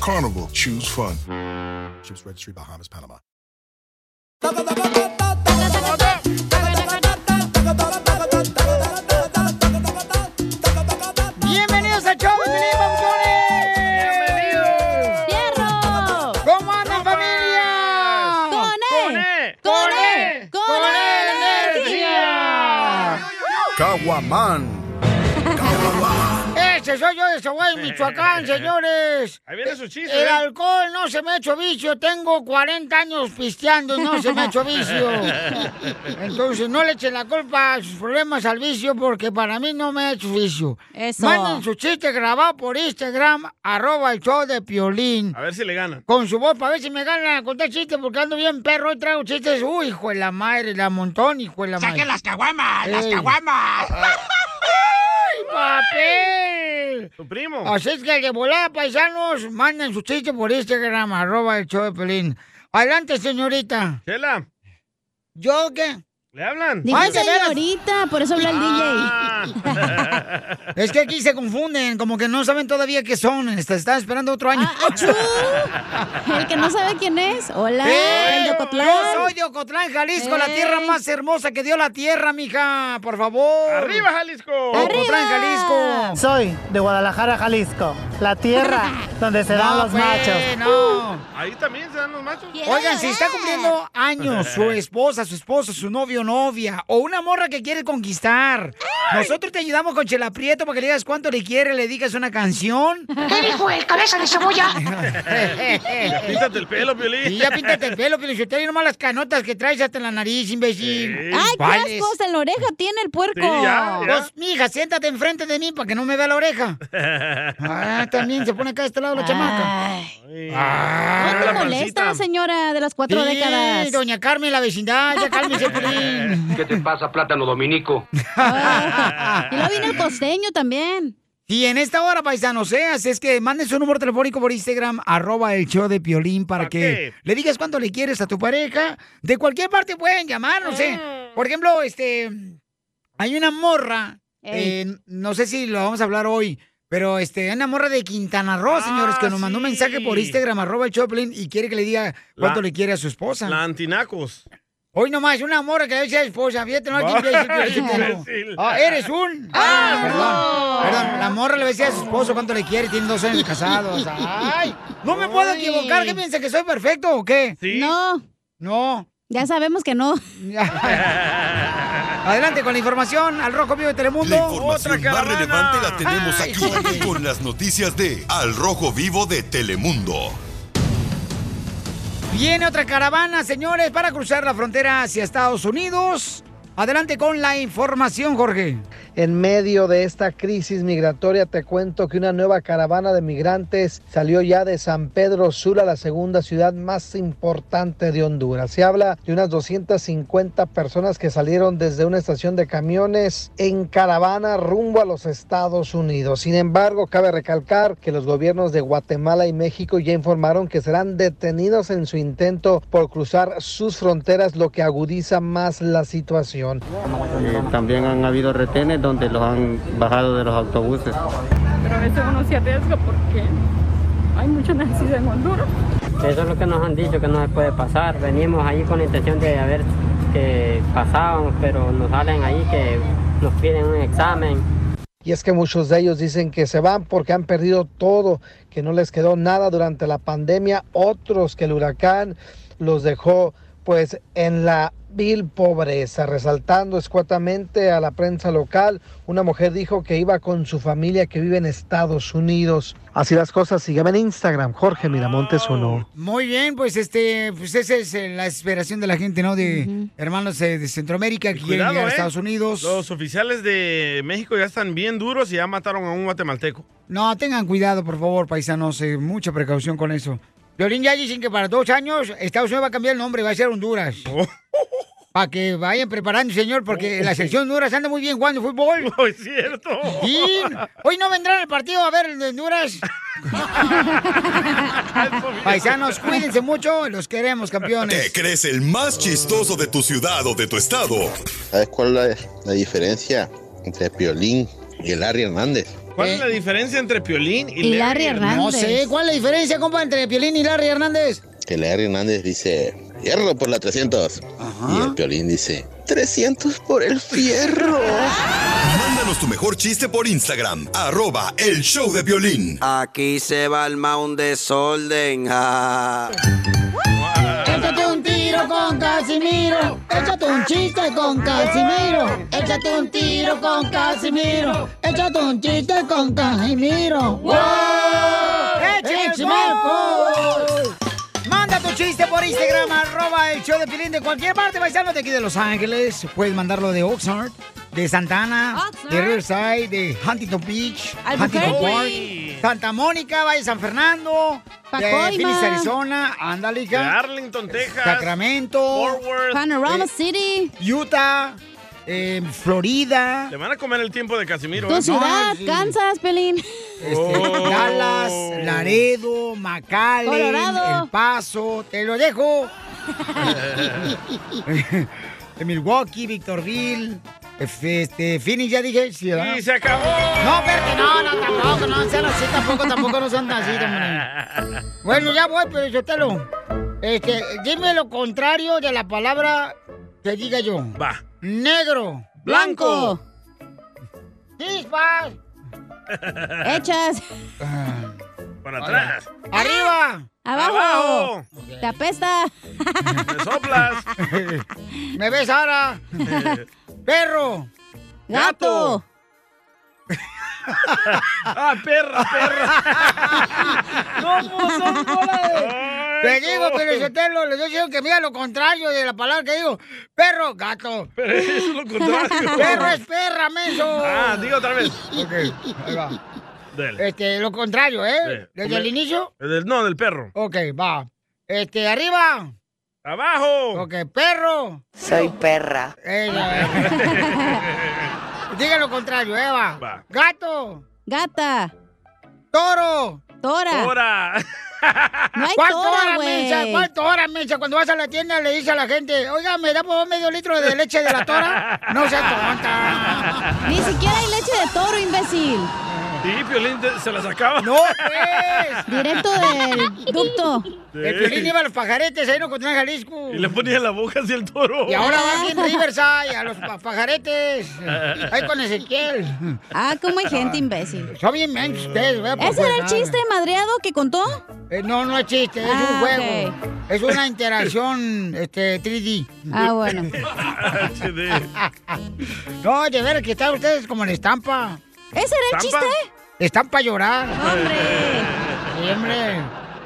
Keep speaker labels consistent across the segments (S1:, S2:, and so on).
S1: Carnival, choose fun.
S2: Ships Registry, Bahamas, Panama.
S3: Bienvenidos a Chau, bienvenidos, Bienvenidos.
S4: ¡Fierro!
S3: ¿Cómo anda, familia?
S4: ¡Con E! ¡Con E! ¡Con E! energía!
S2: Caguaman.
S3: Ese soy yo de Sahuay, Michoacán, señores.
S5: Ahí viene su chiste.
S3: El alcohol no se me ha hecho vicio. Tengo 40 años pisteando y no se me ha hecho vicio. Entonces, no le echen la culpa a sus problemas al vicio porque para mí no me ha hecho vicio.
S4: Eso.
S3: Manden su chiste grabado por Instagram, arroba el show de Piolín.
S5: ¿eh? A ver si le ganan.
S3: Con su voz, para ver si me gana a contar chistes porque ando bien perro y traigo chistes. Uy, hijo de la madre, la montón, hijo de la madre.
S6: ¡Saquen las caguamas! ¡Las
S3: Ey.
S6: caguamas!
S5: Ah,
S3: papel!
S5: Tu primo.
S3: Así es que de volada, paisanos, manden su chiste por Instagram, arroba el show de Pelín. Adelante, señorita.
S5: Chela,
S3: ¿Yo qué?
S5: ¿le hablan?
S3: Ay,
S4: Dijo
S3: de veras.
S4: señorita, por eso habla el DJ.
S5: Ah.
S3: Es que aquí se confunden, como que no saben todavía qué son. Está- Están esperando otro año.
S4: Ah, ¡Achú! El que no sabe quién es. Hola,
S3: ¡Eh!
S4: el de
S3: Yo
S4: Ocotlán.
S3: soy de Ocotlán, Jalisco, la
S4: ¡Ey!
S3: tierra más hermosa que dio la tierra, mija. Por favor.
S5: ¡Arriba, Jalisco!
S3: Ocotlán, Jalisco.
S7: Soy de Guadalajara, Jalisco, la tierra donde se dan
S3: No,
S7: los
S3: pues,
S7: machos.
S3: No.
S5: Ahí también se dan los machos.
S4: Quiero
S3: Oigan, si está
S4: llorar.
S3: cumpliendo años su esposa, su esposo, su novio o novia, o una morra que quiere conquistar, nosotros te ayudamos con Chela Prieto para que le digas cuánto le quiere, le digas una canción.
S6: ¿Qué dijo el cabeza de cebolla?
S5: Píntate el pelo,
S3: y
S5: Piolín.
S3: ya píntate el pelo, Pelichotero, y nomás las canotas que traes hasta en la nariz, imbécil.
S5: Sí.
S4: ¡Ay, qué
S3: vales.
S4: asco! hasta En la oreja tiene el puerco.
S5: Sí, ya, ya.
S3: Pues, mija, siéntate enfrente de mí para que no me vea la oreja. Ah, también se pone acá de este lado la chamaca.
S4: Ay,
S5: Ay.
S3: Ah.
S4: ¿No
S5: Mira
S4: te
S5: la
S4: molesta,
S5: pancita.
S4: señora de las cuatro
S3: Sí,
S4: décadas?
S3: doña Carmen, la vecindad, ya cálmese, Pelín.
S8: Eh, ¿Qué te pasa, plátano dominico?
S4: Ah, y luego viene el costeño también.
S3: Y en esta hora, paisanos, ¿eh? Así es que manden su número telefónico por Instagram, arroba el show de Piolín, para
S5: ¿Pa
S3: que
S5: qué?
S3: le digas cuánto le quieres a tu pareja. De cualquier parte pueden llamarnos, ¿eh? Por ejemplo, este, hay una morra,
S4: Ey.
S3: eh, no sé si lo vamos a hablar hoy, pero este, hay una morra de Quintana Roo,
S5: Ah,
S3: señores, que nos mandó un
S5: sí.
S3: mensaje por Instagram, arroba el show de Piolín, y quiere que le diga cuánto
S5: La-
S3: le quiere a su esposa.
S5: La antinacos.
S3: Hoy nomás, una morra que le dice a su esposa, fíjate, no hay quien te dice,
S5: Imbécil.
S3: Ah, eres un. Ah, perdón. Perdón, la morra le decía a su esposo cuánto le quiere, tiene dos años de casados. Ay, no me puedo
S4: Ay.
S3: equivocar, ¿qué piensa que soy perfecto o qué?
S5: ¿Sí?
S4: No,
S3: No.
S4: ya sabemos que no.
S3: Adelante con la información al Rojo Vivo de
S2: La
S3: Telemundo.
S5: otra
S2: información más
S5: caravana.
S2: relevante la tenemos
S3: Ay,
S2: aquí con las noticias de Al Rojo Vivo de Telemundo.
S3: Viene otra caravana, señores, para cruzar la frontera hacia Estados Unidos. Adelante con la información, Jorge.
S9: En medio de esta crisis migratoria, te cuento que una nueva caravana de migrantes salió ya de San Pedro Sula, la segunda ciudad más importante de Honduras. Se habla de unas 250 personas que salieron desde una estación de camiones en caravana rumbo a los Estados Unidos. Sin embargo, cabe recalcar que los gobiernos de Guatemala y México ya informaron que serán detenidos en su intento por cruzar sus fronteras, lo que agudiza más la situación.
S10: Eh, también han habido retenes donde los han bajado de los autobuses.
S11: pero a veces uno se arriesga porque hay mucha necesidad en Honduras.
S10: Eso es lo que nos han dicho, que no se puede pasar. Venimos ahí con la intención de a ver que pasábamos, pero nos salen ahí que nos piden un examen.
S9: Y es que muchos de ellos dicen que se van porque han perdido todo, que no les quedó nada durante la pandemia. Otros que el huracán los dejó
S12: pues en la vil pobreza, resaltando escuetamente a la prensa local, una mujer dijo que iba con su familia que vive en Estados Unidos. Así las cosas, síganme en Instagram, Jorge Miramontes uno.
S3: Muy bien, pues este, pues esa es eh, la esperación de la gente, ¿no? De hermanos eh, de Centroamérica que quieren
S5: Cuidado,
S3: llegar a
S5: ¿eh?
S3: Estados Unidos.
S5: Los oficiales de México ya están bien duros y ya mataron a un guatemalteco.
S3: No, tengan cuidado, por favor, paisanos. eh, mucha precaución con eso. Violín ya dicen que para dos años Estados Unidos va a cambiar el nombre, va a ser Honduras. Para que vayan preparando, señor, porque la selección de Honduras anda Oh. muy bien jugando fútbol. No, es cierto. Hoy no vendrán al partido a ver el de Honduras. Paisanos, cuídense mucho, los queremos,
S2: ¿Te
S3: campeones.
S2: crees el más chistoso de tu ciudad o de tu estado?
S8: ¿Sabes cuál es la diferencia entre Piolín y el Larry Hernández?
S5: ¿Cuál es la diferencia entre Piolín y,
S3: No sé, ¿cuál es la diferencia, compa, entre Piolín y Larry Hernández?
S8: Que Larry Hernández dice, hierro por la 300. Y el Piolín dice,
S3: 300 por el fierro.
S2: Mándanos tu mejor chiste por Instagram, arroba el show de violín.
S9: Aquí se va el un desorden.
S3: Échate un tiro con Casimiro. Échate un chiste con Casimiro. Échate un tiro con Casimiro. Échate un chiste con Casimiro.
S13: ¡Wow! ¡Écheme
S3: ¡Écheme
S13: alcohol!
S3: Manda tu chiste por Instagram, arroba el show de Pilín de cualquier parte, paisano de aquí de Los Ángeles. Puedes mandarlo de Oxnard, de Santana,
S13: Oxnard.
S3: de Riverside, de Huntington Beach, Huntington Park,
S13: Albuquerque.
S3: Santa Mónica, Valle San Fernando,
S4: Pacoima.
S3: de Phoenix, Arizona, Andalica.
S5: De Arlington, Texas.
S3: Sacramento.
S5: Fort Worth.
S4: Panorama
S5: Eh,
S4: City.
S3: Utah. eh, Florida.
S5: Le van a comer el tiempo de Casimiro.
S4: Tu
S5: ¿eh?
S4: ciudad, Kansas, Pelín.
S3: Este,
S5: Oh.
S3: Dallas, Laredo, McAllen,
S4: Colorado.
S3: El Paso, te lo dejo. De Milwaukee, Victorville, este, este, Phoenix, ya dije. Sí, ¿verdad?
S13: Y se acabó.
S3: No, espérate, no, no, tampoco, no, sean así, tampoco, tampoco no son así, hombre. Bueno, ya voy, pero yo te lo. Este, dime lo contrario de la palabra que diga yo.
S5: Va.
S3: Negro.
S4: Blanco.
S3: Chispas.
S4: Hechas.
S5: Para atrás.
S3: Ah. Arriba.
S4: Ah, Abajo.
S5: Abajo.
S4: Te apesta.
S5: Me soplas.
S3: Me ves ahora. Perro.
S4: Gato.
S5: ah, perra,
S3: perra. ¿Cómo son bolas? Te digo, pero yo te lo, le estoy diciendo que mira lo contrario de la palabra que digo. Perro, gato.
S5: Pero eso es lo contrario.
S3: Perro es perra, menso.
S5: Ah, digo otra vez.
S3: Ok, ahí va.
S5: Dale.
S3: Este, lo contrario, ¿eh? Desde el inicio. Oh.
S5: Del- no, del perro.
S3: Ok, va. Este, arriba.
S5: Abajo.
S3: Ok, perro.
S14: Soy perra.
S3: Eh, ya. Diga lo contrario, Eva. Gato.
S4: Gata.
S3: Toro.
S4: Tora.
S5: Tora.
S4: No hay
S3: ¿Cuánto
S4: tora,
S3: hora,
S4: güey.
S3: mensa? ¿Cuánto hora, mensa? Cuando vas a la tienda le dices a la gente, oiga, ¿me da por favor medio litro de leche de la tora? No seas tonta.
S5: Ah.
S4: Ni siquiera hay leche de toro, imbécil.
S5: Sí, Piolín te- se la sacaba.
S3: No, pues.
S4: Directo del ducto.
S3: El Piolín iba a los pajaretes ahí no encontraba en Jalisco.
S5: Y le ponía en la boca hacia el toro.
S3: Y ahora va aquí en Riverside, a los pa- pajaretes. Ahí con Ezequiel.
S4: Ah, cómo hay gente imbécil.
S3: Son bien mensos ustedes, ¿verdad?
S4: ¿Ese era el chiste madreado que contó?
S3: Eh, no, no es chiste, es
S4: Ah,
S3: un juego. Es una interacción este, 3D.
S4: Ah, bueno.
S3: no, de ver que están ustedes como en estampa.
S4: ¿Ese era el ¿Estampa? chiste?
S3: Estampa a llorar.
S4: ¡Hombre!
S3: Sí, hombre.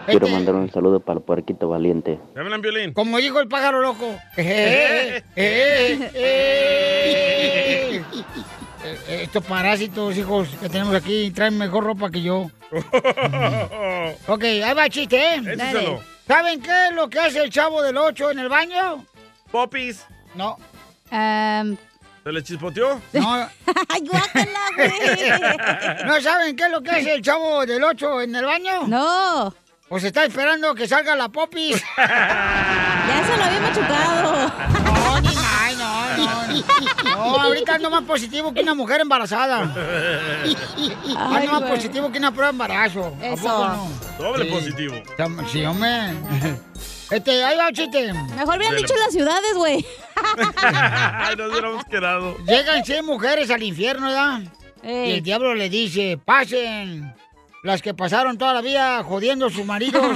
S15: Quiero
S5: Este.
S15: mandar un saludo para el puerquito valiente.
S5: Dámela, Piolín.
S3: Como dijo el pájaro loco. Eh, eh, eh, eh. Eh, Estos parásitos, hijos, que tenemos aquí, traen mejor ropa que yo. ok, ahí va el chiste, ¿eh?
S5: Échaselo.
S3: ¿Saben qué es lo que hace el chavo del 8 en el baño?
S5: Popis.
S3: No.
S5: ¿Se le chispoteó?
S3: No. ¿No saben qué es lo que hace el chavo del 8 en el baño?
S4: No.
S3: Pues está esperando que salga la popis.
S4: Ya se lo había machucado.
S3: No, ni ay, no, no. No, ahorita ando más positivo que una mujer embarazada.
S13: Ay,
S3: ando más
S13: güey.
S3: positivo que una prueba de embarazo. ¿A
S13: Eso.
S3: poco no?
S5: Doble
S3: Sí.
S5: positivo.
S3: Sí, hombre. Este, ahí va un chiste.
S4: Mejor hubieran dicho las ciudades, güey.
S5: Ay, nos hubiéramos quedado.
S3: Llegan 100 mujeres al infierno, ¿verdad? Y el diablo le dice, pasen las que pasaron toda la vida jodiendo a sus maridos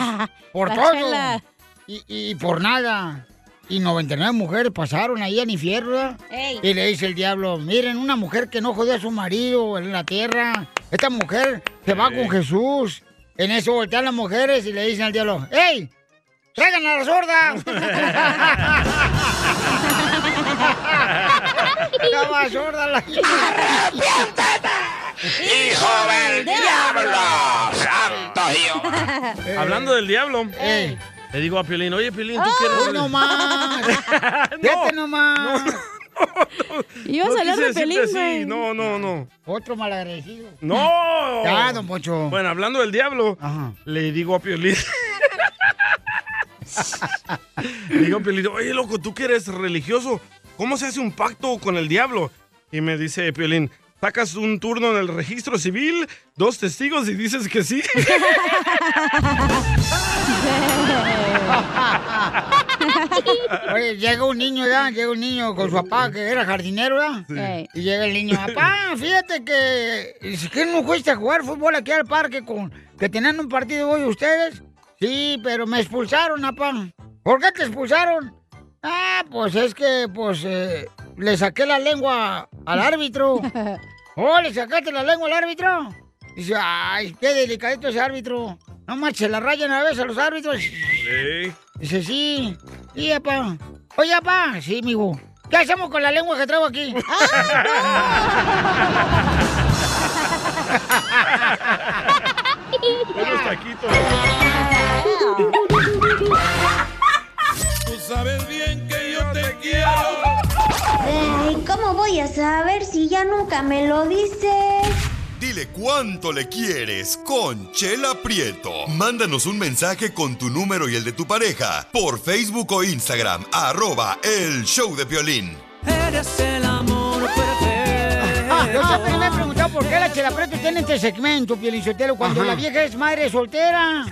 S3: por
S13: La
S3: todo
S13: chela.
S3: y, y por nada. y 99 mujeres pasaron ahí a infierno.
S13: Ey.
S3: Y le dice el diablo, miren, una mujer que no jodió a su marido en la tierra, esta mujer se va
S13: Ey.
S3: con Jesús. En eso voltean las mujeres y le dicen al diablo, ¡Ey! ¡Traigan a la sorda! ¡Estaba sorda la
S13: ¡Hijo del
S3: Eh,
S13: diablo! ¡Santo Dios!
S5: Hablando del diablo, le digo a Piolín, oye, Piolín, ¿tú quieres...?
S3: ¡Uy, no más! ¡Fíjate nomás!
S5: Ibas a No hablar quise de Pelín, decirte así, güey. no, no, no.
S3: Otro malagradecido.
S5: ¡No!
S3: Ya, don Poncho.
S5: Bueno, hablando del diablo, le digo a Piolín... le digo a Piolín, oye, loco, tú que eres religioso, ¿cómo se hace un pacto con el diablo? Y me dice Piolín, sacas un turno en el registro civil, dos testigos y dices que sí.
S3: Oye, llega un niño ya, llega un niño con su papá que era jardinero, ¿verdad?
S13: Sí.
S3: Y llega el niño, papá, fíjate que es que no fuiste a jugar fútbol aquí al parque con que tenían un partido hoy ustedes. Sí, pero me expulsaron, papá. ¿Por qué te expulsaron? Ah, pues es que pues eh, le saqué la lengua al árbitro. Oh, le sacaste la lengua al árbitro. Dice, ay, qué delicadito ese árbitro. No manches, la rayan a veces a los árbitros. Dice, sí. Sí, papá. Oye, papá. Sí, mijo. ¿Qué hacemos con la lengua que traigo aquí?
S13: Unos taquitos.
S14: Tú sabes bien que yo te quiero.
S16: Ay, ¿cómo voy a saber si ya nunca me lo dices?
S2: Dile cuánto le quieres con Chela Prieto. Mándanos un mensaje con tu número y el de tu pareja por Facebook o Instagram, arroba el show de violín.
S13: Eres el amor
S3: Yo siempre me he preguntado por qué la Chela Prieto tiene este segmento, Pielinsotelo, cuando
S13: Ajá.
S3: la vieja es madre soltera.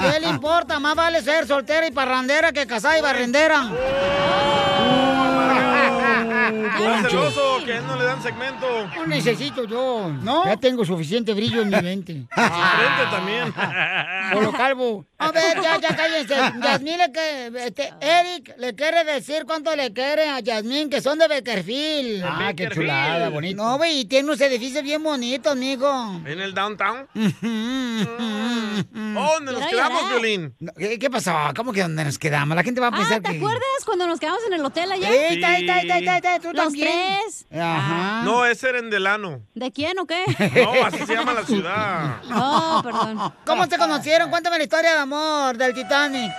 S3: ¿Qué le importa? Más vale ser soltera y parrandera que casada y barrendera.
S5: Está celoso, que a él no le dan segmento.
S3: No necesito yo, ¿no? Ya tengo suficiente brillo en mi mente.
S5: Frente también.
S3: Por lo calvo. A ver, ya, ya cállense. Yasmín le que, este, Eric le quiere decir cuánto le quiere a Yasmín, que son de Beckerfield.
S5: Ah, qué Beckerfield. chulada, bonito.
S3: No, güey, y tiene unos edificios bien bonitos, amigo.
S5: En el downtown.
S3: oh,
S5: ¿dónde nos Quiero quedamos, llorar. Piolín?
S3: ¿Qué, qué pasó? ¿Cómo que dónde nos quedamos? La gente va a pensar
S4: Ah, ¿te
S3: que...
S4: acuerdas cuando nos quedamos en el hotel allá?
S3: Ey, ta, ta, ta, ta, ta, tú
S4: Los
S3: también.
S4: tres.
S3: Ajá.
S5: No, es Serendelano.
S4: ¿De quién o qué?
S5: No, así se llama la ciudad.
S4: No, perdón.
S3: ¿Cómo se conocieron? Cuéntame la historia de amor del Titanic.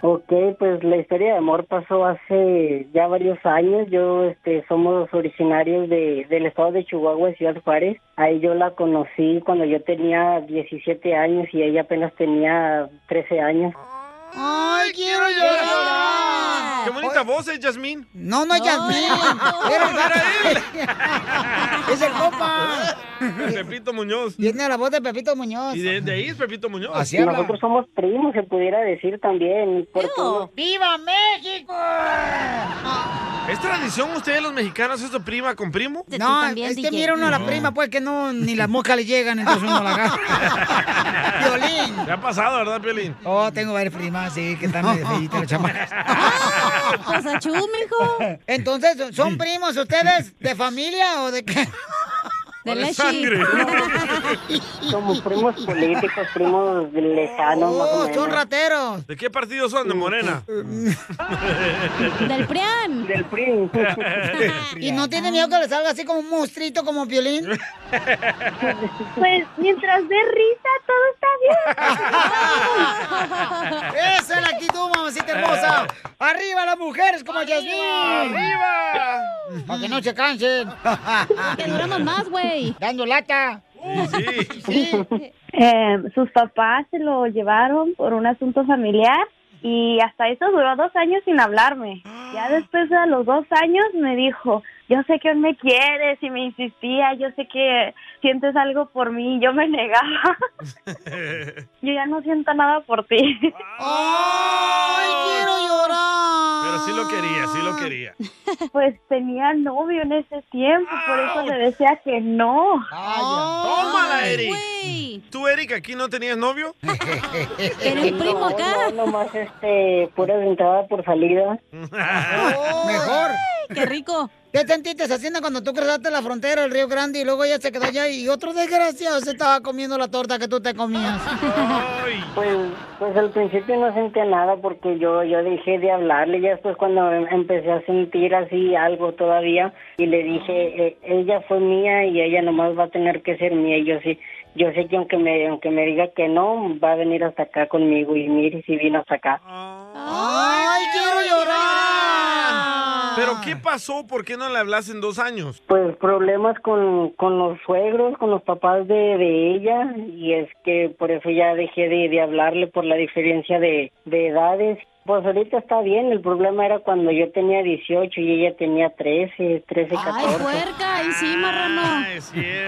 S17: Ok, pues la historia de amor pasó hace ya varios años. Yo, este, somos originarios de, del estado de Chihuahua, de Ciudad Juárez. Ahí yo la conocí cuando yo tenía 17 años y ella apenas tenía 13 años.
S3: ¡Ay, quiero llorar!
S5: Qué bonita voz ¿eh, es, Jasmine.
S3: No, no es Yasmín. Era el gato. es el copa.
S5: Pepito Muñoz.
S3: Tiene la voz de Pepito Muñoz.
S5: Y de, de ahí es Pepito Muñoz.
S17: Nosotros somos primos, se pudiera decir también. Porque uno-
S3: ¡Viva México!
S5: ¿Es tradición ustedes los mexicanos esto prima con primo?
S3: No, es que mira uno a la prima, pues que no, ni las moscas le llegan, entonces uno la agarra. Violín.
S5: Te ha pasado, ¿verdad, Piolín?
S3: Oh, tengo varias primas, sí, que están medio feitas las chamacas. Pues mijo. Entonces, ¿son primos ustedes de familia o de qué?
S17: De leche. sangre. Como primos políticos, primos lejanos, más o
S3: Oh,
S17: menos.
S3: son rateros.
S5: ¿De qué partido son? ¿De Morena?
S3: Del PRIAN.
S17: Del PRIAN.
S3: ¿Y no tiene miedo que le salga así como un monstruito como violín?
S16: Pues mientras de risa, todo está bien.
S3: Esa es la actitud, mamacita hermosa. ¡Arriba las mujeres como Yasmín!
S5: ¡Arriba!
S3: Para que no se cansen.
S4: Que duramos más, güey.
S3: Dando lata.
S16: Eh, sus papás se lo llevaron por un asunto familiar
S3: Ah.
S16: y hasta eso duró dos años sin hablarme. Ya después de los dos años me dijo, yo sé que aún me quieres y me insistía, yo sé que sientes algo por mí, yo me negaba. yo ya no siento nada por ti.
S3: ¡Ay, quiero llorar!
S5: Pero sí lo quería, sí lo quería.
S16: Pues tenía novio en ese tiempo, por eso le decía que no.
S4: Oh,
S5: ¡Tómala, Eric! ¿Tú, Eric, aquí no tenías novio?
S4: Eres primo acá.
S17: No, nomás este, pura entrada por salida.
S3: Mejor.
S4: ¡Qué rico!
S3: ¿Qué sentiste, Hacienda, cuando tú cruzaste la frontera del Río Grande y luego ella se quedó allá y otro desgraciado se estaba comiendo la torta que tú te comías?
S17: Pues, pues al principio no sentía nada porque yo, yo dejé de hablarle, ya después cuando em- empecé a sentir así algo todavía y le dije, "Eh, ella fue mía y ella nomás va a tener que ser mía y yo sí, yo sé que aunque me, aunque me diga que no, va a venir hasta acá conmigo y mire si vino hasta acá.
S3: ¡Ay, quiero llorar!
S5: ¿Pero qué pasó? ¿Por qué no le hablas en dos años?
S17: Pues problemas con, con los suegros, con los papás de, de ella, y es que por eso ya dejé de, de hablarle por la diferencia de, de edades. Pues ahorita está bien, el problema era cuando yo tenía 18 y ella tenía 13, 13, 14.
S4: Puerca, ahí sí, marrano.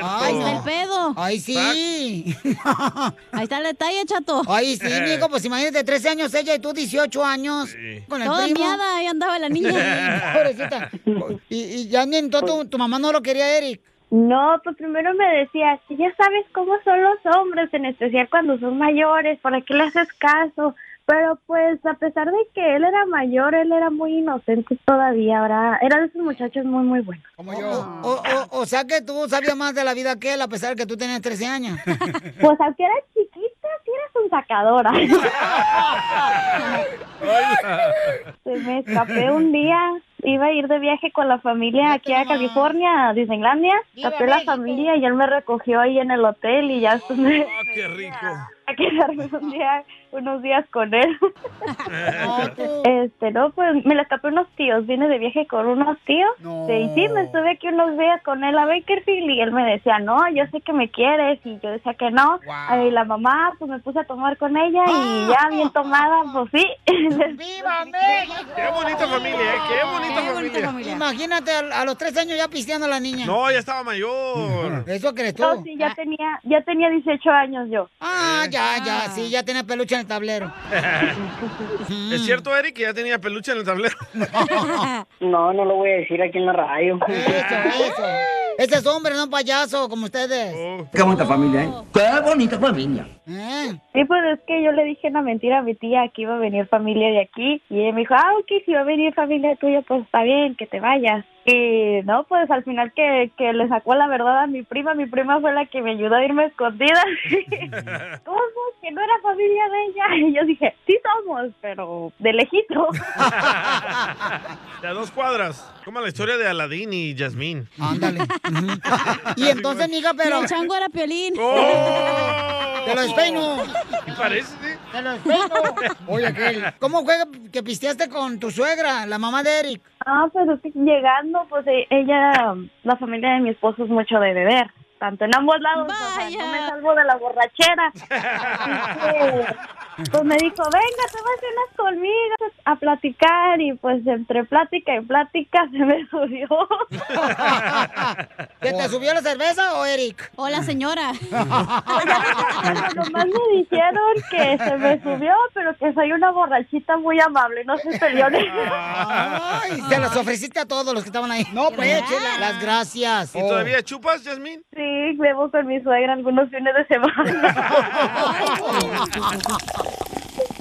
S5: Ah,
S4: Ahí está el pedo.
S3: Ahí sí.
S4: Ahí está el detalle, chato. Eh.
S3: Ay, sí, mijo, pues imagínate, 13 años ella y tú 18 años. Con el
S4: Toda
S3: primo.
S4: miada, ahí andaba la niña.
S3: Pobrecita. Y, y ya ni entonces tu, tu mamá no lo quería, Eric.
S16: No, pues primero me decía, "Si ya sabes cómo son los hombres, en especial cuando son mayores, ¿para qué le haces caso? Pero pues a pesar de que él era mayor, él era muy inocente todavía, ahora era de esos muchachos muy, muy buenos.
S3: O, o- o sea que tú sabías más de la vida que él, a pesar de que tú tenías 13 años.
S16: Pues aunque era chiquita, sí eras un sacadora. Se me escapé un día. Iba a ir de viaje con la familia aquí a California, a Disneylandia. Escapé la familia y él me recogió ahí en el hotel y ya después me
S5: Ah, ¡Qué rico!
S16: a quedarme un día, unos días con él. este, no, pues me la escapé unos tíos. Vine de viaje con unos tíos. Y sí, me estuve aquí unos días con él a Bakerfield y él me decía, no, yo sé que me quieres. Y yo decía que no. Eh, Y la mamá, pues me puse a tomar con ella y ya bien tomada, pues sí.
S3: ¡Viva México!
S5: ¡Qué bonita familia, eh! ¡Qué bonita familia!
S3: Imagínate a, a los 13 años ya pisteando a la niña.
S5: No, ya estaba mayor.
S3: Eso crees tú.
S16: No, sí, ya tenía, ya tenía 18 años yo.
S3: Ah, ya, ya, sí, ya tenía peluche en el tablero.
S5: ¿Es cierto, Eric, que ya tenía peluche en el tablero?
S17: No, no lo voy a decir aquí en la radio.
S3: Eso. Ese es hombre, no payaso, como ustedes.
S6: Qué bonita familia, ¿eh? Qué bonita familia.
S16: Sí, pues es que yo le dije una mentira a mi tía que iba a venir familia de aquí y ella me dijo, ah, ok, si va a venir familia tuya, pues está bien, que te vayas. Y no, pues al final que, que le sacó la verdad a mi prima, mi prima fue la que me ayudó a irme escondida. ¿Cómo? Que no era familia de ella. Y yo dije, sí somos, pero de lejito.
S5: De a dos cuadras. Como la historia de Aladín y Yasmín.
S3: Ándale. Y entonces, mija, pero.
S4: Y el chango era piolín.
S5: Oh.
S3: Te lo despeino.
S5: Parece.
S3: Te lo despeino. Oye, aquel. ¿Cómo fue que pisteaste con tu suegra, la mamá de Eric?
S16: Ah, pues es que llegando, pues e- ella, la familia de mi esposo es mucho de beber, tanto en ambos lados, o sea, no me salvo de la borrachera. Así que, pues me dijo, venga, te vas a unas conmigo a platicar y pues entre plática y plática se me subió.
S3: ¿Que te subió la cerveza o Eric?
S4: O la señora.
S16: Pero nomás me dijeron que se me subió, pero que soy una borrachita muy amable, no soy peleonera.
S3: Ay, te los ofreciste a todos los que estaban ahí. No, pues, chela. Las gracias.
S5: ¿Y todavía chupas, Yasmín?
S16: Sí, bebo con mi suegra algunos fines de semana.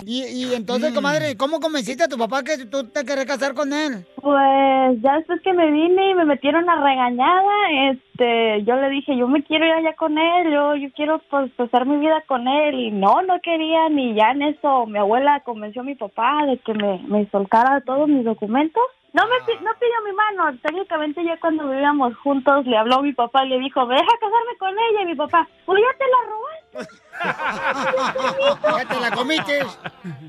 S3: Y, y entonces, comadre, ¿cómo convenciste a tu papá que tú te querés casar con él?
S16: Pues ya después que me vine y me metieron a regañada, este, yo le dije, yo me quiero ir allá con él, yo, yo quiero pues pasar mi vida con él y no, no quería ni ya en eso. Mi abuela convenció a mi papá de que me, me solcara todos mis documentos. No me pi- no pidió mi mano, técnicamente ya cuando vivíamos juntos le habló a mi papá y le dijo, me deja casarme con ella y mi papá, pues ya te la robaste.
S3: Ya te la comiste.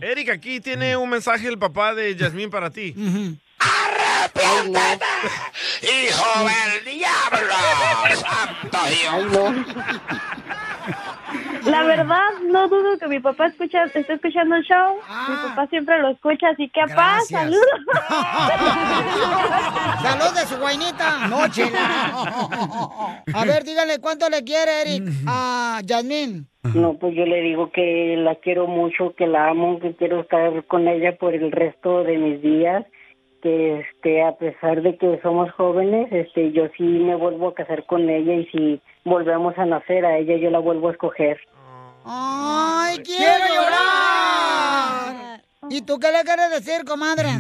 S5: Eric, aquí tiene un mensaje el papá de Yasmín para ti.
S6: ¡Hijo del diablo! ¡Santo Dios!
S16: La verdad, no dudo que mi papá escucha, está escuchando el show. Mi papá siempre lo escucha, así que, papá,
S6: Gracias.
S16: saludos.
S3: ¡Salud de su guainita! ¡No, chela! A ver, dígale cuánto le quiere, Eric, a Yasmín.
S17: No, pues yo le digo que la quiero mucho, que la amo, que quiero estar con ella por el resto de mis días, que este a pesar de que somos jóvenes, este yo sí me vuelvo a casar con ella y si volvemos a nacer a ella yo la vuelvo a escoger.
S3: ¡Ay, quiero llorar! ¿Y tú qué le quieres decir, comadre?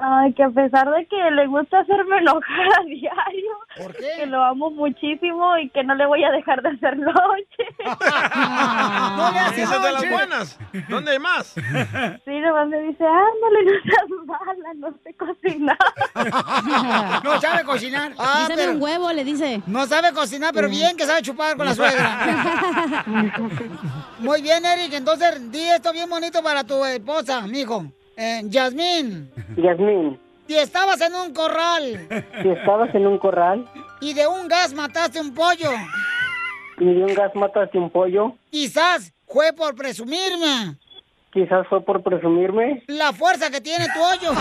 S7: Ay, que a pesar de que le gusta hacerme enojar a diario, que lo amo muchísimo y que no le voy a dejar de hacer noche.
S3: Ah, no le
S5: Esa es de las buenas. ¿Dónde hay más?
S7: Sí, nomás me dice, ándale, no seas mala, no sé cocinar.
S3: No sabe cocinar. Ah,
S4: Díseme un
S3: huevo, le dice. No sabe cocinar, pero bien que sabe chupar con la suegra. Muy bien, Eric. Entonces, di esto bien bonito para tu esposa, mijo. Eh, Yasmín,
S17: Yasmín,
S3: si estabas en un corral
S17: si estabas en un corral
S3: y de un gas mataste un pollo,
S17: y de un gas mataste un pollo,
S3: quizás fue por presumirme
S17: quizás fue por presumirme.
S3: la fuerza que tiene tu hoyo.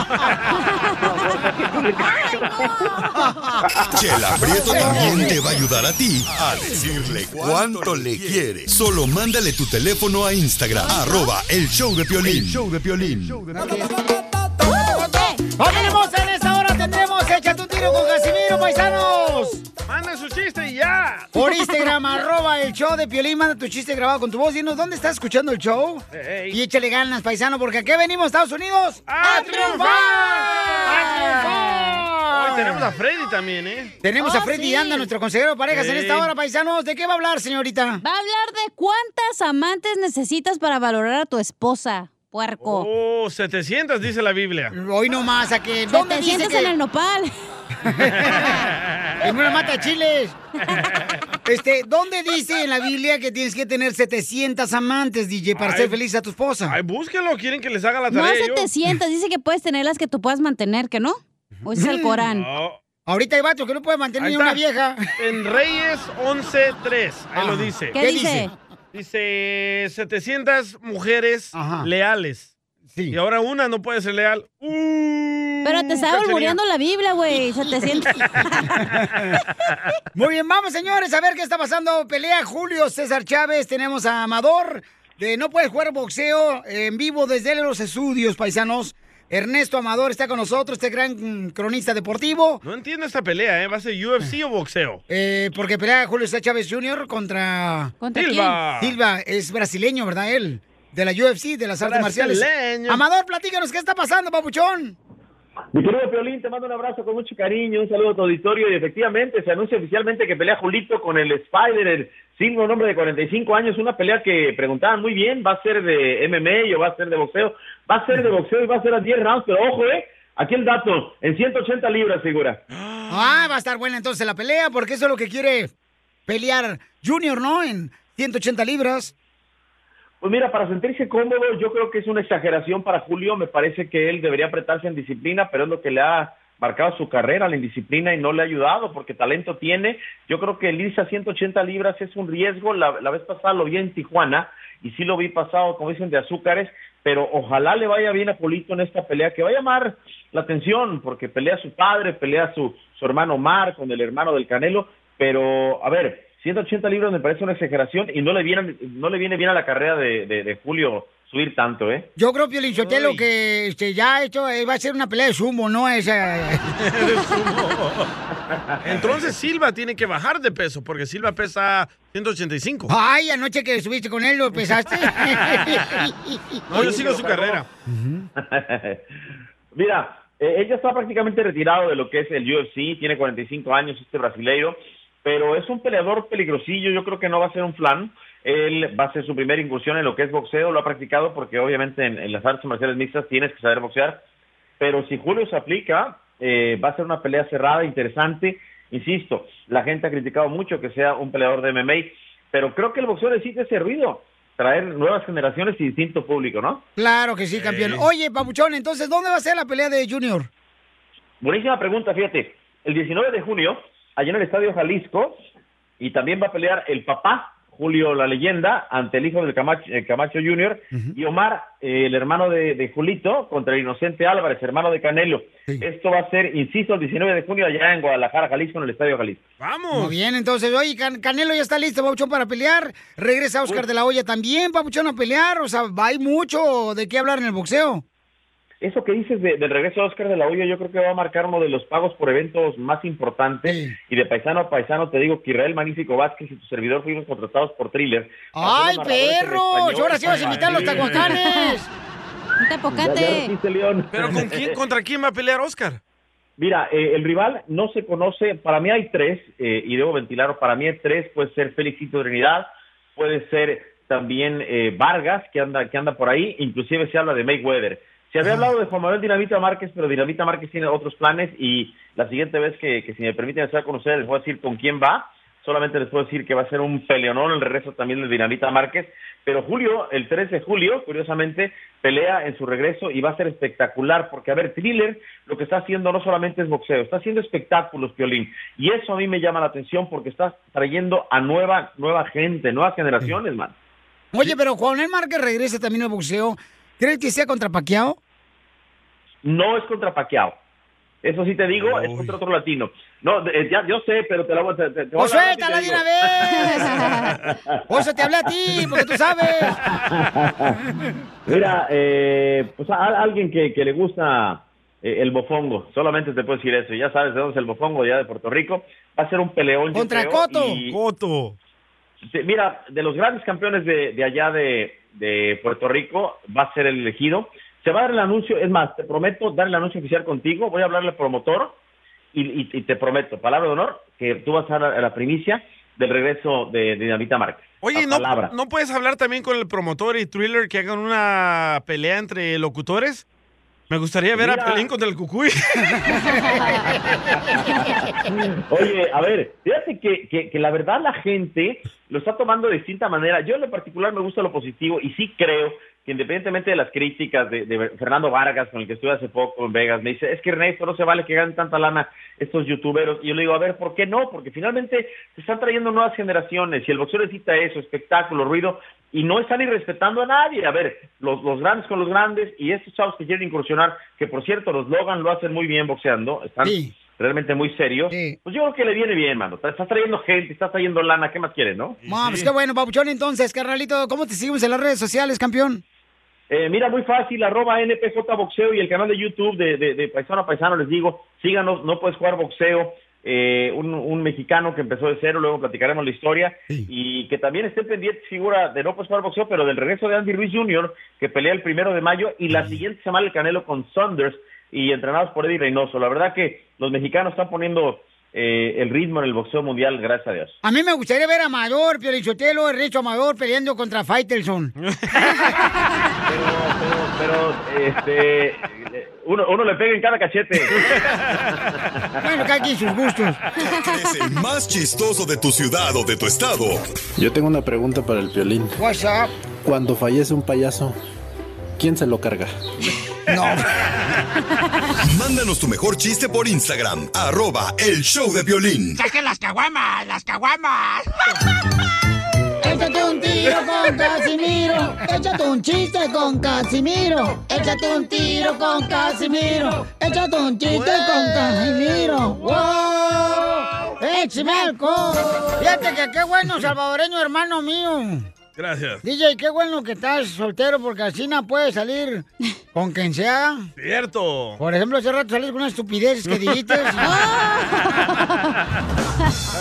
S2: Chela Prieto también te va a ayudar a ti a decirle cuánto le quiere. Solo mándale tu teléfono a Instagram, arroba el show de Piolín. show de Piolín.
S3: ¡Familia hermosa! En esta hora tendremos Échate un tiro con Casimiro, paisanos.
S5: Manda su chiste y ya.
S3: Por Instagram, arroba el show de Piolín, manda tu chiste grabado con tu voz. Dinos, ¿dónde estás escuchando el show?
S5: Ey. Ah.
S3: Y échale ganas, paisano, porque aquí venimos, Estados Unidos,
S5: ¡A
S3: triunfar! ¡A
S5: Hoy tenemos a Freddy también, ¿eh?
S3: Tenemos a Freddy Anda, nuestro consejero de parejas en
S5: Ey.
S3: esta hora, paisanos. ¿De qué va a hablar, señorita?
S4: Va a hablar de cuántas amantes necesitas para valorar a tu esposa, puerco.
S5: Oh, 700 dice la Biblia.
S3: Hoy nomás, a que...
S4: ¿Dónde te sientes en el nopal.
S3: En una mata de chiles. Este, ¿dónde dice en la Biblia que tienes que tener 700 amantes, DJ, para
S5: Ay.
S3: ser feliz a tu esposa?
S5: Ay, búsquenlo, quieren que les haga la
S4: No
S5: tarea. yo?
S4: 700, dice que puedes tener las que tú puedas mantener, ¿que no? O pues es el
S5: Mm.
S4: Corán.
S5: No.
S3: Ahorita hay vatos que no pueden mantener
S5: Ahí
S3: ni una
S5: está.
S3: vieja.
S5: En Reyes 11.3, ahí
S3: Ajá.
S5: lo dice.
S3: ¿Qué ¿Qué dice?
S5: Dice 700 mujeres leales. Y ahora una no puede ser leal.
S4: Pero te estaba
S5: cachanilla.
S4: albureando la Biblia, güey. 700.
S3: Muy bien, vamos, señores, a ver qué está pasando. Pelea Julio César Chávez, tenemos a Amador. De no puedes jugar boxeo en vivo desde los estudios, paisanos. Ernesto Amador está con nosotros, este gran mm, cronista deportivo.
S5: No entiendo esta pelea, ¿eh? ¿Va a ser UFC o boxeo?
S3: Eh, porque pelea Julio César Chávez Jr. contra...
S5: ¿Contra Silva. quién?
S3: Silva, es brasileño, ¿verdad él? De la UFC, de las artes marciales.
S18: Brasileño.
S3: Amador, platícanos, ¿qué está pasando, papuchón?
S18: Mi querido Piolín, te mando un abrazo con mucho cariño, un saludo a tu auditorio y efectivamente se anuncia oficialmente que pelea Julito con el Spider, el signo un hombre de 45 años, una pelea que preguntaban muy bien, va a ser de MMA o va a ser de boxeo, va a ser de boxeo y va a ser a 10 rounds, pero ojo, eh, aquí el dato, en 180 libras figura.
S3: Ah, va a estar buena entonces la pelea, porque eso es lo que quiere pelear Junior, ¿no? En 180 libras.
S18: Pues mira, para sentirse cómodo, yo creo que es una exageración para Julio. Me parece que él debería apretarse en disciplina, pero es lo que le ha marcado su carrera, la indisciplina, y no le ha ayudado porque talento tiene. Yo creo que el irse a 180 libras es un riesgo. La, la vez pasada lo vi en Tijuana y sí lo vi pasado, como dicen, de azúcares, pero ojalá le vaya bien a Julito en esta pelea, que va a llamar la atención porque pelea su padre, pelea su, su hermano Omar con el hermano del Canelo, pero a ver, 180 libras me parece una exageración y no le viene, no le viene bien a la carrera de, de- de Julio subir tanto, ¿eh?
S3: Yo creo, Piolín Sotelo, que este, ya esto eh, va a ser una pelea de sumo, ¿no? Esa...
S5: Entonces Silva tiene que bajar de peso porque Silva pesa 185.
S3: Ay, anoche que subiste con él, lo pesaste.
S5: No, yo sigo su carrera.
S18: Mira, eh, él ya está prácticamente retirado de lo que es el UFC, tiene 45 años este brasileiro, pero es un peleador peligrosillo, yo creo que no va a ser un flan, él va a ser su primera incursión en lo que es boxeo, lo ha practicado porque obviamente en, en las artes marciales mixtas tienes que saber boxear, pero si Julio se aplica, eh, va a ser una pelea cerrada, interesante, insisto, la gente ha criticado mucho que sea un peleador de MMA, pero creo que el boxeo necesita ese ruido, traer nuevas generaciones y distinto público, ¿no?
S3: Claro que sí, campeón. Oh.
S18: Sí.
S3: Oye, papuchón, entonces, ¿dónde va a ser la pelea de Junior?
S18: Buenísima pregunta, fíjate. El 19 de junio, allá en el Estadio Jalisco, y también va a pelear el papá Julio la leyenda ante el hijo del Camacho, eh, Camacho Jr. y Omar, eh, el hermano de, de Julito, contra el inocente Álvarez, hermano de Canelo. Esto va a ser, insisto, el 19 de junio allá en Guadalajara, Jalisco, en el Estadio Jalisco.
S3: Muy bien, entonces, oye, Can- Canelo ya está listo, Papuchón, para pelear. Regresa Oscar de la Hoya también, Papuchón, a pelear. O sea, hay mucho de qué hablar en el boxeo.
S18: Eso que dices de- del regreso de Oscar de la Hoya, yo creo que va a marcar uno de los pagos por eventos más importantes. Y de paisano a paisano te digo que Israel Magnífico Vázquez y tu servidor fuimos contratados por Thriller.
S3: ¡Ay,
S18: Hacer los narradores en
S3: perros!
S18: español
S3: Ahora sí vas a
S18: para-
S3: invitar a los tacuacanes.
S4: Un
S18: Ya- ya
S4: tapocate.
S18: rompiste, León.
S5: ¿Pero con quién, contra quién va a pelear Oscar?
S18: Mira, eh, el rival no se conoce. Para mí hay tres, eh, y debo ventilar, para mí hay tres. Puede ser Felicito Trinidad, puede ser también eh, Vargas, que anda, que anda por ahí. Inclusive se habla de Mayweather. Se había hablado de Juan Manuel Dinamita Márquez, pero Dinamita Márquez tiene otros planes y la siguiente vez que, que si me permiten hacer conocer les voy a decir con quién va. Solamente les puedo decir que va a ser un peleonón el regreso también de Dinamita Márquez. Pero Julio, el 3 de julio, curiosamente, pelea en su regreso y va a ser espectacular. Porque, a ver, Thriller lo que está haciendo no solamente es boxeo, está haciendo espectáculos, Piolín. Y eso a mí me llama la atención porque está trayendo a nueva, nueva gente, nuevas generaciones, man.
S3: Oye, pero Juan Manuel Márquez regresa también al boxeo. ¿Crees que sea contra Pacquiao?
S18: No es contra Pacquiao. Eso sí te digo, es contra otro latino. No, de- eh, ya, yo sé, pero te la voy a... Te, te- te voy
S3: ¡O
S18: a hablar a ti,
S3: Pues suéltala
S18: te
S3: de
S18: digo.
S3: una vez! ¡O se te hablé a ti, porque tú sabes!
S18: Mira, eh, pues a, a alguien que, que le gusta eh, el bofongo, solamente te puedo decir eso. Ya sabes de dónde es el bofongo, ya de Puerto Rico. Va a ser un peleón. yo
S5: Contra
S18: creo,
S5: Coto.
S18: y-
S5: Coto.
S18: Sí, Mira, de los grandes campeones de, de allá de, de Puerto Rico va a ser el elegido. Se va a dar el anuncio, es más, te prometo dar el anuncio oficial contigo. Voy a hablarle al promotor y, y- y te prometo, palabra de honor, que tú vas a dar la, la primicia del regreso de, de Dinamita Márquez.
S5: Oye,
S18: La
S5: ¿no,
S18: palabra.
S5: ¿no puedes hablar también con el promotor y thriller que hagan una pelea entre locutores? Me gustaría ver
S18: Mira.
S5: a Pelín contra el Cucuy.
S18: Oye, a ver, fíjate que, que- que la verdad la gente lo está tomando de distinta manera. Yo en lo particular me gusta lo positivo y sí creo que independientemente de las críticas de, de Fernando Vargas, con el que estuve hace poco en Vegas, me dice, es que Ernesto, no se vale que ganen tanta lana estos youtuberos. Y yo le digo, a ver, ¿por qué no? Porque finalmente se están trayendo nuevas generaciones y el boxeo necesita eso, espectáculo, ruido, y no están irrespetando a nadie. A ver, los, los grandes con los grandes y estos chavos que quieren incursionar, que por cierto, los Logan lo hacen muy bien boxeando, están realmente muy serios. Pues yo creo que le viene bien, mano. Estás trayendo gente, estás trayendo lana, ¿qué más quieres, no?
S3: Mam, pues qué bueno, Papuchón, entonces, carnalito. ¿Cómo te seguimos en las redes sociales, campeón?
S18: Eh, mira, muy fácil, arroba NPJ Boxeo y el canal de YouTube de, de, de Paisano a Paisano, les digo, síganos, no puedes jugar boxeo, eh, un, un mexicano que empezó de cero, luego platicaremos la historia, y que también esté pendiente, figura, de no puedes jugar boxeo, pero del regreso de Andy Ruiz Jr., que pelea el primero de mayo, y la siguiente semana el Canelo con Saunders, y entrenados por Eddie Reynoso. La verdad que los mexicanos están poniendo eh, el ritmo en el boxeo mundial, gracias a Dios.
S3: A mí me gustaría ver a Amador, Piolichotelo, el Richo Amador peleando contra Faitelson.
S18: Pero, este, uno, uno le pega en cada cachete.
S3: bueno, cada quien sus gustos.
S2: El más chistoso de tu ciudad o de tu estado.
S11: Yo tengo una pregunta para el violín.
S3: WhatsApp.
S11: Cuando fallece un payaso, ¿quién se lo carga?
S2: Mándanos tu mejor chiste por Instagram, arroba el show de violín.
S13: ¡Saquen las caguamas! ¡Las caguamas!
S3: Échate un tiro con Casimiro. Échate un chiste con Casimiro. Échate un tiro con Casimiro. Échate un chiste con Casimiro. ¡Wow! ¡Échame alcohol! Fíjate que qué bueno, salvadoreño, hermano mío.
S5: Gracias.
S3: DJ, qué bueno que estás soltero porque así no puedes salir con quien sea.
S5: Cierto.
S3: Por ejemplo, hace rato saliste con unas estupideces que dijiste.
S5: ¿La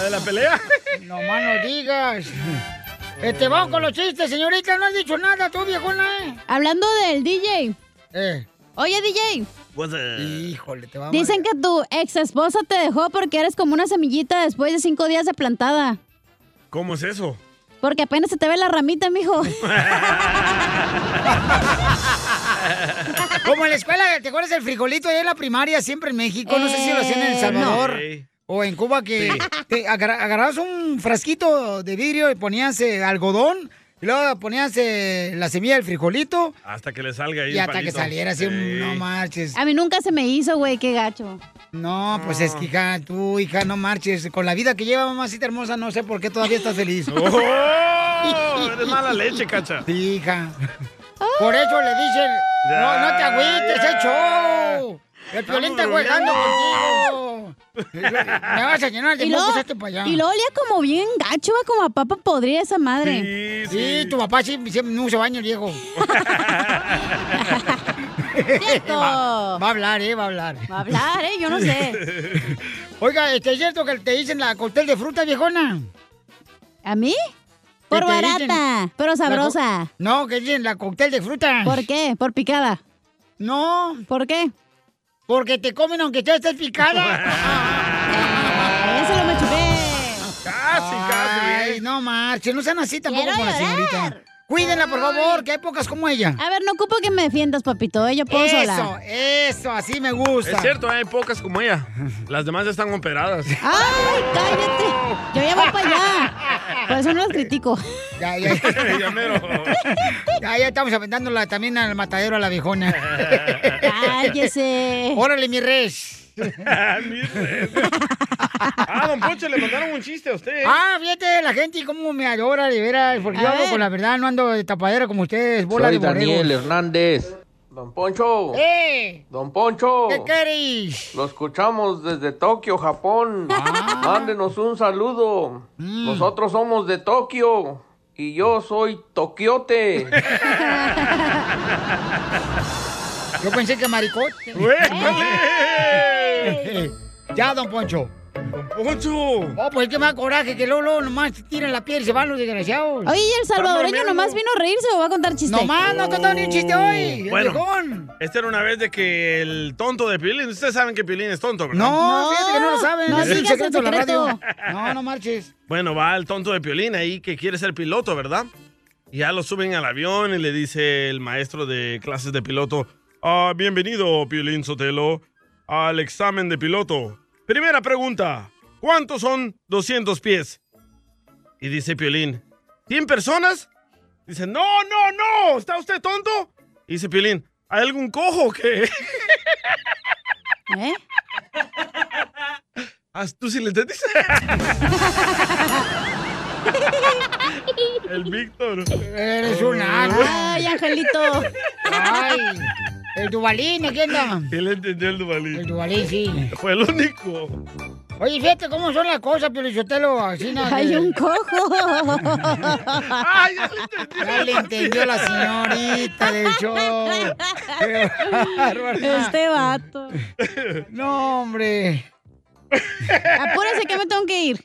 S5: de la pelea?
S3: No más no digas. Este, vamos con los chistes, señorita. No has dicho nada tú, viejona. ¿eh?
S4: Hablando del DJ. Oye, DJ.
S5: Pues, eh.
S3: Híjole, te va a
S4: Dicen que tu ex esposa te dejó porque eres como una semillita después de cinco días de plantada.
S5: ¿Cómo es eso?
S4: Porque apenas se te ve la ramita, mijo.
S3: Como en la escuela, ¿te acuerdas del frijolito ahí en la primaria siempre en México? No sé si lo hacían
S4: Eh,
S3: en El Salvador
S5: Sí.
S3: o en Cuba que te agarra- agarrabas un frasquito de vidrio y ponías eh, algodón y luego ponías eh, la semilla del frijolito
S5: Hasta que le salga ahí
S3: y
S5: el
S3: hasta que
S5: palito.
S3: saliera así, un-
S5: Sí.
S3: no marches.
S4: A mí nunca se me hizo, güey, qué gacho.
S3: No, pues
S5: Ah.
S3: es que hija, tú, hija, no marches. Con la vida que lleva mamacita hermosa, no sé por qué todavía estás feliz.
S5: ¡No! Oh, Eres mala leche, cacha.
S3: Hija. Por eso le dicen, no, no te agüites,
S5: Ya,
S3: es show. El
S5: Estamos
S3: violín está jugando
S5: bromeando.
S3: contigo. Me vas a llenar de
S4: Y
S6: pues
S4: luego,
S3: mocos este para allá.
S4: y luego olía como bien gacho, va, como a papa podría esa madre.
S3: Sí, tu papá sí, sí, no usa baño, Diego. Va, va a hablar, eh, va a hablar.
S4: Va a hablar, eh, yo no sé.
S3: Oiga, este, ¿es cierto que te dicen la cóctel de fruta, viejona?
S4: ¿A mí? Por barata, pero sabrosa.
S3: no, que dicen la cóctel de fruta.
S4: ¿Por qué? ¿Por picada?
S3: No.
S4: ¿Por qué?
S3: Porque te comen aunque tú estés picada.
S4: Eso lo me chupé.
S3: Casi, casi. ¿eh? Ay, no marchen, no sean así tampoco
S4: Quiero
S3: con la señorita. Cuídenla, por favor, que hay pocas como ella.
S4: A ver, no ocupo que me defiendas, papito, eh, yo puedo
S3: Eso,
S4: sola.
S3: eso, así me gusta.
S5: Es cierto, hay pocas como ella. Las demás están operadas.
S4: ¡Ay, cállate! Yo ya voy para
S3: Ah.
S4: allá. Por eso no los critico.
S3: Ya, ya, ya. ya, ya estamos aventándola también al matadero a la viejona.
S4: Cállese.
S3: Órale, mi res.
S5: Ah, don Poncho, le mandaron un chiste a usted. ¿eh?
S3: Ah, fíjate la gente cómo me adora, de veras, porque
S5: A
S3: yo hablo
S5: ver.
S3: con la verdad, no ando de tapadera como ustedes, bola
S19: Soy
S3: de
S19: Daniel
S3: borregos.
S19: Hernández. Don Poncho.
S3: ¡Eh!
S19: Don Poncho.
S3: ¿Qué queréis?
S19: Lo escuchamos desde Tokio, Japón.
S3: Ah.
S19: Mándenos un saludo.
S3: Mm.
S19: Nosotros somos de Tokio. Y yo soy Tokiote.
S3: Yo pensé que maricote. ya, don Poncho. Don
S5: Poncho.
S3: Oh, pues qué más coraje que luego, luego nomás tiran la piel y se van los desgraciados.
S4: Oye, ¿y el salvadoreño nomás vino a reírse o va a contar chistes?
S3: Nomás no ha contado ni un chiste hoy. el
S5: Bueno,
S3: viejón.
S5: esta era una vez de que el tonto de Pilín, ustedes saben que Pilín es tonto, ¿verdad?
S3: No, fíjate que no lo saben.
S5: no
S3: es un
S5: digas el
S3: secreto de la
S5: secreto.
S3: radio. No, no marches.
S5: Bueno, va el tonto de Piolín ahí que quiere ser piloto, ¿verdad? Y ya lo suben al avión y le dice el maestro de clases de piloto, "Ah, bienvenido, Piolín Sotelo, al examen de piloto. Primera pregunta, ¿cuántos son 200 pies? Y dice Piolín, ¿100 personas? Dice, no, no, no, ¿está usted tonto? Y dice Piolín, ¿hay algún cojo que...?
S4: ¿Eh?
S5: Ah, ¿Tú sí le entendiste? El Víctor.
S3: Eres un
S5: Oh.
S3: asno.
S4: Ay, Angelito.
S3: Ay, el Dubalín, aquí anda.
S5: Él entendió el Duvalín. El
S3: Duvalín, sí.
S5: Fue el único.
S3: Oye, fíjate cómo son las cosas, Piolichotelo. Así nada.
S4: Hay un cojo.
S3: Ay, ya le entendió la señorita del show. Qué bárbaro.
S4: Este vato.
S3: No, hombre.
S4: Apúrese que me tengo que ir.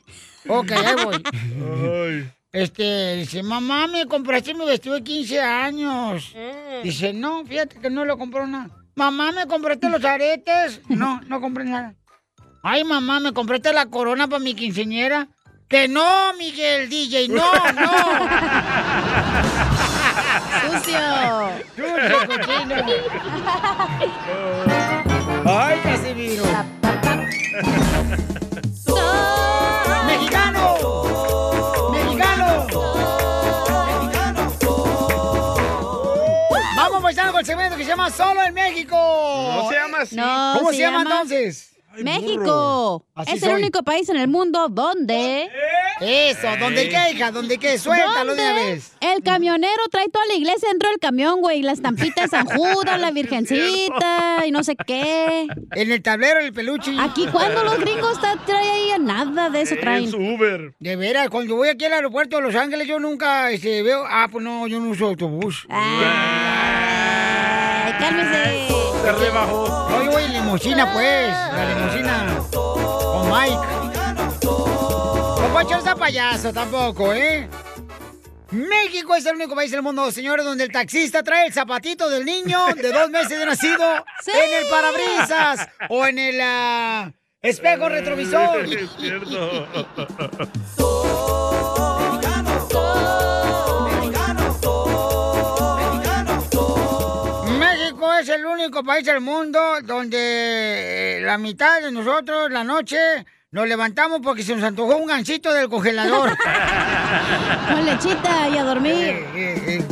S3: Ok, ahí voy. Este, dice, mamá, me compraste mi vestido de 15 años.
S4: Mm.
S3: Dice, no, fíjate que no lo compró nada. Mamá, me compraste los aretes. No, no compré nada. Ay, mamá, me compraste la corona para mi quinceñera. Que no, Miguel, DJ, no, no.
S4: Sucio.
S3: Sucio, cochino. Ay, Casimiro. Mexicano. Mexicano. Vamos paisano con el segmento que se llama Solo en México.
S5: No se llama así.
S4: No,
S3: ¿Cómo se,
S4: se
S3: llama,
S4: llama-
S3: entonces?
S4: México.
S3: Así
S4: es
S3: soy.
S4: el
S3: ¿Eh?
S4: único país en el mundo donde...
S3: Eso, ¿dónde qué, hija? ¿Dónde qué? Suéltalo de una
S4: ¿Dónde
S3: vez.
S4: El camionero trae toda la iglesia dentro del camión, güey. La estampita de San Judas, la virgencita y no sé qué.
S3: En el tablero, el peluche.
S4: Aquí, cuando los gringos ta- traen ahí nada de eso traen.
S5: Uber.
S3: De veras, cuando voy aquí al aeropuerto de Los Ángeles, yo nunca este, veo. Ah, pues no, yo no uso autobús.
S4: Ay, cálmese.
S5: Se rebajó.
S3: No, yo voy en limusina, pues. La limusina. Con Oh, Mike. No Poncho no está payaso tampoco, ¿eh? México es el único país del mundo, señores, donde el taxista trae el zapatito del niño de dos meses de nacido
S4: Sí.
S3: en el parabrisas o en el ah, espejo retrovisor.
S5: Es cierto.
S3: México es el único país del mundo donde eh, la mitad de nosotros la noche nos levantamos porque se nos antojó un gancito del congelador.
S4: Con lechita y a dormir.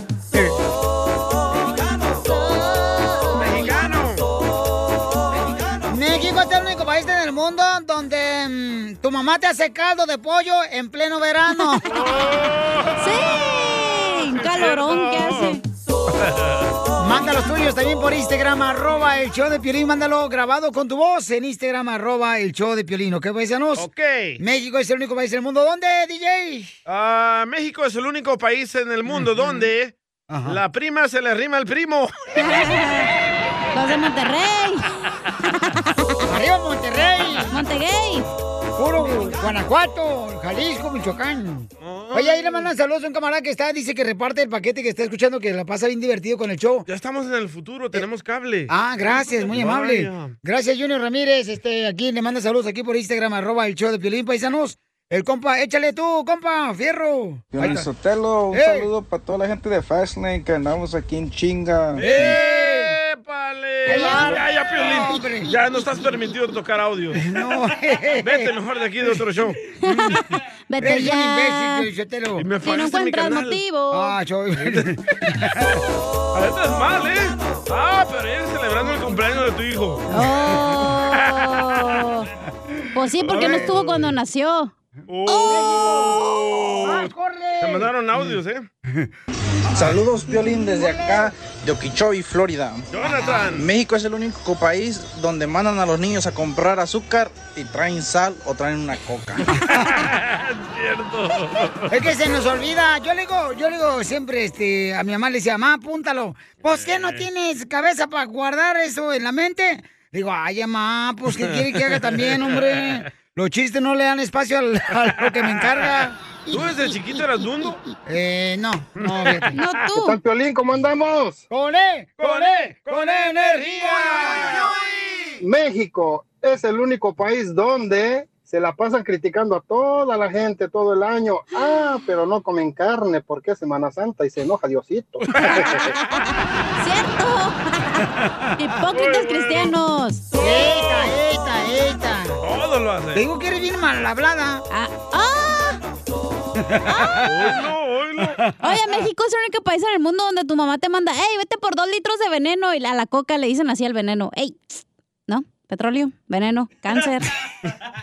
S3: México es el único país en el mundo donde mm, tu mamá te hace caldo de pollo en pleno verano.
S4: ¡Sí! calorón que hace.
S3: Manda los tuyos también por Instagram, arroba el show de Piolín. Mándalo grabado con tu voz en Instagram, arroba el show de Piolín. ¿Ok, paisanos?
S5: Ok.
S3: México es el único país del mundo. ¿Dónde, DJ?
S5: Ah, México es el único país en el mundo donde la prima se le rima al primo.
S4: Los de Monterrey.
S3: ¡Arriba Monterrey!
S4: ¡Monterrey!
S3: Puro Guanajuato, Jalisco, Michoacán.
S5: Ah.
S3: Oye, ahí le mandan saludos a un camarada que está, dice que reparte el paquete que está escuchando, que la pasa bien divertido con el show.
S5: Ya estamos en el futuro, tenemos cable.
S3: Ah, gracias, muy amable.
S5: Vaya.
S3: Gracias, Junior Ramírez. Este, aquí le manda saludos aquí por Instagram, arroba el show de Piolín Paisanos. El compa, échale tú, compa, fierro. Ahí
S20: Piolín
S3: está.
S20: Sotelo, un
S3: ¡Ey!
S20: saludo para toda la gente de Fastlane que andamos aquí en chinga.
S5: ¡Épale!
S20: Claro.
S5: Ya, ya, Piolín. Ya no estás permitido tocar audio.
S3: No.
S5: Vete mejor de aquí de otro show.
S4: Vete
S3: Eres un
S4: ya.
S3: imbécil, Piolichotelo.
S5: Y me Si no fallaste en mi encuentras canal. motivo.
S3: Ah, yo...
S5: A veces Ah, es mal, ¿eh? Ah, pero ya eres celebrando el cumpleaños de tu hijo.
S4: Oh. Pues sí, porque no estuvo cuando nació.
S5: ¡Oh! Te mandaron audios, ¿eh?
S20: Saludos, Violín, desde acá de Okeechobee, Florida.
S5: Jonathan.
S20: México es el único país donde mandan a los niños a comprar azúcar y traen sal o traen una coca.
S3: Es que se nos olvida. Yo le digo, yo le digo siempre este, a mi mamá, le decía, mamá, apúntalo. ¿Pues qué no tienes cabeza para guardar eso en la mente? Digo, ay, mamá, pues ¿qué quiere que haga también, hombre? Los chistes no le dan espacio al- a lo que me encarga.
S5: ¿Tú desde chiquito eras dundo?
S3: Eh, no, no,
S4: No
S20: ¿Qué tal, Piolín? ¿Cómo andamos?
S3: ¡Con E!
S20: ¡Con E! ¡Con energía! México es el único país donde se la pasan criticando a toda la gente todo el año. Ah, pero no comen carne porque es Semana Santa y se enoja Diosito.
S4: ¡Cierto! ¡Hipócritas cristianos!
S3: ¡Eta, eta, eta!
S5: Todo lo hace.
S3: Te digo que eres bien mal hablada.
S4: Ah, Oye, México es el único país en el mundo donde tu mamá te manda, hey, vete por dos litros de veneno y a la coca le dicen así al veneno, hey, ¿no? Petróleo, veneno, cáncer,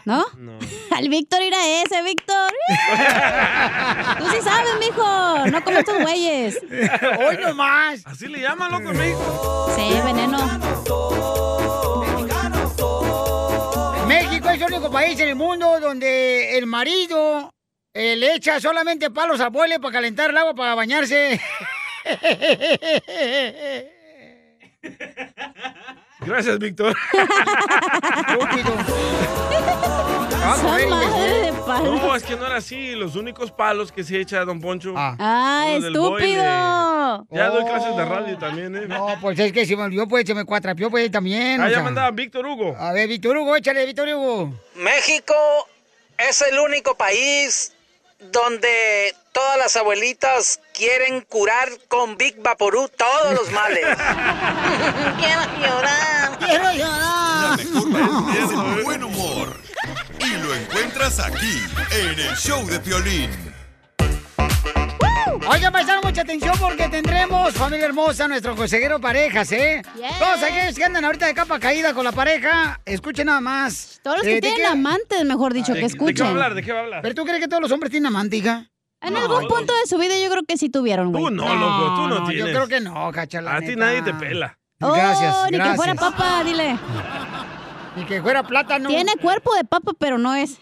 S4: ¿no? Al Víctor ir a ese, Víctor. Tú sí sabes, mijo, no como estos güeyes.
S3: Hoy nomás.
S5: Así le llaman, loco, en México.
S4: Sí, veneno.
S3: México es el único país en el mundo donde el marido eh, le echa solamente palos a abuelo para calentar el agua para bañarse.
S5: Gracias, Víctor.
S4: Son madre de palos.
S5: No, es que no era así. Los únicos palos que se echa Don Poncho.
S4: Ah,
S5: Uno del boile.
S4: estúpido.
S5: Ya doy
S3: Oh.
S5: clases de radio también, ¿eh?
S3: No, pues es que se me olvidó, pues se me cuatrapió, pues también.
S5: Ah,
S3: o
S5: ya
S3: sea.
S5: mandaba Víctor Hugo.
S3: A ver, Víctor Hugo, échale, Víctor Hugo.
S10: México es el único país donde todas las abuelitas quieren curar con Big Vaporú todos los males.
S16: Quiero llorar. Quiero llorar.
S2: Es el buen humor. Y lo encuentras aquí, en el show de Piolín.
S3: Oigan, paisanos, mucha atención porque tendremos, familia hermosa, nuestro consejero parejas, ¿eh? Todos aquellos que andan ahorita de capa caída con la pareja, escuchen nada más. Eh,
S4: Todos los
S5: Eh,
S4: que tienen amantes, mejor dicho, que escuchen.
S5: Ah, qué va a hablar?
S3: ¿Pero tú crees que todos los hombres tienen amante, hija?
S4: En algún punto de su vida yo creo que sí tuvieron, güey.
S5: Tú no, loco, tú no, tienes.
S3: Yo creo que no, cacha, la
S5: A ti
S3: neta.
S5: nadie te pela.
S4: Oh,
S3: Gracias,
S4: ni que
S3: gracias.
S4: fuera papa, dile.
S3: Ni que fuera plátano.
S4: Tiene cuerpo de papa, pero no es.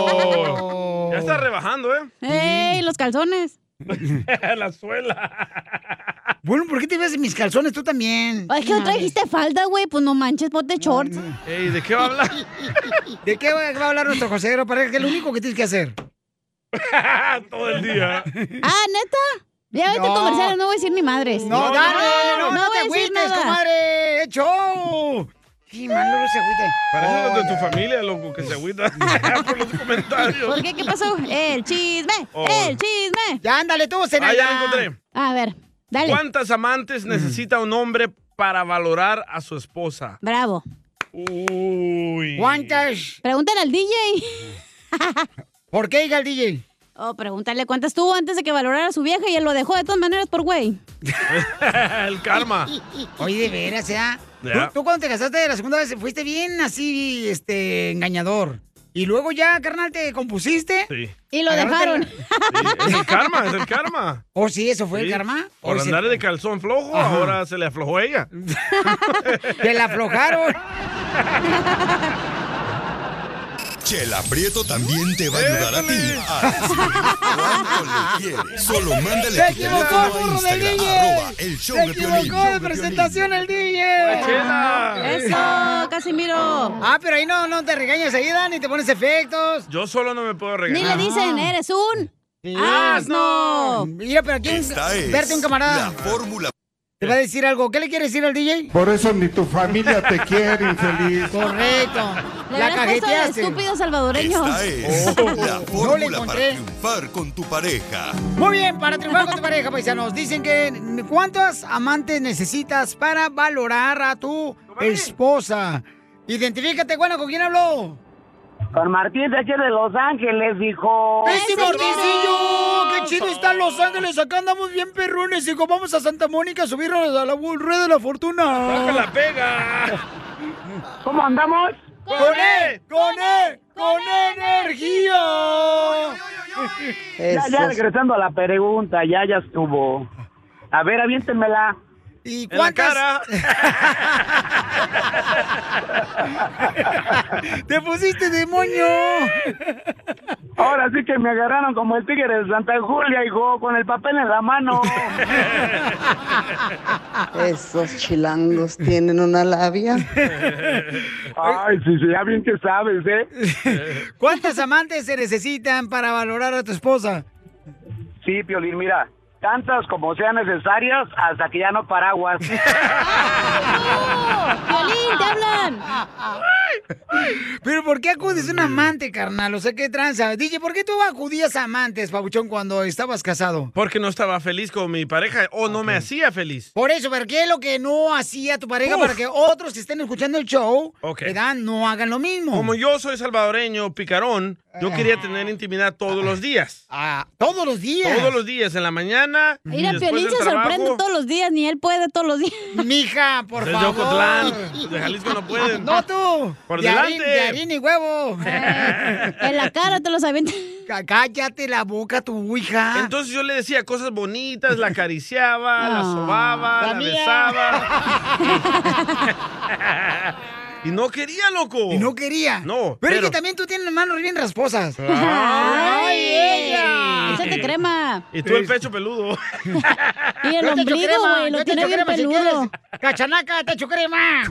S5: Oh. Ya está rebajando, ¿eh?
S4: ¡Ey, los calzones!
S5: la suela.
S3: Bueno, ¿por qué te ves mis calzones tú también?
S4: Ay, es que no trajiste falda, güey. Pues no manches, ponte shorts.
S5: Ey, ¿de qué va a hablar?
S3: ¿De qué va va a hablar nuestro consejero pareja? Que es lo único que tienes que hacer.
S5: Todo el día.
S4: Ah, ¿neta? Ya vete
S3: No.
S4: a comerciales, no voy a decir ni madres.
S3: No, dale, no, no, te
S4: voy a decir
S3: agüites,
S4: nada.
S3: comadre. ¡Eh, ¡Show! Sí, malo no se agüite.
S5: Parece los de tu
S3: Oh.
S5: familia, loco, que se agüita por los comentarios.
S4: ¿Por qué? ¿Qué pasó? El chisme,
S5: Oh.
S4: el chisme.
S3: Ya, ándale tú,
S5: Ah, ya lo encontré.
S4: A ver, dale.
S5: ¿Cuántas
S3: Mm.
S5: amantes necesita un hombre para valorar a su esposa?
S4: Bravo.
S5: Uy.
S3: ¿Cuántas?
S4: Pregúntale al DJ.
S3: ¿Por qué diga el DJ?
S4: Oh, pregúntale cuántas tuvo antes de que valorara a su vieja y él lo dejó de todas maneras por güey.
S5: el karma.
S3: Oye, de veras, ¿eh? ¿ya?
S5: Ya.
S3: Tú, tú cuando te casaste de la segunda vez fuiste bien así, este, engañador. Y luego ya, carnal, te compusiste.
S5: Sí.
S4: Y lo
S3: Agarraste
S4: dejaron.
S3: la-
S5: Es el karma, es el karma.
S3: ¿O Oh, sí, eso fue
S5: Sí.
S3: el karma?
S5: Por
S3: ¿O se-
S5: andar de calzón flojo,
S3: Ajá.
S5: ahora se le aflojó ella.
S3: Te la aflojaron.
S2: Chela Prieto también te va a ayudar a ti. a decirle cuánto le quieres. Solo mándale
S3: ¡Se
S2: tu teléfono a
S3: equivocó, burro del
S2: Instagram,
S3: DJ!
S2: arroba el show
S3: ¡Se
S2: de Piolín.
S3: equivocó de presentación el DJ!
S4: Eso, Casimiro.
S3: Ah, pero ahí no, no te regañas ahí, Dan, ni te pones efectos. Ah.
S5: Yo solo no me puedo
S4: Ni
S5: regañar.
S4: le dicen, eres un asno.
S3: Mira, pero aquí
S2: Esta es
S3: verte un camarada.
S2: la fórmula.
S3: Te va a decir algo. ¿Qué le quieres decir al DJ?
S21: Por eso ni tu familia te quiere, infeliz.
S3: Correcto. La
S4: Le hubieras puesto el
S3: cajeteaste.
S4: estúpido salvadoreño.
S2: Esta es la
S3: No le
S2: fórmula para
S3: encontré.
S2: triunfar con tu pareja.
S3: Muy bien, para triunfar con tu pareja, paisanos. Dicen que ¿cuántas amantes necesitas para valorar a tu esposa? Identifícate, bueno, ¿con quién habló?
S6: Con Martín de aquí de Los Ángeles, dijo.
S3: ¡Ese Martincillo! ¡Qué chido está en Los Ángeles! Acá andamos bien perrones, hijo. Vamos a Santa Mónica a subirnos a la rueda de la fortuna.
S5: la pega!
S3: ¿Cómo andamos? ¡Con él! ¡Con él! ¡Con E energía!
S6: Ya, ya regresando a la pregunta, ya, ya estuvo. A ver, aviéntemela.
S3: ¿Y ¡Te pusiste demonio!
S6: Ahora sí que me agarraron como el tigre de Santa Julia, hijo, con el papel en la mano.
S22: Esos chilangos tienen una labia.
S6: Ay, sí, sí, ya bien que sabes, ¿eh?
S3: ¿Cuántas amantes se necesitan para valorar a tu esposa?
S6: Sí, Piolín, mira, tantas como sean necesarias hasta que ya no paraguas.
S4: ¡Piolín, te hablan!
S3: Pero ¿por qué acudes a un amante, carnal? O sea, ¿qué tranza? DJ, ¿por qué tú acudías a amantes, babuchón, cuando estabas casado?
S5: Porque no estaba feliz con mi pareja o no me hacía feliz.
S3: Por eso, ¿por qué lo que no hacía tu pareja
S5: Uf.
S3: para que otros que estén escuchando el show
S5: Ok.
S3: ¿verdad? no hagan lo mismo?
S5: Como yo soy salvadoreño, picarón, yo
S3: Ah.
S5: quería tener intimidad todos los días.
S3: ¿Todos los días?
S5: Todos los días, en la mañana.
S4: Mira,
S5: después
S4: Piolín
S5: del
S4: se
S5: trabajo. Pues
S4: sorprende todos los días, ni él puede todos los días.
S3: Mija, por
S5: Desde Ocotlán, de Jalisco no pueden.
S3: No tú.
S5: Por
S3: de harín-
S5: delante.
S3: de harina y huevo.
S4: en la cara te los avientan.
S3: Cállate la boca, tu hija.
S5: Entonces yo le decía cosas bonitas, la acariciaba, la
S3: Ah,
S5: sobaba,
S3: la
S5: la,
S3: mía.
S5: besaba. y no quería, loco. Y no
S3: quería.
S5: No.
S3: Pero, es que también tú tienes manos bien rasposas.
S5: Ay,
S3: ella!
S4: Échate crema.
S5: Y tú el pecho peludo.
S4: Y el
S3: Yo te echo
S4: ombligo,
S3: crema,
S4: güey,
S3: yo te
S4: lo
S3: echo
S4: tiene bien
S3: crema si
S4: peludo.
S3: quieres. Cachanaca, te echo crema.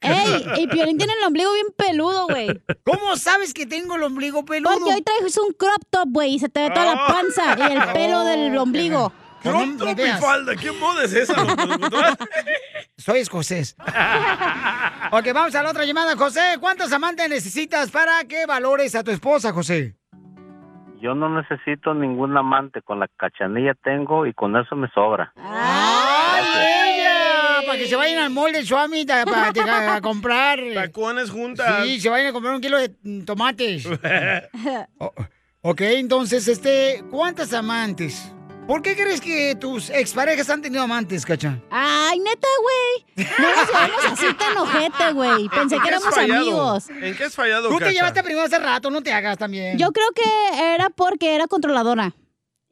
S4: Ey, y Piolín tiene el ombligo bien peludo, güey.
S3: ¿Cómo sabes que tengo el ombligo peludo?
S4: Porque hoy traes un crop top, güey, y se te ve toda la panza y el pelo del ombligo.
S5: Ah. Crop top y falda, ¿qué moda es esa?
S3: Soy escocés. ok, vamos a la otra llamada. José, ¿cuántos amantes necesitas para que valores a tu esposa, José?
S23: Yo no necesito ningún amante, con la cachanilla tengo y con eso me sobra.
S3: ¡Ay, ella! Para que se vayan al molde del Suami ta- para te- a, a comprar.
S5: Tacones juntas.
S3: Sí, se vayan a comprar un kilo de mm, tomates. ok, entonces, este, ¿cuántas amantes? ¿Por qué crees que tus exparejas han tenido amantes, cacha?
S4: Ay, neta, güey. No nos llevamos así tan ojete, güey. Pensé
S5: ¿En
S4: que
S5: qué has
S4: éramos
S5: fallado?
S4: amigos.
S5: ¿En qué has fallado,
S3: Tú te
S5: Cacha?
S3: llevaste primero hace rato, no te hagas también.
S4: Yo creo que era porque era controladora.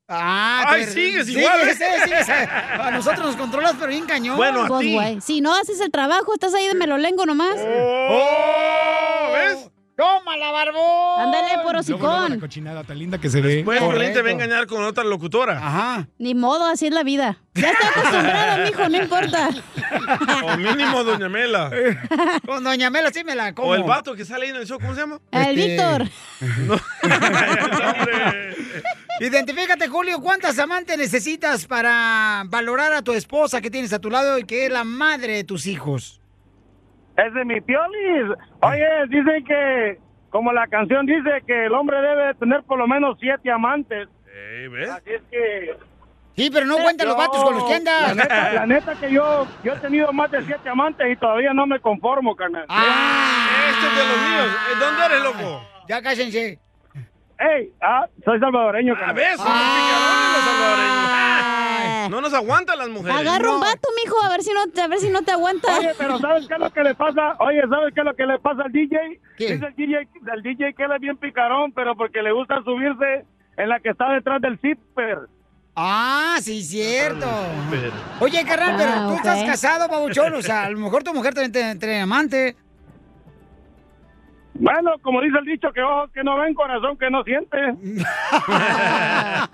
S3: Ah,
S5: Ay,
S3: te-
S5: sigues igual.
S3: Sigues, eh, sigues. A nosotros nos controlas, pero bien cañón.
S4: Pues, güey, Si no haces el trabajo, estás ahí de melolengo nomás.
S5: ¡Oh! ¿Ves?
S3: ¡Toma la barbón!
S4: Ándale por
S21: Luego, luego la
S4: hocicón.
S21: cochinada tan linda que se ve.
S7: Pues,
S5: Después Piolín te va a engañar con otra locutora.
S3: Ajá.
S4: Ni modo, así es la vida. Ya está acostumbrado, mijo, no importa.
S5: O mínimo Doña Mela.
S3: Con Doña Mela sí me la como.
S5: O el vato que sale ahí en el show, ¿cómo se llama?
S4: El
S3: Este-
S4: Víctor.
S3: Identifícate, Julio, ¿cuántas amantes necesitas para valorar a tu esposa que tienes a tu lado y que es la madre de tus hijos?
S6: Es de mi Piolis. Oye, dicen que, como la canción dice, que el hombre debe de tener por lo menos siete amantes. Así es que...
S3: Sí, pero no cuentan los vatos con los que andas.
S6: La neta, la neta que yo, yo he tenido más de siete amantes y todavía no me conformo, carnal.
S3: Ah,
S5: Este es de los míos. Eh, ¿Dónde eres, loco?
S3: Ya cállense.
S6: ¡Ey! Ah, soy salvadoreño,
S5: A
S6: carnal.
S5: ver, son los picarones los salvadoreños. No nos aguantan las mujeres.
S4: Agarra un
S5: No.
S4: vato, mijo, a ver si no, te- a ver si no te aguanta.
S6: Oye, pero ¿sabes qué es lo que le pasa? Oye, ¿sabes qué es lo que le pasa al DJ? Dice el DJ, el DJ que él es bien picarón, pero porque le gusta subirse en la que está detrás del zipper.
S3: Ah, sí, cierto. Oye, carnal, pero
S6: Ah,
S3: tú
S6: ok.
S3: estás casado, babuchón. O sea, a lo mejor tu mujer también te- tiene amante.
S6: Bueno, como dice el dicho, que ojos que no ven, corazón que no siente.
S4: Ay,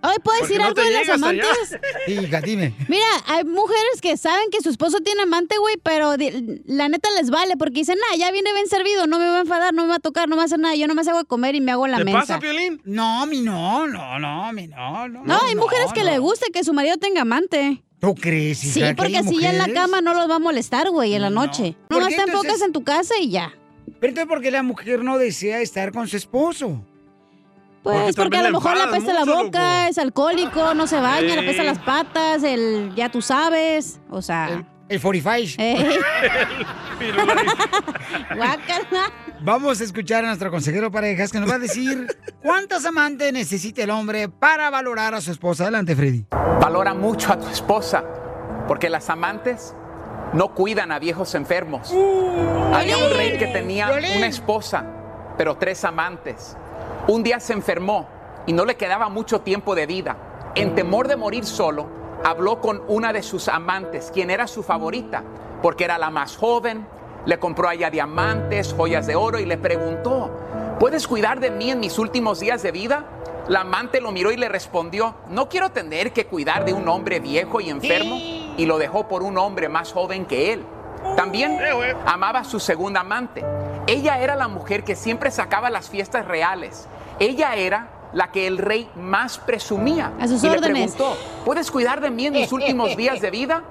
S4: ¿puedes
S6: Porque
S4: decir
S6: no
S4: algo
S6: te
S4: de las
S6: llegas allá.
S4: amantes?
S3: Hija, dime.
S4: Mira, hay mujeres que saben que su esposo tiene amante, güey, pero de- la neta les vale porque dicen, nah, ya viene bien servido, no me va a enfadar, no me va a tocar, no me va a hacer nada, yo nomás hago de comer y me hago la mesa.
S5: Piolín?
S3: No, mi no, no, no, mi no, no.
S4: No, hay mujeres que le gusta que su marido tenga amante.
S3: ¿Tú crees,
S4: Sí,
S3: hija, que
S4: porque
S3: hay
S4: así ya en la
S3: mujeres?
S4: cama no los va a molestar, güey, en la noche.
S3: ¿Por
S4: Nomás
S3: qué
S4: te
S3: entonces-
S4: enfocas en tu casa y ya.
S3: Pero entonces, ¿por qué la mujer no desea estar con su esposo?
S4: Pues porque, a lo mejor le apesta la boca, es alcohólico, no se baña, le apesta
S3: Ey.
S4: las patas, el ya tú sabes, o sea... Eh,
S3: El 45.
S4: Ey.
S3: Vamos a escuchar a nuestro consejero parejas que nos va a decir cuántas amantes necesita el hombre para valorar a su esposa. Adelante, Freddy.
S12: Valora mucho a tu esposa, porque las amantes no cuidan a viejos enfermos. Había un rey que tenía
S1: Uh, Violín.
S12: una esposa, pero tres amantes. Un día se enfermó y no le quedaba mucho tiempo de vida. En temor de morir solo, habló con una de sus amantes, quien era su favorita, porque era la más joven, le compró a ella diamantes, joyas de oro y le preguntó, ¿puedes cuidar de mí en mis últimos días de vida? La amante lo miró y le respondió, no quiero tener que cuidar de un hombre viejo y enfermo y lo dejó por un hombre más joven que él. También amaba a su segunda amante. Ella era la mujer que siempre sacaba las fiestas reales. Ella era la que el rey más presumía.
S4: A sus
S12: y le
S4: órdenes.
S12: preguntó, ¿puedes cuidar de mí en mis últimos días de vida?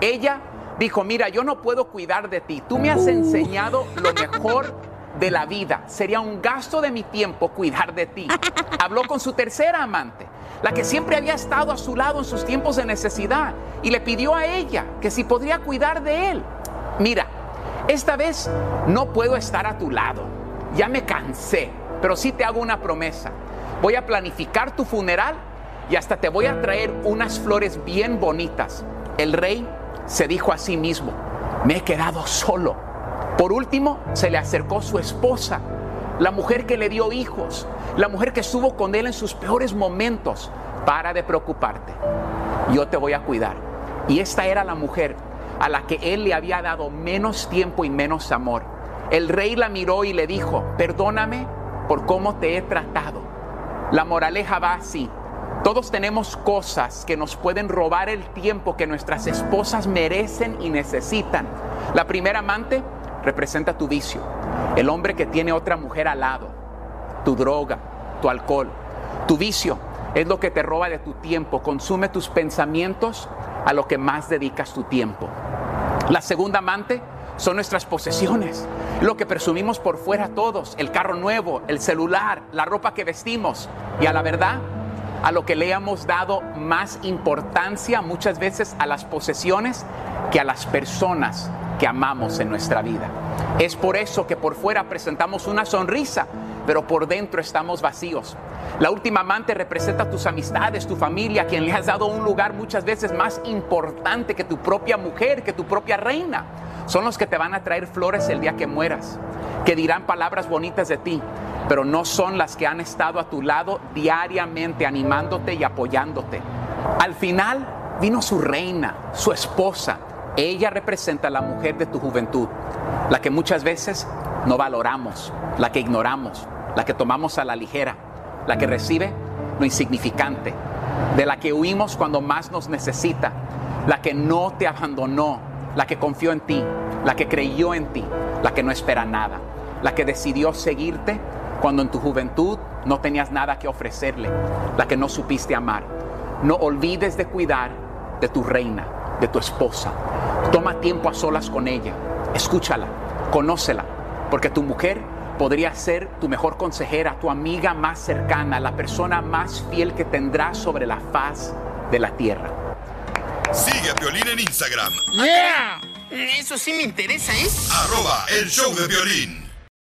S12: Ella dijo, mira, yo no puedo cuidar de ti. Tú me has enseñado lo mejor de la vida. Sería un gasto de mi tiempo cuidar de ti. Habló con su tercera amante, la que siempre había estado a su lado en sus tiempos de necesidad, y le pidió a ella que si podría cuidar de él. Mira, esta vez no puedo estar a tu lado. Ya me cansé, pero sí te hago una promesa. Voy a planificar tu funeral y hasta te voy a traer unas flores bien bonitas. El rey se dijo a sí mismo, me he quedado solo. Por último, se le acercó su esposa, la mujer que le dio hijos, la mujer que estuvo con él en sus peores momentos. Para de preocuparte, yo te voy a cuidar. Y esta era la mujer a la que él le había dado menos tiempo y menos amor. El rey la miró y le dijo, perdóname por cómo te he tratado. La moraleja va así. Todos tenemos cosas que nos pueden robar el tiempo que nuestras esposas merecen y necesitan. La primera amante representa tu vicio, el hombre que tiene otra mujer al lado, tu droga, tu alcohol, tu vicio es lo que te roba de tu tiempo, consume tus pensamientos a lo que más dedicas tu tiempo. La segunda amante son nuestras posesiones, lo que presumimos por fuera todos, el carro nuevo, el celular, la ropa que vestimos y a la verdad, a lo que le hemos dado más importancia muchas veces a las posesiones que a las personas que amamos en nuestra vida. Es por eso que por fuera presentamos una sonrisa, pero por dentro estamos vacíos. La última amante representa tus amistades, tu familia, a quien le has dado un lugar muchas veces más importante que tu propia mujer, que tu propia reina. Son los que te van a traer flores el día que mueras, que dirán palabras bonitas de ti, pero no son las que han estado a tu lado diariamente animándote y apoyándote. Al final vino su reina, su esposa. Ella representa a la mujer de tu juventud, la que muchas veces no valoramos, la que ignoramos, la que tomamos a la ligera, la que recibe lo insignificante, de la que huimos cuando más nos necesita, la que no te abandonó, la que confió en ti, la que creyó en ti, la que no espera nada, la que decidió seguirte cuando en tu juventud no tenías nada que ofrecerle, la que no supiste amar. No olvides de cuidar de tu reina, de tu esposa. Toma tiempo a solas con ella, escúchala, conócela, porque tu mujer podría ser tu mejor consejera, tu amiga más cercana, la persona más fiel que tendrás sobre la faz de la tierra.
S2: Sigue a Piolín en Instagram,
S24: Eso sí me interesa, ¿eh?
S2: arroba el show de violín.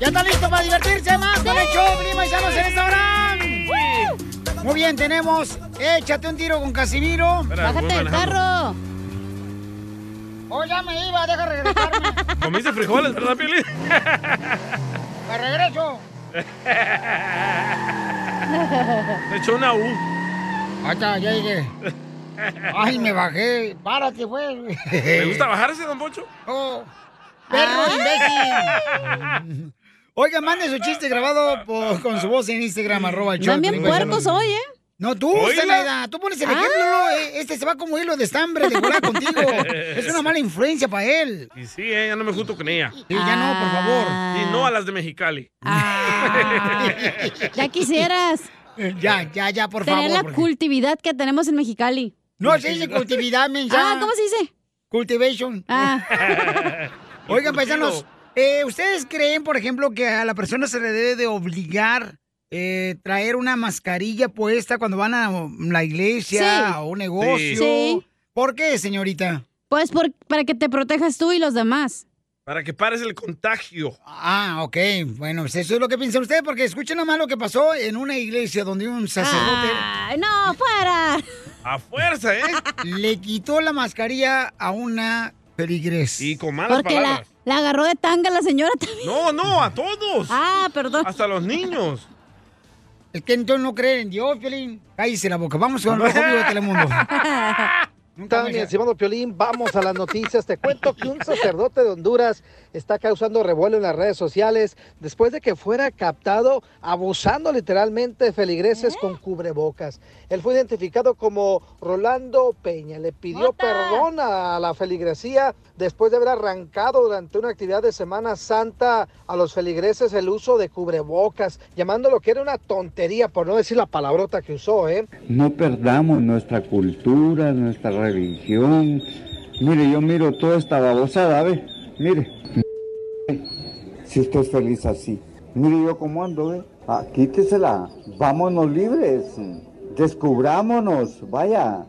S3: ¿Ya está listo para divertirse más con el show, Piolín Paisanos, en esta hora? Muy bien, tenemos Échate un tiro con Casimiro.
S5: Espera, voy Bájate del
S3: carro!
S5: manejando.
S3: Oh, ya me iba, deja regresarme.
S5: Comiste frijoles, ¿verdad, Piolín?
S3: Me regreso.
S5: Me echó una U.
S3: Ahí está, ya llegué. Ay, me bajé. Párate, pues.
S5: ¿Le gusta bajarse, don Poncho?
S3: Oh, perro
S4: Ah.
S3: imbécil. Oiga, mande su chiste grabado por- con su voz en Instagram, arroba el show.
S4: También puercos hoy, ¿eh?
S3: No, tú,
S4: Oíla.
S3: Zenaida, tú pones el
S4: Ah.
S3: ejemplo, no, eh, este se va como hilo de estambre de volar contigo. Es una mala influencia para él.
S5: Y sí, eh, ya no me junto con ella.
S3: Y ya no, por favor. Ah.
S5: Y no a las de Mexicali.
S4: Ya quisieras.
S3: Ya, ya, ya, por
S4: Tener
S3: favor,
S4: la
S3: porque-
S4: cultividad que tenemos en Mexicali.
S3: No se dice cultividad, mensa.
S4: Ah, ¿cómo se dice? Ah.
S3: Cultivation.
S6: Ah.
S3: Oigan, paisanos, eh, ¿ustedes creen, por ejemplo, que a la persona se le debe de obligar eh, traer una mascarilla puesta cuando van a la iglesia
S4: Sí.
S3: o un negocio?
S4: Sí.
S3: ¿Por qué, señorita?
S4: Pues por- para que te protejas tú y los demás.
S5: Para que pares el contagio.
S3: Ah, ok. Bueno, pues eso es lo que piensan ustedes, porque escuchen nomás lo que pasó en una iglesia donde un sacerdote...
S4: ¡Ay, no, fuera!
S5: A fuerza, ¿eh?
S3: Le quitó la mascarilla a una feligres.
S5: Y con malas
S4: Porque la,
S5: palabras.
S4: la agarró de tanga la señora también.
S5: No, no, a todos.
S4: Ah, perdón.
S5: Hasta los niños.
S3: Es que entonces no creen en Dios, Piolín. Cállese la boca. Vamos con el mejor vivo de Telemundo.
S9: Está, mi estimado Piolín, vamos a las noticias. Te cuento que un sacerdote de Honduras está causando revuelo en las redes sociales después de que fuera captado abusando literalmente de feligreses con cubrebocas. Él fue identificado como Rolando Peña. Le pidió perdón a la feligresía después de haber arrancado durante una actividad de Semana Santa a los feligreses el uso de cubrebocas, llamándolo que era una tontería, por no decir la palabrota que usó, ¿eh?
S15: no perdamos nuestra cultura, nuestra religión. Mire, yo miro toda esta babosada, ¿ve? Mire, si usted es feliz así. Mire yo cómo ando, ¿ve? Ah, quítesela, vámonos libres, descubrámonos, vaya.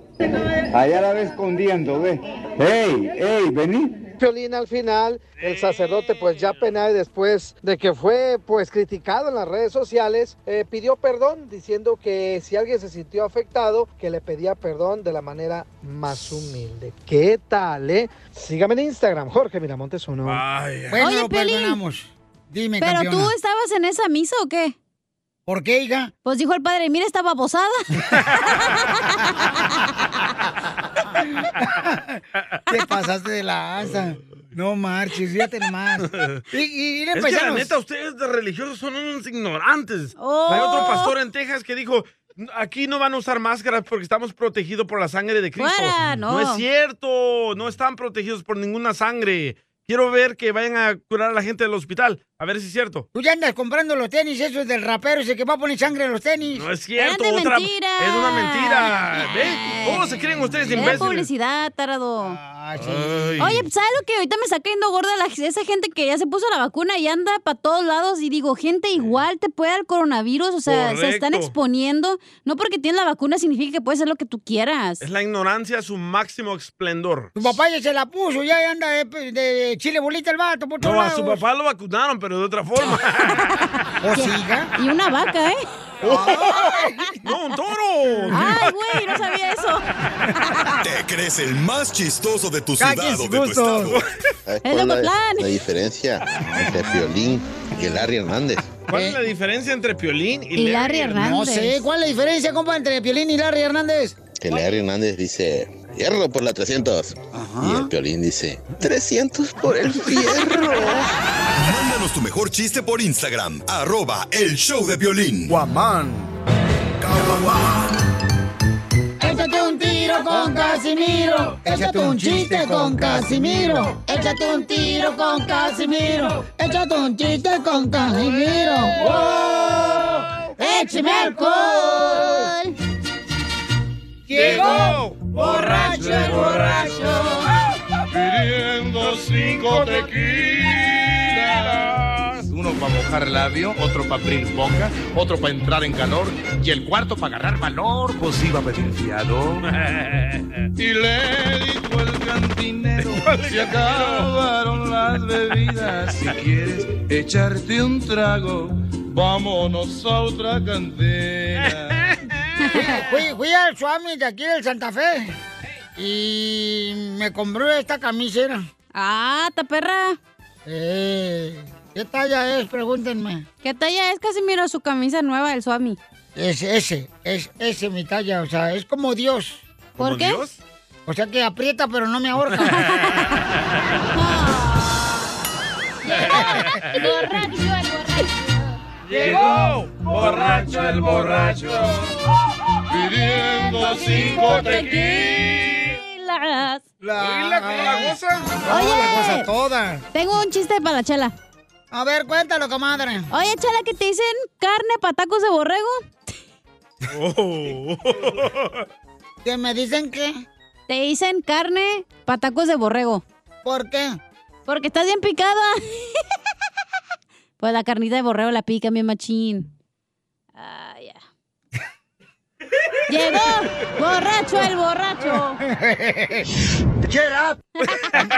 S15: Allá la ve escondiendo, ¿ve? ¡Ey, ey, vení!
S9: Piolín al final, el sacerdote pues ya penal después de que fue pues criticado en las redes sociales, eh, pidió perdón diciendo que si alguien se sintió afectado, que le pedía perdón de la manera más humilde. ¿Qué tal, eh? Sígame en Instagram, Jorge Miramontes uno.
S3: Bueno,
S4: Oye,
S3: lo
S4: Piolín.
S3: perdonamos. Dime,
S4: ¿Pero
S3: campeona.
S4: tú estabas en esa misa o qué?
S3: ¿Por qué, hija?
S4: Pues dijo el padre, mira esta babosada. Eh,
S3: Te pasaste de la asa. No marches, fíjate más. Y, y, y le
S5: es que la
S3: paisanos.
S5: neta, ustedes de religiosos son unos ignorantes.
S3: Oh.
S5: Hay otro pastor en Texas que dijo, aquí no van a usar máscaras porque estamos protegidos por la sangre de Cristo.
S4: Fuera, no.
S5: es cierto, no están protegidos por ninguna sangre. Quiero ver que vayan a curar a la gente del hospital, a ver si es cierto.
S3: Tú ya andas comprando los tenis, eso es del rapero, ese que va a poner sangre en los tenis.
S5: No es cierto, otra- es una mentira. ¿Ve? ¿Cómo se creen ustedes
S4: Es
S5: imbéciles?
S4: publicidad, tarado.
S5: Ay.
S4: Oye, pues, ¿sabes lo que ahorita me está cayendo gorda la, esa gente que ya se puso la vacuna y anda para todos lados? Y digo, gente, igual te puede dar el coronavirus, o sea, se están
S5: Correcto.
S4: exponiendo. No porque tienes la vacuna significa que puedes hacer lo que tú quieras.
S5: Es la ignorancia a su máximo esplendor.
S3: Tu papá ya se la puso, ya anda de, de chile bolita el vato por todos
S5: No, a su
S3: lados.
S5: papá lo vacunaron, pero de otra forma.
S3: ¿O siga? Oh.
S4: Y una vaca, ¿eh?
S5: ¡No, un toro!
S4: ¡Ay, güey! No sabía eso.
S2: Te crees el más chistoso de tu
S4: Cada
S2: ciudad
S4: quien
S2: o
S4: sus
S2: de tu estado.
S4: Es
S25: ¿Sabes cuál
S4: lo
S25: es
S4: que
S25: la,
S4: plan.
S25: la diferencia entre Piolín y Larry Hernández?
S5: ¿Cuál es la diferencia entre Piolín y,
S25: Y Larry
S3: No sé, ¿cuál es la diferencia, compa, entre Piolín y Larry Hernández?
S25: Que Larry Hernández dice, Hierro por la 300. Y el Piolín dice, 300 por el fierro.
S2: Mándanos tu mejor chiste por Instagram, arroba el show de violín. Guamán.
S3: Échate un tiro con Casimiro. Échate un chiste con Casimiro. Échate un tiro con Casimiro. Échate un chiste con Casimiro. ¡Wow! ¡Échame alcohol!
S6: Llegó borracho el borracho pidiendo cinco tequilas.
S7: Uno para mojar labio, otro para abrir boca, otro para entrar en calor y el cuarto para agarrar valor, pues iba a pedir fiado.
S6: Y le dijo el cantinero, se acabaron las bebidas. Si quieres echarte un trago, vámonos a otra cantina.
S3: Fui, fui al Swami de aquí del Santa Fe y me compró esta camisera. Ah, ta perra. Eh, ¿Qué talla es? Pregúntenme.
S4: ¿Qué talla es, Casimiro, su camisa nueva del Suami?
S3: Es ese, es ese mi talla, o sea, es como Dios.
S4: ¿Por ¿Como qué? Dios?
S3: O sea que aprieta pero no me ahorca.
S6: borracho el borracho. Llegó borracho el borracho pidiendo cinco tequilas.
S4: Oíla, ¿cómo la
S6: goza?
S3: Oye, la cosa toda.
S4: Tengo un chiste para la chela.
S3: A ver, cuéntalo, comadre.
S4: Oye, chela, ¿qué te dicen? ¿Carne para tacos de borrego?
S3: ¿Que me dicen qué?
S4: Te dicen carne para tacos de borrego.
S3: ¿Por qué?
S4: Porque estás bien picada. pues la carnita de borrego la pica mi machín. Ah, ya. Llegó borracho el borracho.
S3: Get up.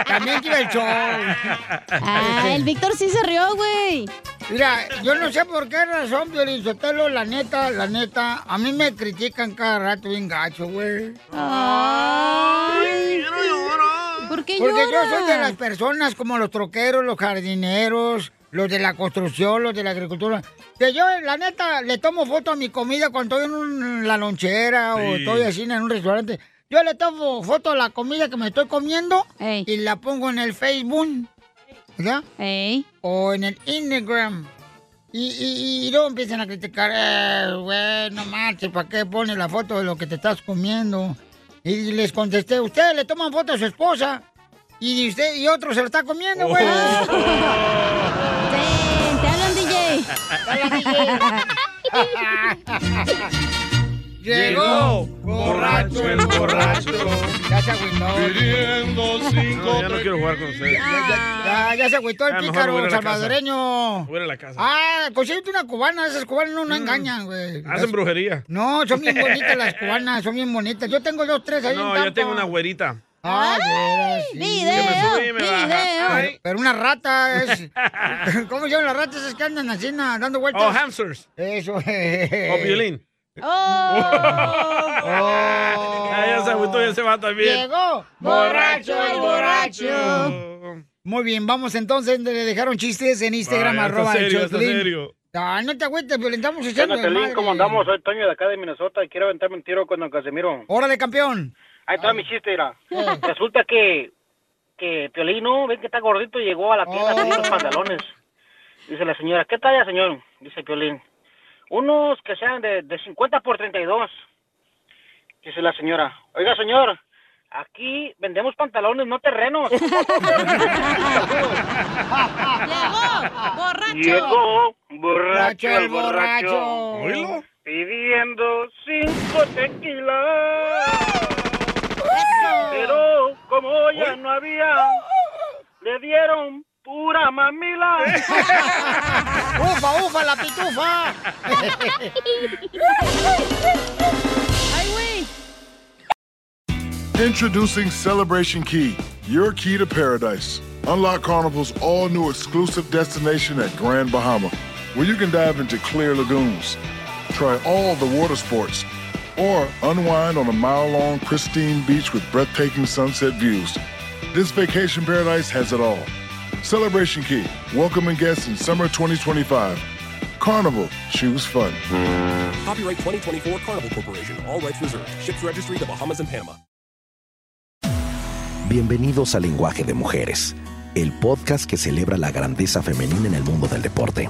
S3: También quiero el show.
S4: Ah, el Víctor sí se rió, güey.
S3: Mira, yo no sé por qué razón, Violín Sotelo, la neta, la neta, a mí me critican cada rato bien gacho, güey.
S4: Ay,
S6: quiero llorar.
S4: ¿Por qué
S3: Porque
S4: llora?
S3: yo soy de las personas como los troqueros, los jardineros, los de la construcción, los de la agricultura. Que yo, la neta, le tomo foto a mi comida cuando estoy en un- la lonchera o
S6: Sí.
S3: estoy así en un restaurante. Yo le tomo foto a la comida que me estoy comiendo y la pongo en el Facebook. ¿Verdad? O en el Instagram. Y, y, y- y luego empiezan a criticar, eh, güey, no marches, ¿para qué pones la foto de lo que te estás comiendo? Y les contesté, ustedes le toman foto a su esposa y usted y otro se lo está comiendo, güey.
S5: Oh.
S4: Ven, te hablan, DJ.
S6: Llegó borracho el borracho
S3: Ya se agüitó.
S6: pidiendo cinco
S5: No, ya no quiero jugar con ustedes.
S3: Ya, ya se agüitó el
S5: Ah, mejor voy a
S3: pícaro
S5: la casa.
S3: salvadoreño.
S5: Voy a la casa.
S3: Ah, consíguete una cubana, esas cubanas no, no
S5: Mm.
S3: engañan, güey.
S5: Hacen brujería.
S3: No, son bien bonitas las cubanas, son bien bonitas. Yo tengo dos, tres ahí en
S5: No,
S3: Tampa.
S5: yo tengo una güerita.
S3: Ah, güera, sí.
S5: Que me sube y me baja.
S3: Pero, pero una rata es... ¿Cómo se llaman las ratas? Es que andan así, na, dando vueltas.
S5: Oh, hamsters.
S3: Eso. Eh.
S5: O violín. Ah, ya se agüitó ya se va también.
S3: Llegó
S6: Borracho el borracho.
S3: Muy bien, vamos entonces. Le dejaron chistes en Instagram,
S6: Ah, ya está
S3: arroba el
S6: serio,
S3: show
S6: está
S3: de Piolín.
S6: serio.
S3: Ah, no te agüites, violentamos el
S13: Bueno, Pelín, ¿cómo andamos? Soy Toño de acá de Minnesota y quiero aventarme un tiro con don Casimiro.
S3: Órale, campeón.
S13: Ahí
S6: Ah.
S13: está mi chiste, mira.
S6: Eh.
S13: Resulta que, que Piolín, no, ven que está gordito, llegó a la tienda con
S6: Oh.
S13: unos pantalones. Dice la señora, ¿qué talla, señor? Dice Piolín. Unos que sean de, de 50 por 32. Dice la señora, oiga, señor, aquí vendemos pantalones, no terrenos.
S6: Llegó borracho
S13: el
S6: el borracho.
S13: borracho.
S6: Pidiendo cinco tequilas. Pero como ya no había, le dieron pura mamila.
S3: ¡Ufa, ufa, la pitufa!
S4: ¡Ay, güey!
S1: Introducing Celebration Key, your key to paradise. Unlock Carnival's all new exclusive destination at Grand Bahama, where you can dive into clear lagoons, try all the water sports, or unwind on a mile long, pristine beach with breathtaking sunset views. This vacation paradise has it all. Celebration Key, welcoming guests in summer 2025. Carnival, choose fun.
S17: Copyright 2024 Carnival Corporation. All rights reserved. Ships registry: The Bahamas and Panama.
S8: Bienvenidos a Lenguaje de Mujeres, el podcast que celebra la grandeza femenina en el mundo del deporte.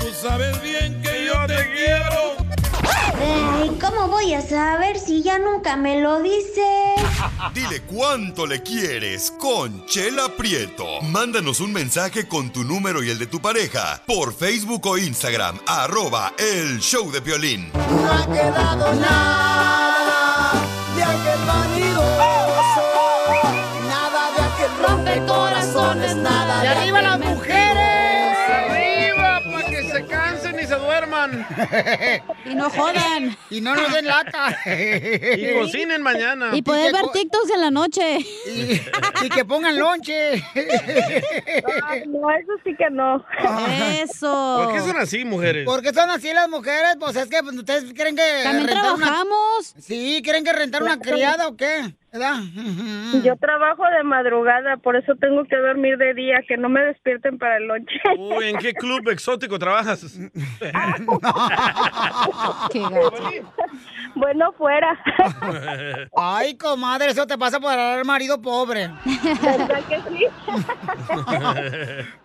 S5: Tú sabes bien que yo te quiero.
S16: Ay, ¿cómo voy a saber si ya nunca me lo dices?
S2: Dile cuánto le quieres con Chela Prieto. Mándanos un mensaje con tu número y el de tu pareja por Facebook o Instagram, arroba el show de violín.
S24: No ha quedado nada de aquel vanidoso, nada de aquel rompecorazones, nada
S3: ¡Y arriba
S24: aquel
S3: las
S24: mentiroso.
S3: mujeres!
S5: ¡Arriba! Para que se cansen y se duerman.
S4: Y no jodan.
S3: Y no nos den lata.
S5: Y cocinen mañana.
S4: Y poder ver TikToks en la noche.
S3: Y que pongan lonche.
S19: No, eso sí que no.
S4: Eso.
S5: Ah. ¿Por qué son así, mujeres?
S3: ¿Por qué son así las mujeres? Pues es que pues, ustedes creen que.
S19: También
S3: rentar una-
S19: trabajamos.
S3: Sí, ¿creen que rentar una criada o qué? ¿Verdad?
S19: Yo trabajo de madrugada, por eso tengo que dormir de día, que no me despierten para el lonche.
S5: Uy, ¿en qué club exótico trabajas?
S19: bueno, fuera.
S3: Ay, comadre, eso te pasa por el marido pobre.
S19: ¿Verdad que sí?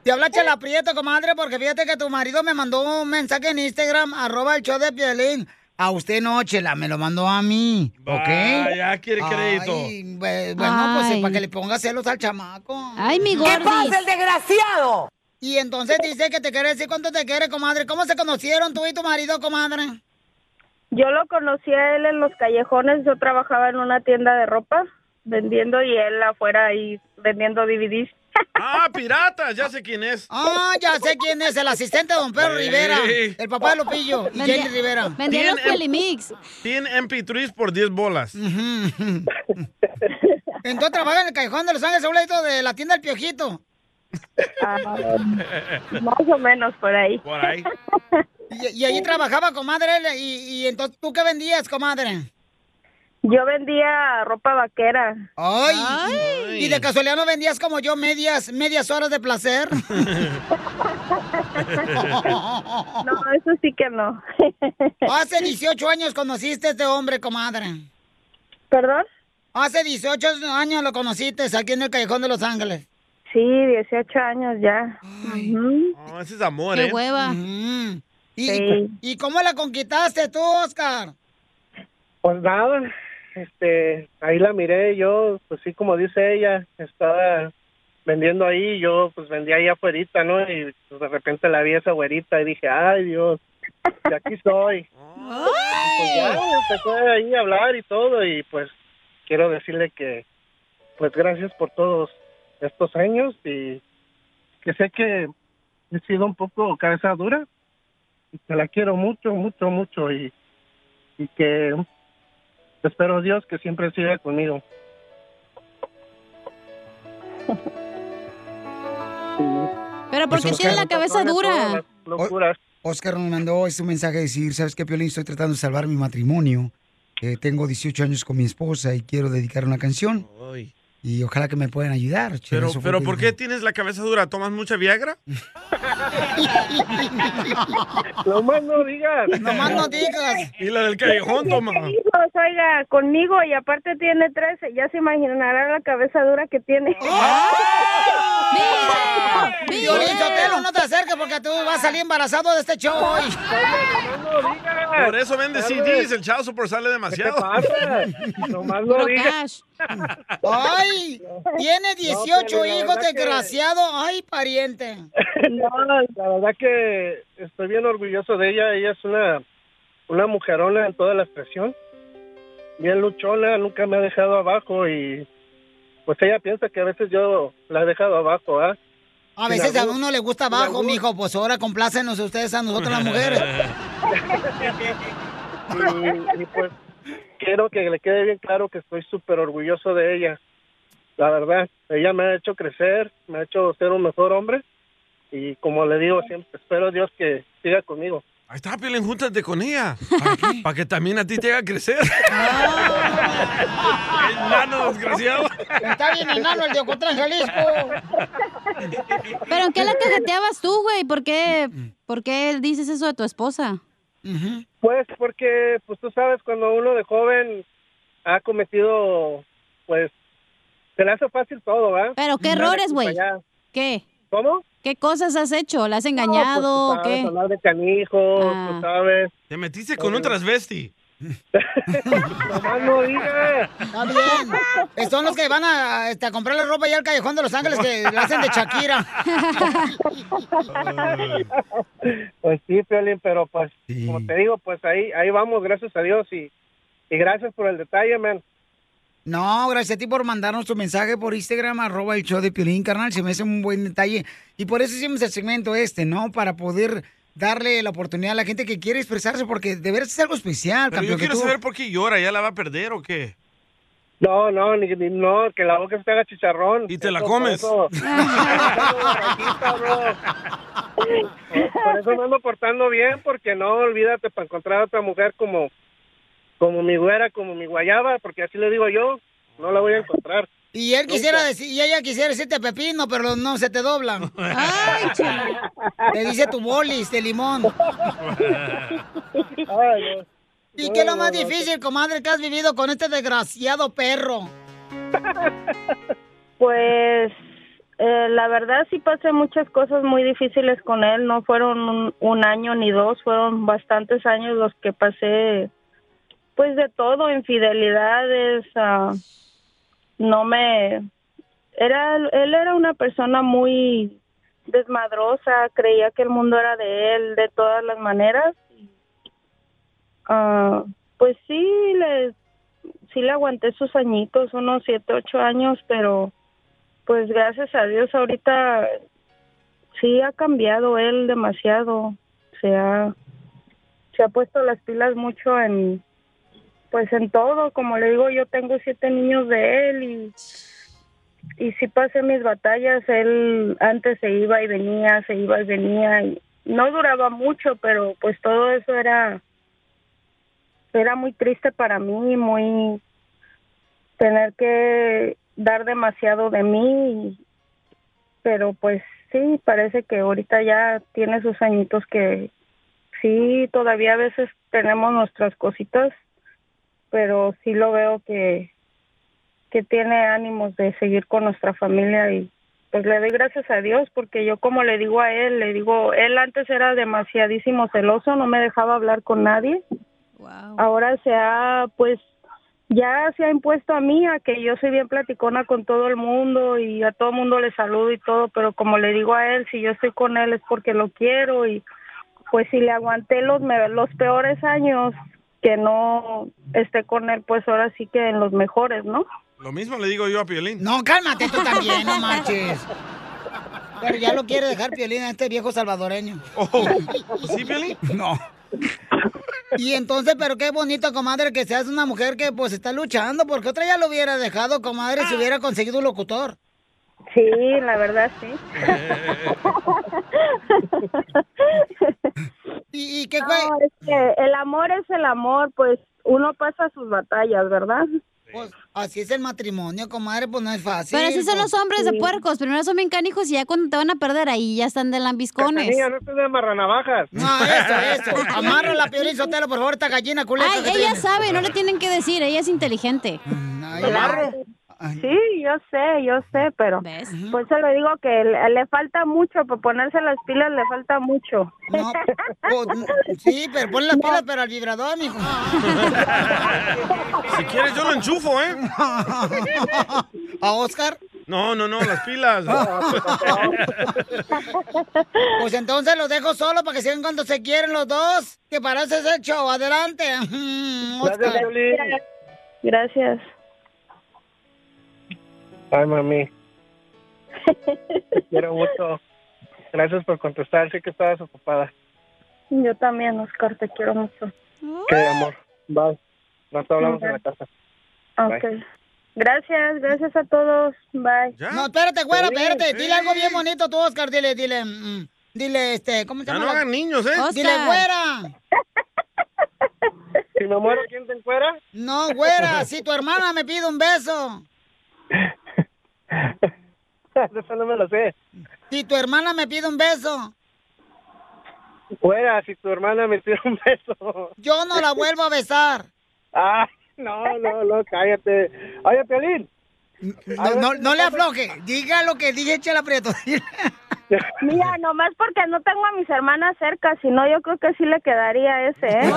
S3: Te habla Chela Prieto, comadre, porque fíjate que tu marido me mandó un mensaje en Instagram, arroba el show de Piolín. A usted no, Chela, me lo mandó a mí, ¿ok?
S5: Ah, ya quiere crédito.
S3: Ay, bue- bueno, pues
S5: Ay.
S3: para que le ponga celos al chamaco.
S4: Ay, mi ¿Qué gordis. pasa, el
S3: desgraciado? Y entonces dice que te quiere decir cuánto te quiere, comadre. ¿Cómo se conocieron tú y tu marido, comadre?
S19: Yo lo conocí a él en los callejones, yo trabajaba en una tienda de ropa vendiendo y él afuera ahí vendiendo DVDs.
S5: ¡Ah, pirata! Ya sé quién es.
S3: Ah, ya sé quién es, el asistente de Don Pedro
S5: Sí.
S3: Rivera, el papá de Lupillo y
S5: Vendía-
S3: Jenny Rivera.
S5: Tienen em- Tienen MP3 por 10 bolas.
S3: Entonces trabaja en el Callejón de Los Ángeles, a un ladito de la tienda del Piojito.
S19: Ah, Más o menos por ahí.
S5: Por ahí.
S3: Y, y allí trabajaba, comadre, él, y, y entonces, ¿tú qué vendías, comadre?
S19: Yo vendía ropa vaquera.
S3: Ay, Y, y de casualidad no vendías como yo medias, medias horas de placer.
S19: No, eso sí que no.
S3: Hace 18 años conociste a este hombre, comadre.
S19: ¿Perdón?
S3: Hace 18 años lo conociste aquí en el Callejón de Los Ángeles.
S19: Sí, 18 años ya. Ujú.
S5: No, ese es amor, ¿eh?
S3: Ujú. ¿Y,
S19: Sí.
S3: ¿Y cómo la conquistaste tú, Oscar?
S20: Pues nada, este, ahí la miré yo, pues sí, como dice ella, estaba vendiendo ahí, yo pues vendía ahí afuerita, ¿no? Y pues, de repente la vi a esa güerita y dije, ay Dios, de aquí soy. Pues ya, empecé ahí a hablar y todo y pues quiero decirle que, pues gracias por todos estos años y que sé que he sido un poco cabeza dura y que la quiero mucho, mucho, mucho y, y que espero Dios que siempre siga conmigo.
S4: Pero ¿por qué tiene la cabeza dura?
S3: Oscar me mandó este mensaje de decir, ¿sabes qué, Piolín? Estoy tratando de salvar mi matrimonio. Eh, tengo 18 años con mi esposa y quiero dedicar una canción.
S5: Ay.
S3: Y ojalá que me puedan ayudar. Che,
S5: Pero,
S3: eso fue
S5: pero
S3: lo
S5: ¿por
S3: que
S5: qué tienes la cabeza dura? ¿Tomas mucha Viagra?
S20: Lo más no digas.
S3: Nomás no digas.
S5: Y la del callejón, toma.
S19: Siete hijos, pues, oiga, conmigo y aparte tiene 13, ya se imaginará la cabeza dura que tiene.
S3: dijo. Piolín Sotelo, no te acerques porque tú vas a salir embarazado de este show hoy.
S5: Por eso vende CDs, el chavo super sale demasiado.
S20: ¿Qué Nomás no digas.
S3: Ay, tiene
S20: No,
S3: 18
S20: Piolín, la
S3: hijos,
S20: verdad que-
S3: desgraciado. Ay, pariente.
S20: No, la verdad que estoy bien orgulloso de ella. Ella es una, una mujerona en toda la expresión. Bien luchona, nunca me ha dejado abajo y pues ella piensa que a veces yo la he dejado abajo, ¿ah?
S3: A
S20: Sin
S3: veces a
S20: albur,
S3: uno le gusta
S20: sin
S3: abajo,
S20: albur.
S3: mijo. Pues ahora complácenos ustedes a nosotros las mujeres.
S20: Y, y, pues quiero que le quede bien claro que estoy súper orgulloso de ella. La verdad, ella me ha hecho crecer, me ha hecho ser un mejor hombre y como le digo siempre, espero Dios que siga conmigo.
S5: Ahí está, Piolín, júntate con ella. Para que también a ti te haga crecer. Enano desgraciado.
S3: Está bien enano el de Ocotlán, Jalisco.
S4: ¿Pero en qué la cajeteabas tú, güey? ¿Por qué, ¿Por qué dices eso de tu esposa?
S20: Pues porque, pues tú sabes, cuando uno de joven ha cometido, pues, se le hace fácil todo, ¿verdad?
S4: ¿Pero qué
S20: Andar
S4: errores,
S20: aquí
S4: güey?
S20: para allá.
S4: ¿Qué?
S20: ¿Cómo?
S4: ¿Qué cosas has hecho? ¿La has
S20: No, pues, tú
S4: engañado? o
S20: sabes,
S4: ¿Qué?
S20: Hablar de canijos,
S4: Ah.
S20: tú sabes.
S5: Te metiste
S3: Eh,
S5: con un transvesti.
S20: Nomás no digas.
S3: Está bien. Son los que van a, a, este, a comprar la ropa allá al Callejón de Los Ángeles que la hacen de Shakira.
S20: Pues sí, Piolín, pero pues, como te digo, pues ahí, ahí vamos, gracias a Dios y, y gracias por el detalle, man.
S3: No, gracias a ti por mandarnos tu mensaje por Instagram, arroba el show de Piolín, carnal. Se me hace un buen detalle. Y por eso hicimos el segmento este, ¿no? Para poder darle la oportunidad a la gente que quiere expresarse, porque de veras es algo especial,
S5: Pero
S3: campeón.
S5: yo
S3: que
S5: quiero
S3: tú-
S5: saber por qué llora. ¿Ya la va a perder o qué?
S20: No, no, ni, ni- no, que la boca se te haga chicharrón. Y
S5: te la comes.
S20: Por eso me ando portando bien, porque no, olvídate, para encontrar a otra mujer como, como mi güera, como mi guayaba, porque así le digo yo, no la voy a encontrar.
S3: Y él quisiera decir, y ella quisiera decirte pepino, pero no se te doblan. Ay, chela. Te dice tu bolis de limón. ¿Y qué es lo más difícil, comadre, que has vivido con este desgraciado perro?
S19: Pues eh, la verdad sí pasé muchas cosas muy difíciles con él, no fueron un, un año ni dos, fueron bastantes años los que pasé pues de todo, infidelidades, ah, no me... Era, él era una persona muy desmadrosa, creía que el mundo era de él de todas las maneras. Ah, pues sí, le, sí le aguanté sus añitos, unos siete, ocho años, pero pues gracias a Dios ahorita sí ha cambiado él demasiado, se ha, se ha puesto las pilas mucho en, pues en todo, como le digo, yo tengo siete niños de él y, y sí pasé mis batallas, él antes se iba y venía, se iba y venía, y no duraba mucho, pero pues todo eso era era muy triste para mí, muy tener que dar demasiado de mí, pero pues sí, parece que ahorita ya tiene sus añitos que sí, todavía a veces tenemos nuestras cositas, pero sí lo veo que, que tiene ánimos de seguir con nuestra familia y pues le doy gracias a Dios porque yo como le digo a él, le digo, él antes era demasiadísimo celoso, no me dejaba hablar con nadie ahora se ha pues ya se ha impuesto a mí a que yo soy bien platicona con todo el mundo y a todo el mundo le saludo y todo, pero como le digo a él, si yo estoy con él es porque lo quiero y pues si le aguanté los me- los peores años que no esté con él, pues ahora sí que en los mejores, ¿no?
S5: Lo mismo le digo yo a Piolín.
S3: No, cálmate tú también, no marches. Pero ya lo quiere dejar Piolín a este viejo salvadoreño.
S5: Oh. ¿Sí, Piolín?
S3: No. Y entonces, pero qué bonito, comadre, que seas una mujer que pues está luchando, porque otra ya lo hubiera dejado, comadre, si hubiera conseguido un locutor.
S19: Sí, la verdad, sí.
S3: ¿Y, qué
S19: es que el amor es el amor, pues uno pasa sus batallas, ¿verdad?
S3: Pues así es el matrimonio, comadre, pues no es fácil. pues.
S4: Pero así son los hombres de
S3: Sí.
S4: puercos. Primero son bien canijos y ya cuando te van a perder ahí ya están de lambiscones.
S20: Cachanilla, no te de amarranavajas.
S3: No, eso, eso. Amárrala, Piolín Sotelo, por favor, esta gallina culera.
S4: Ay, ella sabe, no le tienen que decir, ella es inteligente.
S19: Sí, yo sé, yo sé, pero por eso le digo que le, le falta mucho, por ponerse las pilas le falta mucho.
S3: No, sí, pero pon las pilas, pero al vibrador, mijo.
S5: Si quieres, yo lo enchufo, ¿eh?
S3: ¿A Oscar?
S5: No, no, no, las pilas.
S3: Pues entonces los dejo solo para que sigan cuando se quieren los dos. Que para eso es el show. Adelante. Mm, Oscar.
S19: Gracias.
S20: Ay, mami. Te quiero mucho. Gracias por contestar, sé que estabas ocupada.
S19: Yo también, Oscar, te quiero mucho.
S20: Qué amor. Bye. Nos hablamos en la casa.
S19: Ok. Gracias, gracias a todos. Bye.
S3: No, espérate, güera, espérate. Dile algo bien bonito tú, Oscar. Dile, dile. mm, Dile, este, ¿cómo se
S5: Ya
S3: llama?
S5: no
S3: la-
S5: hagan niños, ¿eh?
S3: Dile, güera.
S20: Si me muero, ¿quién te encuera?
S3: No, güera, si tu hermana me pide un beso.
S20: Eso no me lo sé.
S3: Si tu hermana me pide un beso,
S20: Fuera, si tu hermana me tira un beso.
S3: yo no la vuelvo a besar.
S20: Ah, no, no, no, cállate. Oye, Piolín.
S3: No, no, no le afloje. Diga lo que dije, Chela Prieto.
S19: Mira, nomás porque no tengo a mis hermanas cerca, si no, yo creo que sí le quedaría ese, ¿eh?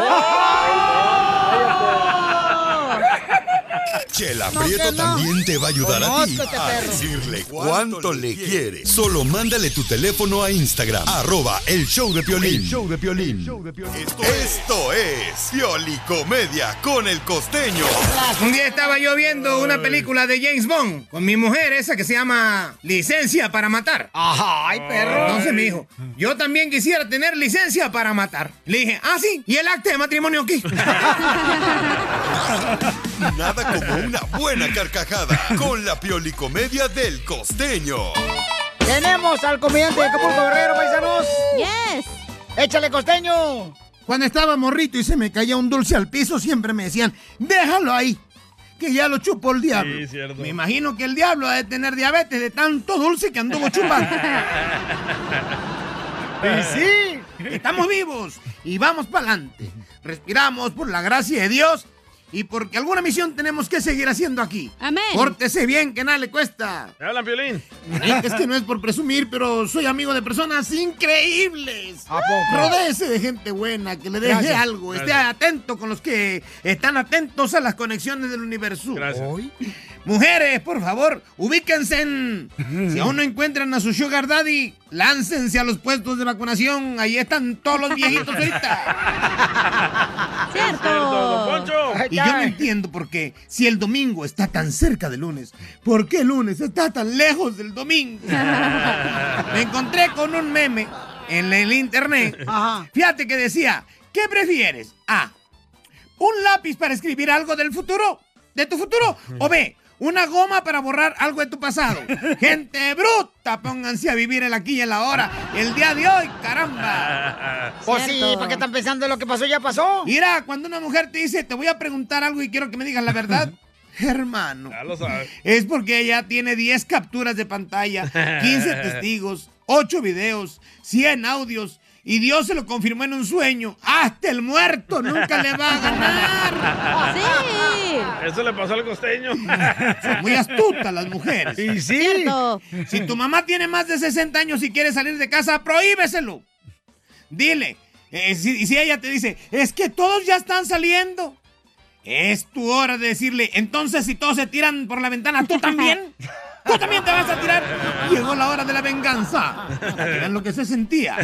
S2: Chela
S19: No,
S2: Prieto
S19: que no.
S2: también te va a ayudar a ti
S19: Conózcete,
S2: a
S19: perro.
S2: decirle cuánto le quiere. Solo mándale tu teléfono a Instagram, arroba el show de Piolín.
S7: El
S2: show de Piolín. Esto, esto es Piolicomedia con el costeño.
S7: Un día estaba yo viendo una película de James Bond con mi mujer, esa que se llama Licencia para Matar. Ay, perro. Entonces me dijo, yo también quisiera tener licencia para matar. Le dije, ah, sí, ¿y el acta de matrimonio aquí?
S2: Nada como una buena carcajada con la Piolicomedia del costeño.
S3: Tenemos al comediante de Acapulco Guerrero, paisanos.
S4: Yes.
S3: Échale costeño.
S7: Cuando estaba morrito y se me caía un dulce al piso, siempre me decían, déjalo ahí, que ya lo chupó el diablo.
S5: Sí, cierto.
S7: Me imagino que el diablo ha de tener diabetes de tanto dulce que anduvo chupando. Y sí, estamos vivos y vamos para adelante. Respiramos por la gracia de Dios y porque alguna misión tenemos que seguir haciendo aquí.
S4: Amén.
S7: Pórtese bien, que nada le cuesta.
S5: ¿Te hablan, Piolín?
S7: Es que no es por presumir, pero soy amigo de personas increíbles.
S5: ¿A poco?
S7: Rodéese de gente buena, que le deje
S5: Gracias.
S7: algo. Esté
S5: Gracias.
S7: atento con los que están atentos a las conexiones del universo.
S5: Gracias. Hoy.
S7: Mujeres, por favor, ubíquense. en- Si aún no encuentran a su sugar daddy, láncense a los puestos de vacunación. Ahí están todos los viejitos ahorita. Y yo no entiendo por qué, si el domingo está tan cerca del lunes, ¿por qué el lunes está tan lejos del domingo? Me encontré con un meme en el internet. Fíjate que decía, ¿qué prefieres? A, un lápiz para escribir algo del futuro, de tu futuro, o B, una goma para borrar algo de tu pasado. Gente bruta, pónganse a vivir el aquí y el ahora, el día de hoy, caramba.
S3: Pues sí, Cierto. ¿para qué están pensando lo que pasó ya pasó?
S7: Mira, cuando una mujer te dice, te voy a preguntar algo y quiero que me digas la verdad, hermano.
S5: Ya lo sabes.
S7: Es porque ella tiene 10 capturas de pantalla, 15 testigos, 8 videos, 100 audios. Y Dios se lo confirmó en un sueño. Hasta el muerto nunca le va a ganar.
S5: Sí. Eso le pasó al costeño.
S7: Son muy astutas las mujeres.
S3: Y sí.
S7: Si tu mamá tiene más de 60 años y quiere salir de casa, prohíbeselo. Dile. Eh, si, si ella te dice, es que todos ya están saliendo. Es tu hora de decirle, entonces si todos se tiran por la ventana, ¿tú también? ¿Tú también te vas a tirar? Llegó la hora de la venganza. Para que vean lo que se sentía.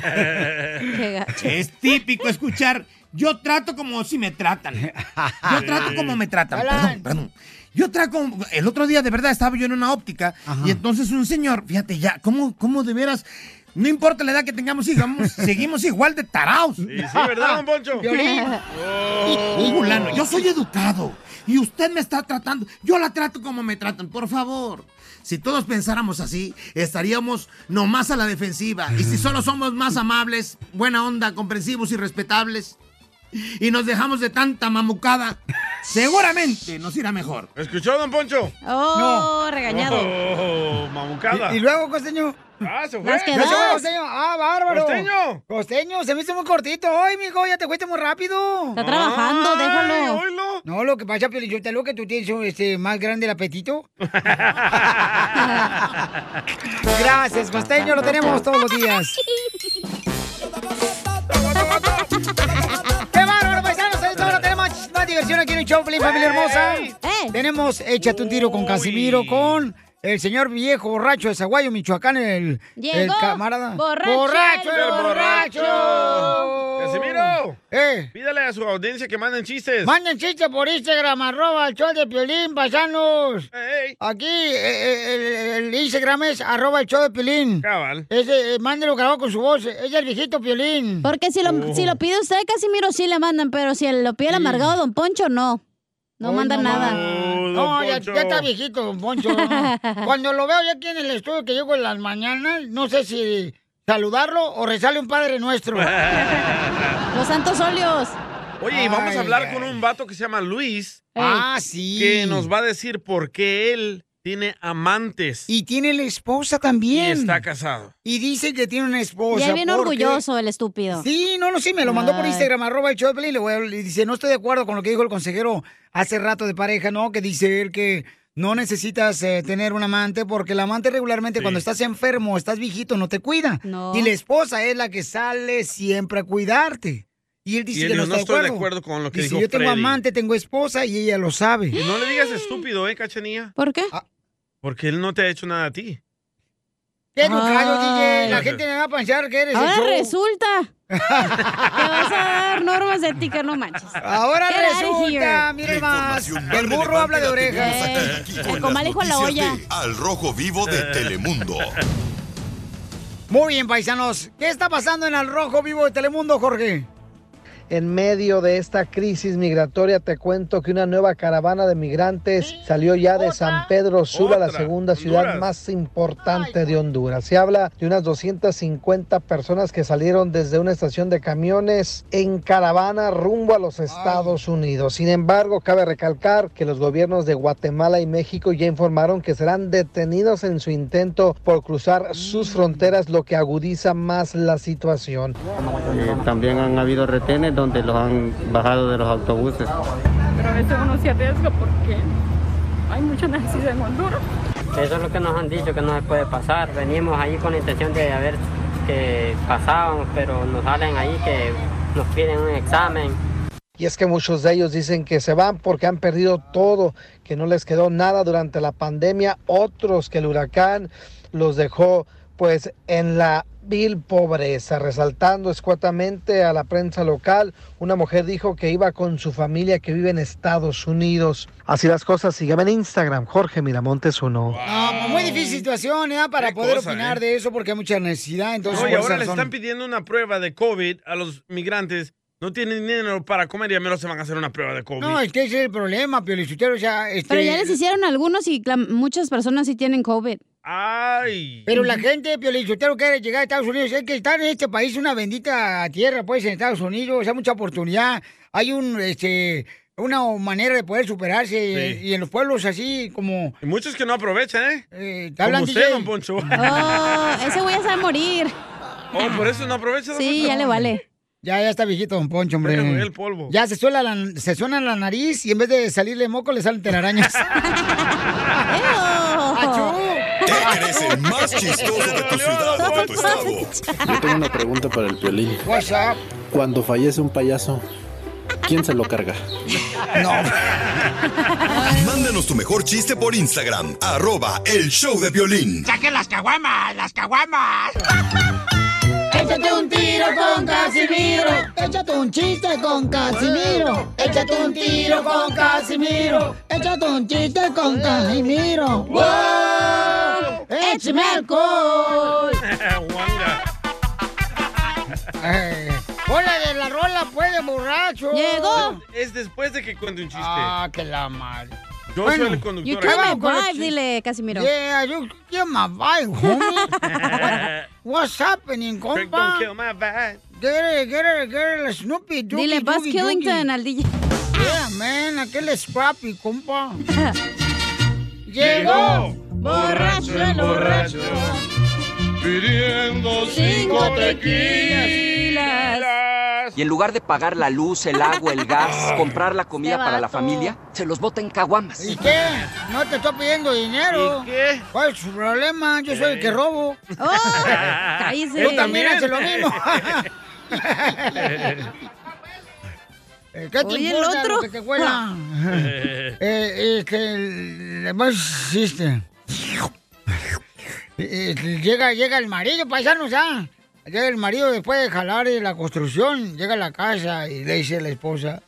S7: Es típico escuchar, yo trato como si me tratan. Yo trato como me tratan. Perdón, perdón. Yo trato, el otro día de verdad estaba yo en una óptica y entonces un señor, fíjate ya, ¿cómo, cómo de veras? No importa la edad que tengamos, sigamos, seguimos igual de taraos.
S5: Sí, sí, ¿verdad, don Poncho? Oh.
S7: Violín. Un fulano, yo soy educado y usted me está tratando. Yo la trato como me tratan, por favor. Si todos pensáramos así, estaríamos nomás a la defensiva. Y si solo somos más amables, buena onda, comprensivos y respetables, y nos dejamos de tanta mamucada, seguramente nos irá mejor.
S5: ¿Escuchó, don Poncho?
S4: Oh, regañado.
S5: Oh, mamucada.
S3: Y, y luego, costeño.
S5: Ah, se fue.
S3: ¿Ya se fue, costeño? Ah, bárbaro.
S5: Costeño.
S3: Costeño, se me hizo muy cortito hoy, mijo. Ya te fuiste muy rápido.
S4: Está trabajando, Ay, déjalo.
S3: No, lo que pasa, Piolín, yo te lo que tú tienes este, más grande el apetito. Gracias, costeño. Lo tenemos todos los días. ¡Qué bárbaro, paisanos! Ahí ahora tenemos más diversión aquí en el show, Pelín, familia hermosa. Tenemos Échate un tiro con Casimiro, con el señor viejo borracho de Zaguayo, Michoacán, el,
S4: Llegó
S3: el camarada.
S4: borracho el
S3: el borracho!
S4: borracho.
S5: Casimiro.
S3: Eh.
S5: Pídale a su audiencia que manden chistes.
S3: Manden chistes por Instagram, arroba el show de Piolín, paisanos. Aquí eh, eh, el, el Instagram es arroba el show de Piolín.
S5: Cabal.
S3: Ese, eh, mándelo grabado con su voz. Ella el viejito Piolín.
S4: Porque si lo,
S3: Oh.
S4: si lo pide usted, Casimiro, sí le mandan, pero si lo pide el amargado Don Poncho, no. No
S3: Hoy
S4: mandan
S3: nomás.
S4: nada.
S3: No, ya, ya está viejito, don Poncho. Cuando lo veo ya aquí en el estudio que llego en las mañanas, no sé si, saludarlo o rezarle un Padre Nuestro.
S4: Los santos óleos.
S5: Oye, y vamos
S3: Ay,
S5: a hablar con un vato que se llama Luis.
S3: Ey. Ah, sí.
S5: Que nos va a decir por qué él tiene amantes.
S3: Y tiene la esposa también.
S5: Y está casado.
S3: Y dice que tiene una
S4: Y
S3: esposa.
S4: ahí bien
S3: porque-
S4: orgulloso el estúpido.
S3: Sí, no, no, sí, me lo mandó por
S4: Ay.
S3: Instagram, arroba el Choplin, le, voy a- le dice, no estoy de acuerdo con lo que dijo el consejero hace rato de pareja, ¿no? Que dice él que no necesitas eh, tener un amante porque el amante regularmente
S24: Sí.
S3: cuando estás enfermo, estás viejito, no te cuida.
S4: No.
S3: Y la esposa es la que sale siempre a cuidarte. Y él dice
S5: Y él
S3: que no,
S5: dijo,
S3: está
S5: no estoy de acuerdo con lo que
S3: dice,
S5: dijo
S3: yo tengo
S5: Freddy".
S3: amante, tengo esposa y ella lo sabe.
S5: Y no le digas estúpido, ¿eh, Cachanilla?
S4: ¿Por qué?
S3: Ah.
S5: Porque él no te ha hecho nada a ti.
S3: Qué educado,
S4: Ay.
S3: DJ. La gente me va a pensar que eres el
S4: Ahora
S3: show.
S4: resulta que vas a dar normas de ética, no manches.
S3: Ahora
S4: Get out of
S3: resulta,
S4: here.
S3: miren más. El
S2: más
S3: burro habla de
S2: relevante la
S3: orejas.
S2: tenemos aquí, aquí
S4: la
S2: con
S4: comal
S2: las
S4: dijo la
S2: noticias
S4: olla.
S2: de Al Rojo Vivo
S3: Eh.
S2: de Telemundo.
S3: Muy bien, paisanos. ¿Qué está pasando en Al Rojo Vivo de Telemundo, Jorge?
S9: En medio de esta crisis migratoria, te cuento que una nueva caravana de migrantes salió ya de San Pedro Sula, la segunda ciudad más importante de Honduras. Se habla de unas 250 personas que salieron desde una estación de camiones en caravana rumbo a los Estados Unidos. Sin embargo, cabe recalcar que los gobiernos de Guatemala y México ya informaron que serán detenidos en su intento por cruzar sus fronteras, lo que agudiza más la situación.
S18: Eh, también han habido retenes donde los han bajado de los autobuses.
S11: Pero a veces uno se arriesga porque hay mucha necesidad en Honduras.
S10: Eso es lo que nos han dicho, que no se puede pasar. Venimos ahí con la intención de a ver que pasábamos, pero nos salen ahí que nos piden un examen.
S9: Y es que muchos de ellos dicen que se van porque han perdido todo, que no les quedó nada durante la pandemia, otros que el huracán los dejó pues en la vil pobreza, resaltando escuetamente a la prensa local, una mujer dijo que iba con su familia que vive en Estados Unidos. Así las cosas, síganme en Instagram, Jorge Miramontes uno.
S3: No, pues, muy difícil situación, ¿eh? Para
S5: Qué
S3: poder
S5: cosa,
S3: opinar
S5: ¿eh?
S3: de eso porque hay mucha necesidad. Entonces,
S5: No, y
S3: por esa
S5: ahora le
S3: razón.
S5: están pidiendo una prueba de COVID a los migrantes. No tienen dinero para comer y a menos se van a hacer una prueba de COVID.
S3: No, es que ese es el problema, Piolichutero. O sea, este-
S4: Pero ya les hicieron algunos y cla- muchas personas sí tienen COVID.
S5: Ay.
S3: Pero la gente, Piolichutero, quiere llegar a Estados Unidos. Es que estar en este país una bendita tierra, pues, en Estados Unidos. Hay mucha oportunidad. Hay un, este, una manera de poder superarse.
S5: Sí.
S3: Y en los pueblos así como...
S5: Y muchos que no aprovechan, ¿eh?
S3: ¿te hablan,
S5: Como usted,
S3: DJ?
S5: don Poncho.
S4: Oh, ese güey ya se va a morir.
S5: Oh, por eso no aprovecha. don
S4: Sí,
S5: Poncho?
S4: ya le vale.
S3: Ya, ya está viejito, don Poncho, hombre.
S5: Ya le jugué el polvo.
S3: Ya se suena, la, se suena la nariz y en vez de salirle moco, le salen telarañas.
S2: ¿Qué crees el más chistoso de tu ciudad o de tu estado?
S22: Yo tengo una pregunta para el violín.
S3: What's up?
S22: Cuando fallece un payaso, ¿quién se lo carga?
S2: Mándanos tu mejor chiste por Instagram, arroba el show de violín.
S24: ¡Saque las caguamas! ¡Las caguamas!
S3: Échate un tiro con Casimiro. Échate un chiste con Casimiro. Échate un tiro con Casimiro. Échate un chiste con Casimiro. ¡Wow! ¡Échame alcohol! Eh, ¡Hola de la rola, pues, de borracho!
S4: Llegó.
S5: Es después de que cuente un chiste.
S3: Ah, que la madre.
S5: Yo soy el conductor.
S4: You
S5: aquí.
S4: kill my vibe, dile, Casimiro.
S3: Yeah, you kill my vibe, homie. What- what's happening,
S5: Freak,
S3: compa?
S5: don't kill my vibe.
S3: Get it, get it, get it, Snoopy Doogie
S4: Dile, Buzz
S3: Doogie
S4: Killington
S3: Doogie.
S4: al DJ.
S3: Yeah, man, aquel Scrappy, compa.
S24: Llegó,
S3: Llegó.
S24: borracho el borracho,
S14: pidiendo cinco tequilas.
S23: Y en lugar de pagar la luz, el agua, el gas, comprar la comida
S3: Qué
S23: para la
S3: vato.
S23: familia, se los bota en caguamas.
S3: ¿Y qué? No te estoy pidiendo dinero. qué? ¿Cuál es su problema? Yo soy el que robo.
S6: Oh,
S4: Oh,
S24: cállese.
S3: Tú también haces lo mismo. ¿Qué te
S24: Oye, el
S3: importa
S24: otro.
S3: lo que te cuela? Eh, este, el- el más chiste. Eh, eh, Llega, llega el marido, paisanos, ¿ah? Llega el marido después de jalar eh, la construcción, llega a la casa y le dice a la esposa,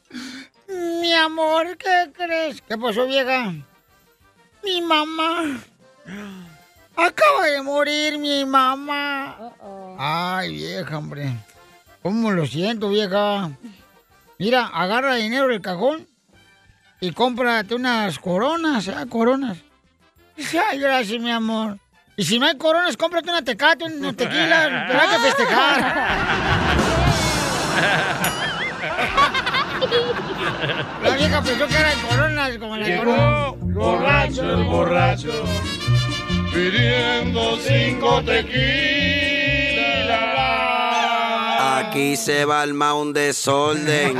S3: Mi amor, ¿qué crees? ¿Qué pasó, vieja? Mi mamá. Acaba de morir mi mamá. Ay, vieja, hombre. ¿Cómo lo siento, vieja? Mira, agarra dinero del cajón ¿eh? y cómprate unas coronas, ah, coronas. Dice, ay, gracias, mi amor. Y si no hay coronas, cómprate una tecate, una tequila, pero hay que festejar. La vieja pensó que era de coronas, como la de corona.
S6: Borracho el borracho, pidiendo cinco tequilas.
S8: Aquí se va el mound de sol de
S4: Oye,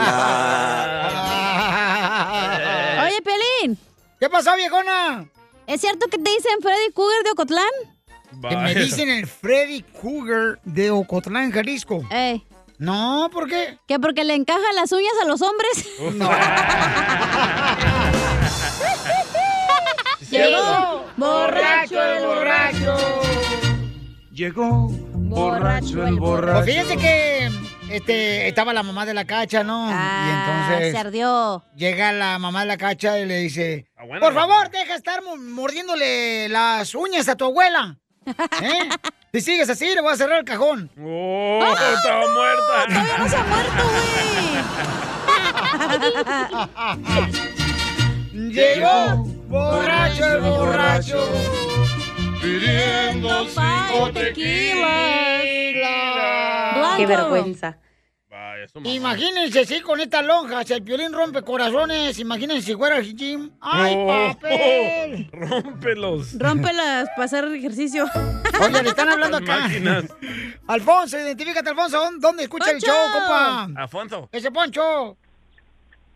S4: Pelín.
S3: Eh. ¿Qué pasó, viejona?
S4: ¿Es cierto que te dicen Freddy Cougar de Ocotlán?
S3: Que me dicen el Freddy Cougar de Ocotlán, Jalisco. No, ¿por qué?
S4: Que porque le encaja las uñas a los hombres.
S6: Llegó
S4: borracho
S6: el borracho.
S3: Llegó
S6: borracho el borracho.
S3: Pues fíjense que este, estaba la mamá de la cacha, ¿no? y entonces.
S4: Ah, se ardió.
S3: Llega la mamá de la cacha y le dice:
S5: Ah,
S4: buena,
S3: Por
S4: ¿no?
S3: favor, deja estar mu- mordiéndole las uñas a tu abuela. ¿Eh? Si sigues así, le voy a cerrar el cajón. ¡Ah!
S5: ¡Oh,
S6: Ah,
S5: estaba muerta!
S3: ¡Todavía no se ha muerto,
S6: Llegó borracho el borracho. Pidiendo cinco tequilas.
S3: Qué vergüenza. Imagínense, sí, con estas lonjas, el piolín rompe corazones. Imagínense si fuera Jim. ¡Ay,
S5: Oh.
S3: papel!
S5: ¡Rómpelos!
S4: Rómpelas para hacer ejercicio.
S3: Oye, le están hablando acá.
S5: Máquinas.
S3: Alfonso, identifícate, Alfonso. ¿dó- ¿Dónde escucha el
S4: Poncho.
S3: show, compa?
S5: Afonso.
S3: Ese Poncho.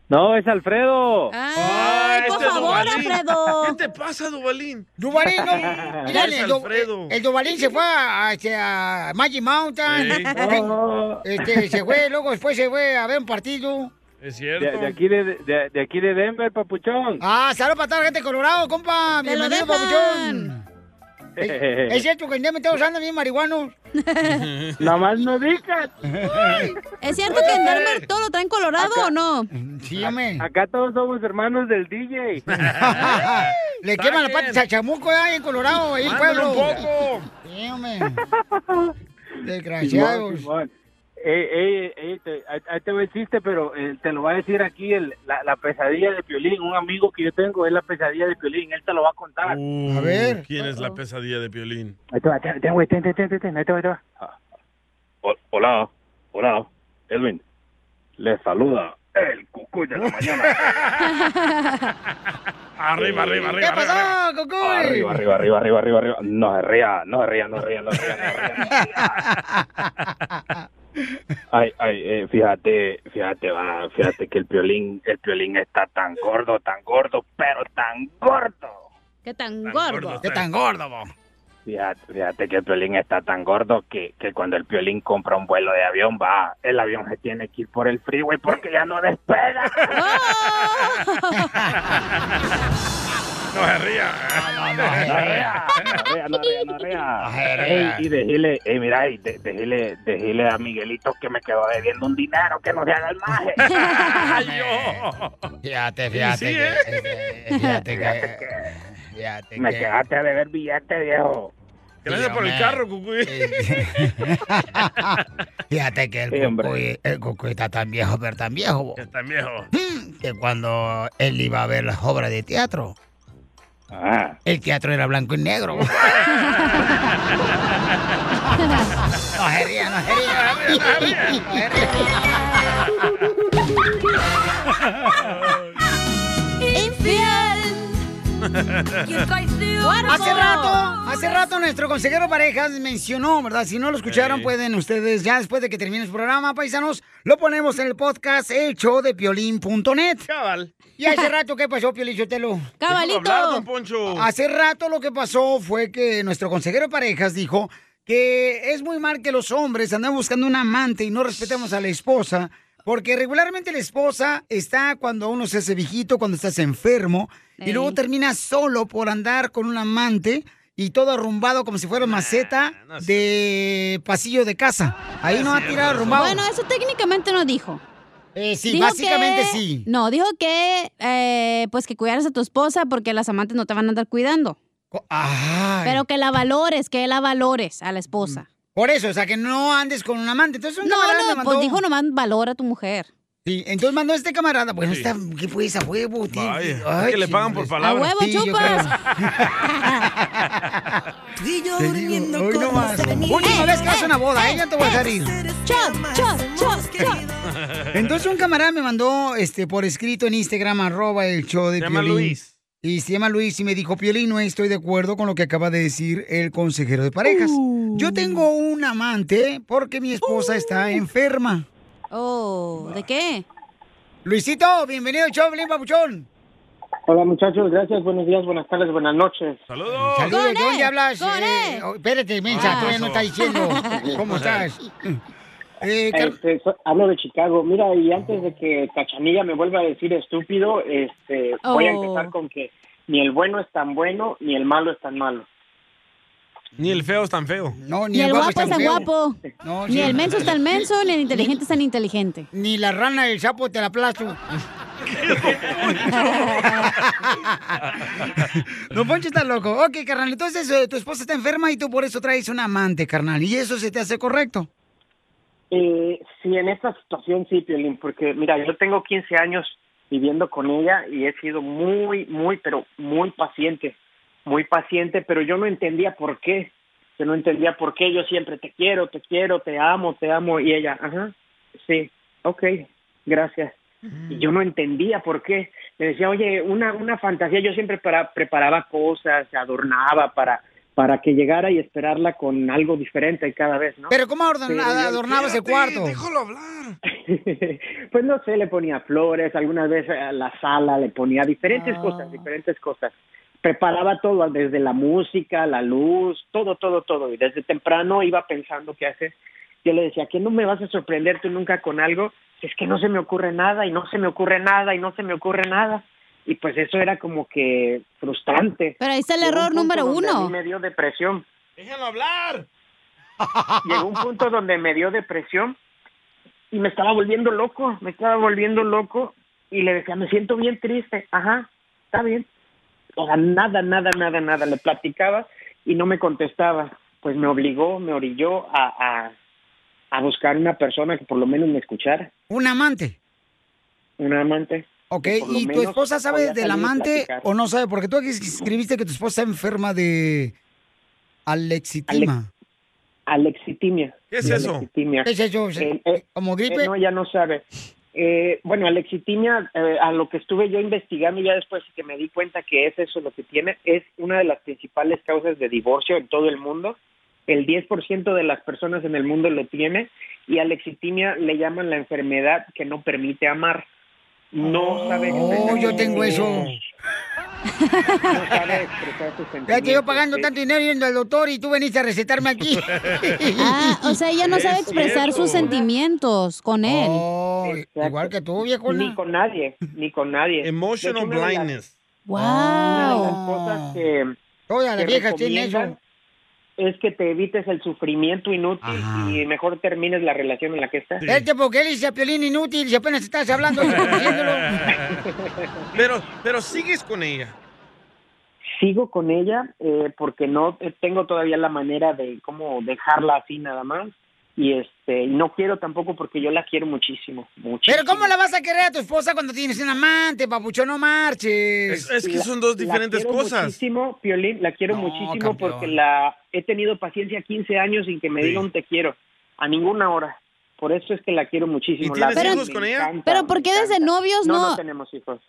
S20: No, es Alfredo.
S3: Ah,
S4: Ay,
S3: por favor, Alfredo.
S5: Este ¿Qué te pasa, Dubalín?
S3: Dubalín, no. Mira, el, Du- el Dubalín se fue a, a- este, a Magic Mountain.
S5: Sí.
S3: Este, se fue, luego después se fue a ver un partido.
S5: Es
S20: De,
S5: cierto.
S20: de aquí de, de- de aquí de Denver, papuchón.
S3: Ah, saludos para toda la gente de Colorado, compa.
S20: Te lo
S3: Bienvenido, papuchón. ¿Es cierto que en Denver todos andan bien marihuanos?
S20: Nomás no digas.
S4: ¿Es cierto que en Denver todo lo traen colorado o no?
S3: Eh. Sí, hombre.
S20: Acá todos somos hermanos del DJ.
S3: Le queman la pata a Chamuco eh, ahí en Colorado, ahí en
S20: Mándale
S3: Pueblo.
S20: un poco.
S3: Sí, hombre. Desgraciados.
S20: Simón, Simón. Ey, ey, ey, te- ahí- ahí te voy a decir, pero eh, te lo va a decir aquí el- la, la pesadilla de Piolín. Un amigo que yo tengo es la pesadilla de Piolín. Él te lo va a contar.
S5: Uh,
S20: a ver.
S5: ¿Quién es la pesadilla de Piolín?
S20: Ahí te va, te- te- güey, ten, ten, ten, ten, ten, ahí te va, ahí te va.
S26: Hola, hola, Edwin. Les saluda el cucuy de la mañana.
S5: Arriba, arriba, arriba.
S3: ¿Qué pasó, Cucuy?
S26: Arriba, arriba, arriba, arriba, arriba, arriba. No se ría, no se ría, no se ría, no se ría. no se ría. Ay, ay, eh, fíjate, fíjate, va, fíjate que el piolín, el piolín está tan gordo, tan gordo, pero tan gordo.
S4: ¿Qué tan, gordo?
S26: ¿Qué tan gordo, Fíjate, fíjate que el piolín está tan gordo que, que cuando el piolín compra un vuelo de avión, va, el avión se tiene que ir por el freeway porque ya no despega.
S5: No se ría.
S26: No ría, no ría. Ey, y decirle, ey, mira, y de, decirle, decirle a Miguelito que me quedó debiendo un dinero, que no se haga el maje. fíjate
S3: Fíjate, fíjate.
S26: que-
S3: Fíjate que.
S26: me quedaste a deber billete, viejo.
S3: Gracias por el carro,
S5: Cucuy.
S3: Fíjate que el cucuy, el cucuy está tan viejo, pero tan viejo, bo,
S5: Está viejo.
S3: que cuando él iba a ver las obras de teatro,
S26: Ah.
S3: el teatro era blanco y negro. bo.
S6: No
S3: se ría, no se
S6: ría.
S4: Infiel.
S3: Hace rato, hace rato nuestro consejero parejas mencionó, ¿verdad? Si no lo escucharon,
S4: Sí.
S3: pueden ustedes ya después de que termine su programa, paisanos, lo ponemos en el podcast el show de piolín.net.
S5: Cabal.
S3: Y hace rato, ¿qué pasó, Piolín Sotelo?
S5: Cabalito. Déjalo hablar, don Poncho.
S3: Hace rato lo que pasó fue que nuestro consejero parejas dijo que es muy mal que los hombres andan buscando un amante y no respetemos a la esposa. Porque regularmente la esposa está cuando uno se hace viejito, cuando estás enfermo, y
S4: Ey.
S3: luego termina solo por andar con un amante y todo arrumbado como si fuera maceta de pasillo de casa. Ahí no ha tirado arrumbado.
S4: Bueno, eso técnicamente no dijo.
S3: sí,
S4: Dijo
S3: básicamente
S4: que-
S3: sí.
S4: No, dijo que, eh, pues que cuidaras a tu esposa porque las amantes no te van a andar cuidando. Pero que la valores, que la valores a la esposa.
S3: Por eso, o sea, que no andes con un amante. Entonces, Mm. un
S4: No,
S3: camarada me
S4: no,
S3: mandó-
S4: pues dijo nomás valora a tu mujer.
S3: Sí, entonces mandó este camarada. Bueno,
S4: Sí.
S3: está, ¿qué pues a huevo, tío?
S5: Vaya, es que le pagan por palabra.
S4: A huevo, chupas.
S3: Y yo durmiendo hoy no más. Última vez que haces una boda, ¿eh? Ya te voy a dejar ir.
S4: Chop, chop, chop, chop.
S3: Entonces un camarada me mandó este por escrito en Instagram, arroba el show de
S5: Se llama
S3: Piolín.
S5: Luis.
S3: Y se llama Luis y me dijo, Piolín, no estoy de acuerdo con lo que acaba de decir el consejero de parejas.
S4: Uh.
S3: Yo tengo un amante porque mi esposa está enferma.
S4: Oh, ¿de qué?
S3: Luisito, bienvenido al show, Piolín Papuchón.
S13: Hola muchachos, gracias, buenos días, buenas tardes, buenas noches.
S5: Saludos.
S3: Saludos, ¿de dónde hablas? Eh, oh, espérate, mensa,
S13: Ah.
S3: todavía no está diciendo cómo estás. Eh,
S13: Este, so- hablo de Chicago. Mira, y antes de que Cachanilla me vuelva a decir estúpido, este, voy a
S5: Oh.
S13: empezar con que ni el bueno es tan bueno, ni el malo es tan malo.
S5: Ni el feo es tan feo.
S3: No,
S4: Ni el guapo es tan guapo.
S3: No,
S4: Ni
S3: sí.
S4: el menso es tan menso, ni el inteligente es tan inteligente.
S3: Ni la rana del sapo te la aplasto. No, Poncho está loco. Ok, carnal, entonces eh, tu esposa está enferma y tú por eso traes un amante, carnal. ¿Y eso se te hace correcto?
S13: Eh, sí, en esta situación sí, Piolín, porque mira, yo tengo 15 años viviendo con ella y he sido muy, muy, pero muy paciente, muy paciente, pero yo no entendía por qué, yo no entendía por qué, yo siempre te quiero, te quiero, te amo, te amo, y ella, ajá, sí, ok, gracias. Y yo no entendía por qué. Me decía, oye, una, una fantasía, yo siempre para, preparaba cosas, adornaba para, para que llegara y esperarla con algo diferente cada vez, ¿no?
S3: Pero ¿cómo adorn-
S13: Pero yo-
S3: adornabas el cuarto?
S13: pues no sé, le ponía flores, algunas veces a la sala le ponía
S3: Ah.
S13: diferentes cosas, diferentes cosas. Preparaba todo, desde la música, la luz, todo, todo, todo. Y desde temprano iba pensando qué hacer. Yo le decía, ¿qué no me vas a sorprender tú nunca con algo? Es que no se me ocurre nada y no se me ocurre nada y no se me ocurre nada. Y pues eso era como que frustrante.
S4: Pero ahí está el
S13: Llegó un
S4: error
S13: punto
S4: número
S13: donde a
S4: uno.
S13: mí me dio depresión
S5: ¡Déjenlo hablar!
S13: llegó un punto donde me dio depresión y me estaba volviendo loco, me estaba volviendo loco y le decía, me siento bien triste, ajá, está bien. O sea, nada, nada, nada, nada, le platicaba y no me contestaba. Pues me obligó, me orilló a, a, a buscar una persona que por lo menos me escuchara,
S3: Un amante.
S13: un amante.
S3: Ok,
S13: que por lo
S3: ¿y tu
S13: menos
S3: esposa sabe
S13: podía
S3: del
S13: salir y
S3: amante
S13: platicar.
S3: o no sabe? Porque tú aquí escribiste que tu esposa está enferma de alexitima.
S13: Alexitimia.
S3: ¿Qué es
S13: De
S3: eso?
S13: alexitimia. Eh,
S3: ¿Qué es eso? ¿Como gripe?
S13: no, ya no sabe. Eh, bueno, alexitimia, eh, a lo que estuve yo investigando ya después que me di cuenta que es eso lo que tiene, es una de las principales causas de divorcio en todo el mundo. El 10% de las personas en el mundo lo tiene y alexitimia le llaman la enfermedad que no permite amar. No sabe
S3: Oh, yo tengo eso.
S13: eh, No sabe expresar sus sentimientos.
S3: Fíjate, yo pagando
S13: sí.
S3: tanto dinero yendo al doctor y tú veniste a recetarme aquí.
S4: Ah, o sea, ella no sabe expresar sus sentimientos con él.
S13: Oh. Igual
S3: que tú,
S13: Ni con nadie, ni con nadie.
S5: Emotional
S13: De hecho, una de las-
S5: blindness.
S13: Una de las cosas que.
S3: Todas las
S13: que
S3: viejas tienen eso.
S13: recomiendan Es que te evites el sufrimiento inútil y mejor termines la relación en la que estás.
S3: Vete Este porque él dice a Piolín inútil y apenas estás hablando. diciéndolo.
S5: pero, pero sigues con ella.
S13: Sigo con ella eh, porque no eh, tengo todavía la manera de cómo dejarla así nada más. Y este y no quiero tampoco porque yo la quiero muchísimo, muchísimo.
S3: Pero ¿cómo la vas a querer a tu esposa cuando tienes un amante, papucho? No marches.
S13: La- la quiero Muchísimo, Piolín, la quiero muchísimo porque la he tenido paciencia 15 años sin que me diga un te quiero a ninguna hora. Por eso es que la quiero muchísimo. la
S4: tienes
S13: amo,
S4: hijos
S13: me
S4: con ella?
S13: encanta,
S4: Pero ¿por qué
S13: me
S4: desde
S13: encanta.
S4: novios
S13: no?
S4: no-
S13: No tenemos hijos.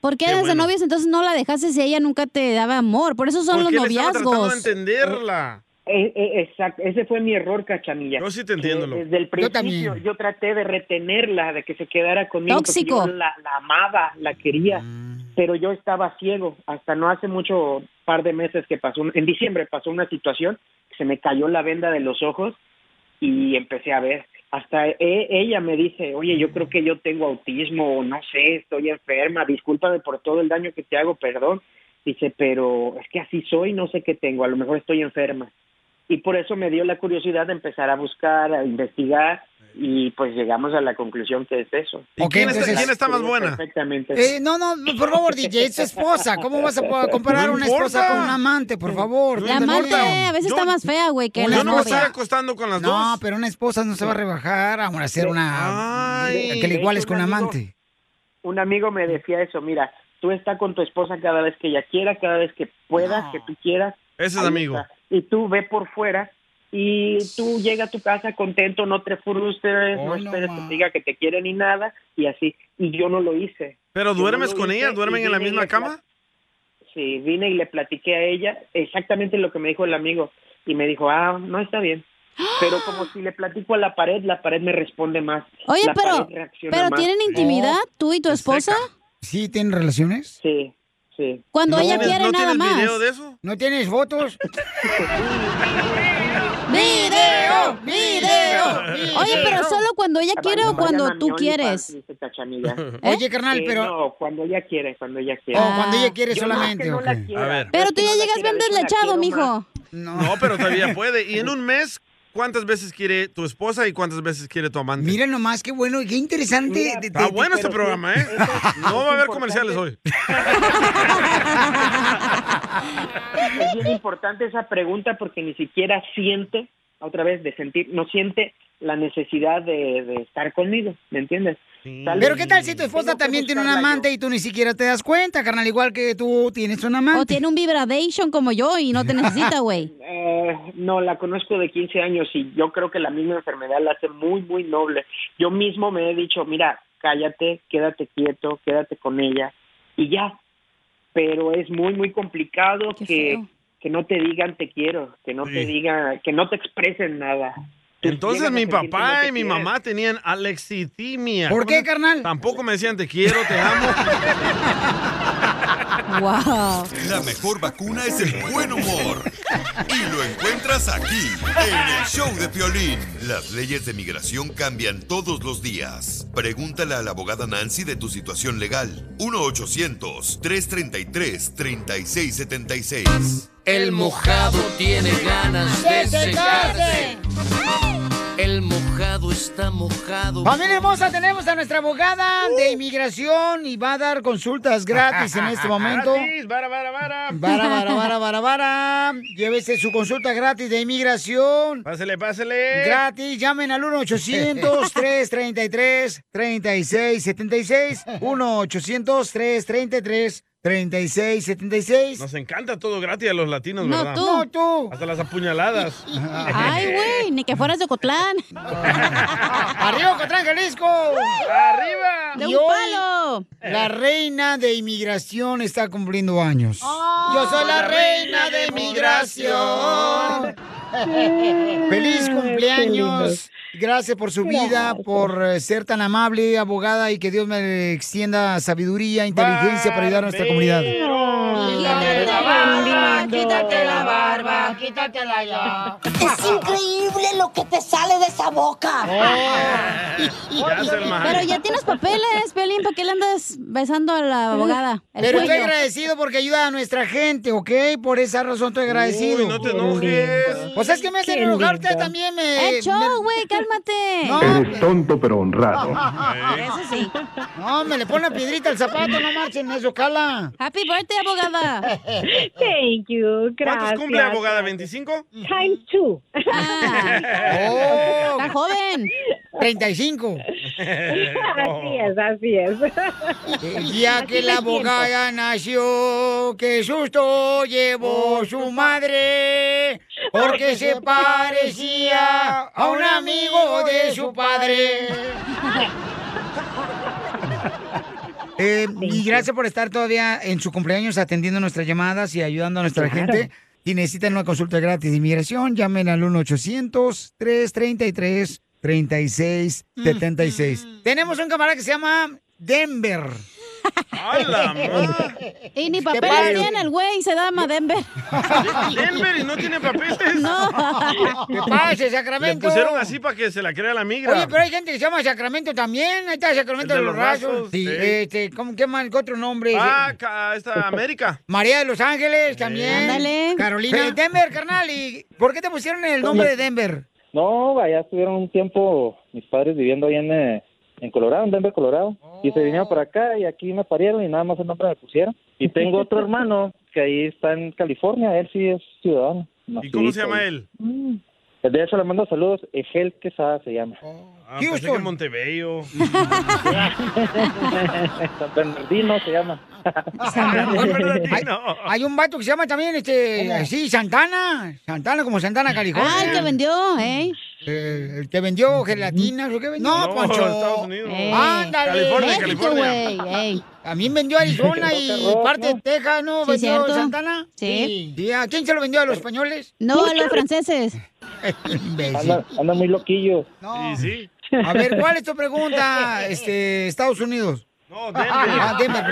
S4: ¿Por qué
S13: Qué
S4: desde
S13: bueno.
S4: novios entonces no la dejaste si ella nunca te daba amor? Por eso son los noviazgos.
S5: entenderla.
S13: Eh, exacto, ese fue mi error, Cachanilla. Yo
S5: sí te entiendo, loco.
S13: Desde el
S5: Yo
S13: principio yo,
S5: también.
S13: traté de retenerla, de que se quedara conmigo. porque
S4: Tóxico.
S13: yo la, la amaba, la quería, pero yo estaba ciego. Hasta no hace mucho par de meses que pasó, un- en diciembre pasó una situación, se me cayó la venda de los ojos y empecé a ver. Hasta e- ella me dice, oye, yo creo que yo tengo autismo, o no sé, estoy enferma, discúlpame por todo el daño que te hago, perdón. Dice, pero es que así soy, no sé qué tengo, a lo mejor estoy enferma. Y por eso me dio la curiosidad de empezar a buscar, a investigar, y pues llegamos a la conclusión que es eso.
S3: Ok, quién está- entonces- quién está más buena?
S13: Perfectamente.
S3: Eh, no, no, por favor, DJ, es tu esposa. ¿Cómo vas a po- comparar
S13: No
S3: una
S13: importa.
S3: esposa con un amante, por favor?
S4: La amante a veces está más fea, güey, que la
S5: Yo no me estoy
S4: novia.
S5: acostando con las
S3: no,
S5: dos.
S3: pero una esposa no se va a rebajar a hacer una...
S13: Ay.
S3: que le iguales
S13: De hecho,
S3: con un
S13: un amigo-
S3: amante.
S13: un amigo me decía eso, mira, tú estás con tu esposa cada vez que ella quiera, cada vez que puedas, que tú quieras.
S5: Ese es
S13: Ahí
S5: amigo.
S13: está. y tú ve por fuera y tú llega a tu casa contento, no te frustres,
S4: Oh,
S13: no
S5: Hoy no
S13: esperes que te diga que te quiere ni nada y así. Y yo no lo hice.
S5: ¿Pero
S13: Yo no
S5: duermes
S13: lo
S5: con
S13: hice
S5: ella?
S13: y
S5: ¿Duermen en la
S13: vine y
S5: misma
S13: le
S5: cama?
S13: plat- Sí, vine y le platiqué a ella exactamente lo que me dijo el amigo y me dijo, ah, no está bien. Pero como si le platico a la pared, la pared me responde más.
S4: Oye,
S13: La
S4: pero,
S13: pared reacciona
S4: pero
S13: más.
S4: ¿tienen
S5: Oh,
S4: intimidad tú y tu esposa?
S3: ¿Sí tienen relaciones?
S13: Sí, sí.
S4: Cuando ella quiere nada más.
S3: eso? ¿No tienes fotos?
S4: ¡Video!
S3: ¡Video!
S4: Oye, pero solo cuando ella quiere o
S13: Vayan a
S4: cuando
S13: mi
S4: tú
S13: OnlyFans,
S4: quieres.
S13: dice Cachanilla.
S3: Oye, carnal,
S13: Eh,
S3: pero-
S13: No, cuando ella quiere, cuando ella quiere.
S3: Oh, cuando
S4: Ah.
S3: ella quiere
S13: Yo no es que
S3: solamente.
S13: no la
S3: ok.
S13: quiera, A ver.
S4: Pero tú ya llegas
S13: quiero,
S4: bien
S13: yo la
S4: deslechado,
S13: quiero
S4: mijo.
S5: No. pero todavía puede. Y en un mes, ¿cuántas veces quiere tu esposa y cuántas veces quiere tu amante?
S3: Mira nomás, qué bueno y qué interesante. de-
S5: Está
S3: de-
S5: bueno este
S3: pero-
S5: programa, ¿eh? No va a haber comerciales hoy.
S13: es bien importante esa pregunta porque ni siquiera siente, otra vez de sentir, no siente la necesidad de, de estar conmigo, ¿me entiendes? Tal vez-
S3: Pero qué tal si tu esposa
S13: Tengo que
S3: también tiene un
S13: buscarla yo.
S3: amante y tú ni siquiera te das cuenta, carnal, igual que tú tienes un amante.
S4: O tiene un vibradation como yo y no te necesita, güey.
S13: Eh, no, la conozco de 15 años y yo creo que la misma enfermedad la hace muy, muy noble. Yo mismo me he dicho, mira, cállate, quédate quieto, quédate con ella y ya. Pero es muy, muy complicado que,
S5: feo.
S13: que no te digan te quiero, que no te
S5: Sí.
S13: digan, que no te expresen nada.
S5: Entonces
S13: Llegan a
S5: mi
S13: sentir que no
S5: papá
S13: te
S5: y mi
S13: quieren.
S5: mamá tenían alexitimia.
S13: ¿Por qué,
S5: carnal? Tampoco me decían te quiero, te amo.
S4: Wow.
S2: La mejor vacuna es el buen humor. Y lo encuentras aquí, en el show de Piolín. Las leyes de migración cambian todos los días. Pregúntale a la abogada Nancy de tu situación legal. 1-800-333-3676.
S1: El mojado tiene ganas de secarse. El mojado está mojado.
S3: Familia hermosa, tenemos a nuestra abogada de inmigración y va a dar consultas gratis en este momento.
S5: Gratis, vara, vara, vara.
S3: Vara, vara, vara, vara, vara. Llévese su consulta gratis de inmigración.
S5: Pásele, pásele.
S3: Gratis, llamen al 1-800-333-3676. 1-800-333-3676.
S5: Nos encanta todo gratis a los latinos,
S3: No,
S5: ¿verdad?
S3: tú. No, tú.
S5: Hasta las apuñaladas.
S4: Ay, güey, ni que fueras de Cotlán.
S3: ¡Arriba, Cotlán, Jalisco!
S5: ¡Arriba!
S4: ¡De
S3: Y
S4: un
S3: hoy,
S4: palo!
S24: Eh.
S3: La reina de inmigración está cumpliendo años.
S24: Ah.
S3: Yo soy la reina de migración. Feliz cumpleaños. Gracias por su vida, por eh, ser tan amable, abogada, y que Dios me extienda sabiduría, inteligencia para ayudar a nuestra comunidad.
S24: Quítate la barba, quítate la barba, quítatela ya.
S8: Es increíble lo que te sale de esa boca.
S6: Oh.
S3: Oh.
S4: Pero ya tienes papeles, Pelín, ¿por qué le andas besando a la abogada? El
S3: Pero estoy
S4: cuello.
S3: agradecido porque ayuda a nuestra gente, ¿ok? Por esa razón estoy agradecido.
S5: Uy, no te enojes.
S3: Pues es que me hacen
S5: Qué
S3: enojar, usted
S5: lindo.
S3: también me...
S4: Eh, show, güey, cálmate.
S14: Eres tonto pero honrado.
S4: Eso sí.
S3: No, me le pone una piedrita al zapato, no marchen, eso cala.
S4: Happy birthday, abogada.
S15: Thank you, gracias.
S5: ¿Cuántos cumple, abogada? ¿25?
S15: Times two.
S3: Oh. Está
S4: joven.
S3: 35.
S15: Así es, así es.
S3: El día Oh. que
S15: Aquí me
S3: la abogada nació, qué susto llevó su madre, porque se parecía a un amigo de su padre. Eh, y gracias por estar todavía en su cumpleaños atendiendo nuestras llamadas y ayudando a nuestra
S17: Claro.
S3: gente. Si necesitan una consulta gratis de inmigración, llamen al 1-800-333-3676. Tenemos un camarada que se llama Denver.
S5: ¡Hala,
S4: Y ni
S3: padre.
S4: papeles tiene el güey, se da a Denver.
S5: Denver y no tiene papeles.
S4: No.
S3: ¿Qué pasa,
S5: Le
S3: Sacramento?
S5: pusieron así para que se la crea la migra.
S3: Oye, pero hay gente que se llama Sacramento también. Ahí está Sacramento
S5: El
S3: de,
S5: de
S3: los
S5: los
S3: Rasos.
S5: Rasos,
S3: Sí,
S5: sí.
S3: este, ¿cómo, ¿Qué mal, qué otro nombre?
S5: Ah, ca- esta América.
S3: María de Los Ángeles también.
S4: Ándale.
S3: Carolina.
S4: Pero-
S3: Denver, carnal. ¿Y por qué te pusieron el nombre de Denver?
S17: No, allá estuvieron un tiempo mis padres viviendo ahí en, eh, en Colorado, en Denver, Colorado. Y se vinieron para acá y aquí me parieron y nada más el nombre me pusieron. Y tengo otro hermano que ahí está en California, él sí es ciudadano.
S5: ¿Y cómo se llama él?
S3: Mm.
S17: De hecho le mando saludos, Egel Quesada se llama.
S5: Ah,
S3: pues,
S5: pensé que en Montebello.
S27: San Bernardino se llama.
S3: Hay, hay un vato que se llama también, este, así, Santana. Santana, como Santana Carijón.
S4: Ah, el que vendió, ¿eh?
S3: El que vendió gelatinas o qué vendió. No,
S4: No,
S3: Poncho.
S4: Estados Unidos. Ey.
S3: Ándale.
S4: California, México, California. güey, ey.
S3: También vendió Arizona y parte de Texas, ¿no?
S4: Sí,
S3: ¿Vendió
S4: cierto.
S3: Santana?
S4: Sí.
S3: ¿Y a quién se lo vendió? ¿A los españoles?
S4: No, a los franceses.
S3: Imbécil.
S27: Anda, anda muy loquillo.
S3: No. A ver, ¿cuál es tu pregunta, este, Estados Unidos? No,
S6: Denver.
S3: Ah, Denver,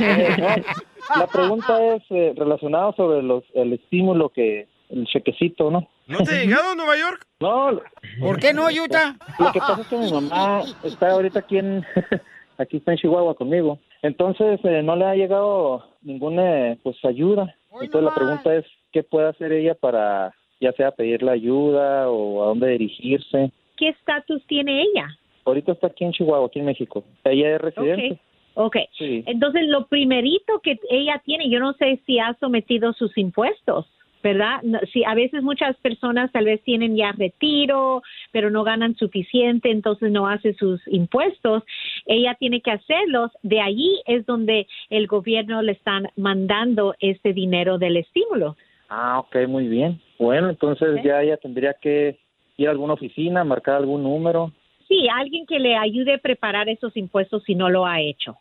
S27: Eh,
S3: perdón.
S27: no, la pregunta es eh, relacionado sobre los, el estímulo que el chequecito, ¿no?
S5: ¿No te ha llegado a Nueva York?
S27: No.
S3: ¿Por qué no, Utah?
S27: Lo que pasa es que mi mamá está ahorita aquí en aquí está en Chihuahua conmigo. Entonces eh, no le ha llegado ninguna pues ayuda. Entonces la pregunta es qué puede hacer ella para ya sea pedir la ayuda o a dónde dirigirse.
S15: ¿Qué estatus tiene ella?
S27: Ahorita está aquí en Chihuahua, aquí en México. Ella es residente.
S15: Ok. Ok.
S27: Sí.
S15: Entonces, lo primerito que ella tiene, yo no sé si ha sometido sus impuestos, ¿verdad? No- Sí, a veces muchas personas tal vez tienen ya retiro, pero no ganan suficiente, entonces no hace sus impuestos. Ella tiene que hacerlos. De allí es donde el gobierno le están mandando ese dinero del estímulo.
S27: Ah, ok, muy bien. Bueno, entonces ya ella tendría que ir a alguna oficina, marcar algún número.
S15: Sí, alguien que le ayude a preparar esos impuestos si no lo ha hecho.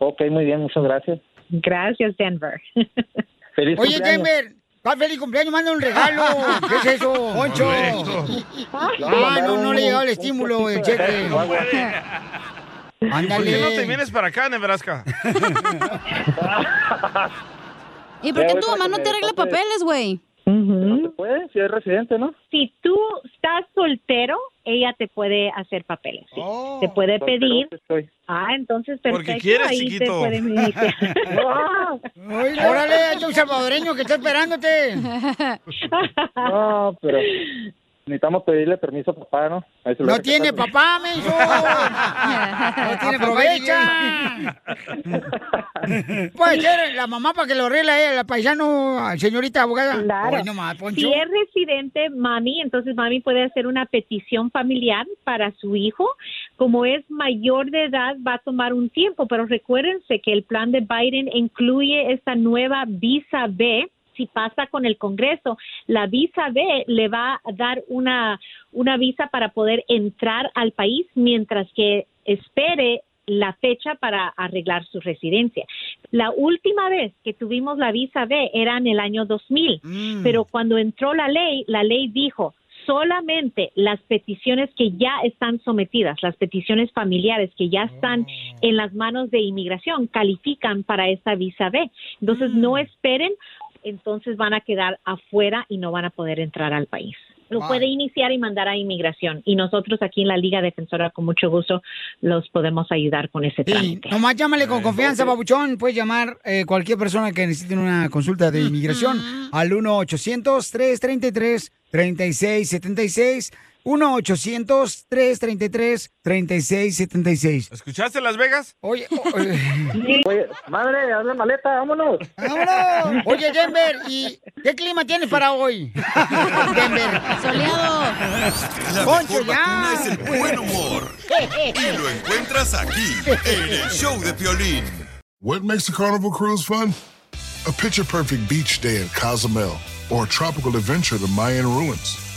S27: Ok, muy bien, muchas gracias.
S15: Gracias, Denver.
S27: Feliz
S3: Oye,
S27: cumpleaños.
S3: Denver, va feliz cumpleaños, manda un regalo. ¿Qué es eso, Poncho? Ah, no, no le llegaba el estímulo, el cheque.
S5: ¿Y ¿Por qué no te
S3: Ándale.
S5: vienes para acá, Nebraska?
S4: ¿Y por qué
S27: Ya,
S4: tu
S27: ahorita
S4: mamá
S27: que
S4: no
S27: me
S4: te arregla
S27: toque-
S4: papeles, güey?
S27: ¿Se puede? Si es residente, ¿no?
S15: si tú estás soltero, ella te puede hacer papeles. sí. te puede
S27: Soltero
S15: pedir.
S27: que estoy.
S15: Ah, entonces perfecto.
S27: Oh, Porque quieres,
S15: ahí te
S27: chiquito.
S15: pueden iniciar.
S3: Órale, hay un salvadoreño que está esperándote.
S27: No, pero necesitamos pedirle permiso a papá, ¿no? Ahí se lo
S3: No
S27: saca
S3: tiene
S27: tarde.
S3: papá, menso. No tiene
S6: Aprovecha.
S3: aprovecha. Puede ser la mamá para que lo arregle a ella, la paisano, señorita abogada.
S15: Claro.
S3: Ay, no más, Poncho.
S15: Si es residente, mami, entonces mami puede hacer una petición familiar para su hijo. Como es mayor de edad, va a tomar un tiempo, pero recuérdense que el plan de Biden incluye esta nueva visa B. Si pasa con el Congreso, la visa B le va a dar una, una visa para poder entrar al país mientras que espere la fecha para arreglar su residencia. La última vez que tuvimos la visa B era en el año 2000, pero cuando entró la ley, la ley dijo solamente las peticiones que ya están sometidas, las peticiones familiares que ya están en las manos de inmigración califican para esta visa B. Entonces no esperen, entonces van a quedar afuera y no van a poder entrar al país. Lo
S4: Vale.
S15: puede iniciar y mandar a inmigración y nosotros aquí en la Liga Defensora con mucho gusto los podemos ayudar con ese trámite.
S3: Nomás llámale con confianza, babuchón. Puedes llamar eh, cualquier persona que necesite una consulta de inmigración al 1-800-333-3676. 1-800-333-3676.
S5: ¿Escuchaste Las Vegas?
S3: Oye,
S27: Oye, madre, haz la maleta, vámonos.
S3: ¡Vámonos! Oye, Denver, ¿y qué clima tienes para hoy? Denver.
S4: Soleado.
S2: Este, La
S3: Poncho,
S2: mejor vacuna
S3: ya.
S2: es el buen humor. Y lo encuentras aquí, en el show de Piolín.
S1: What makes a carnival cruise fun? A picture perfect beach day in Cozumel or a tropical adventure to Mayan ruins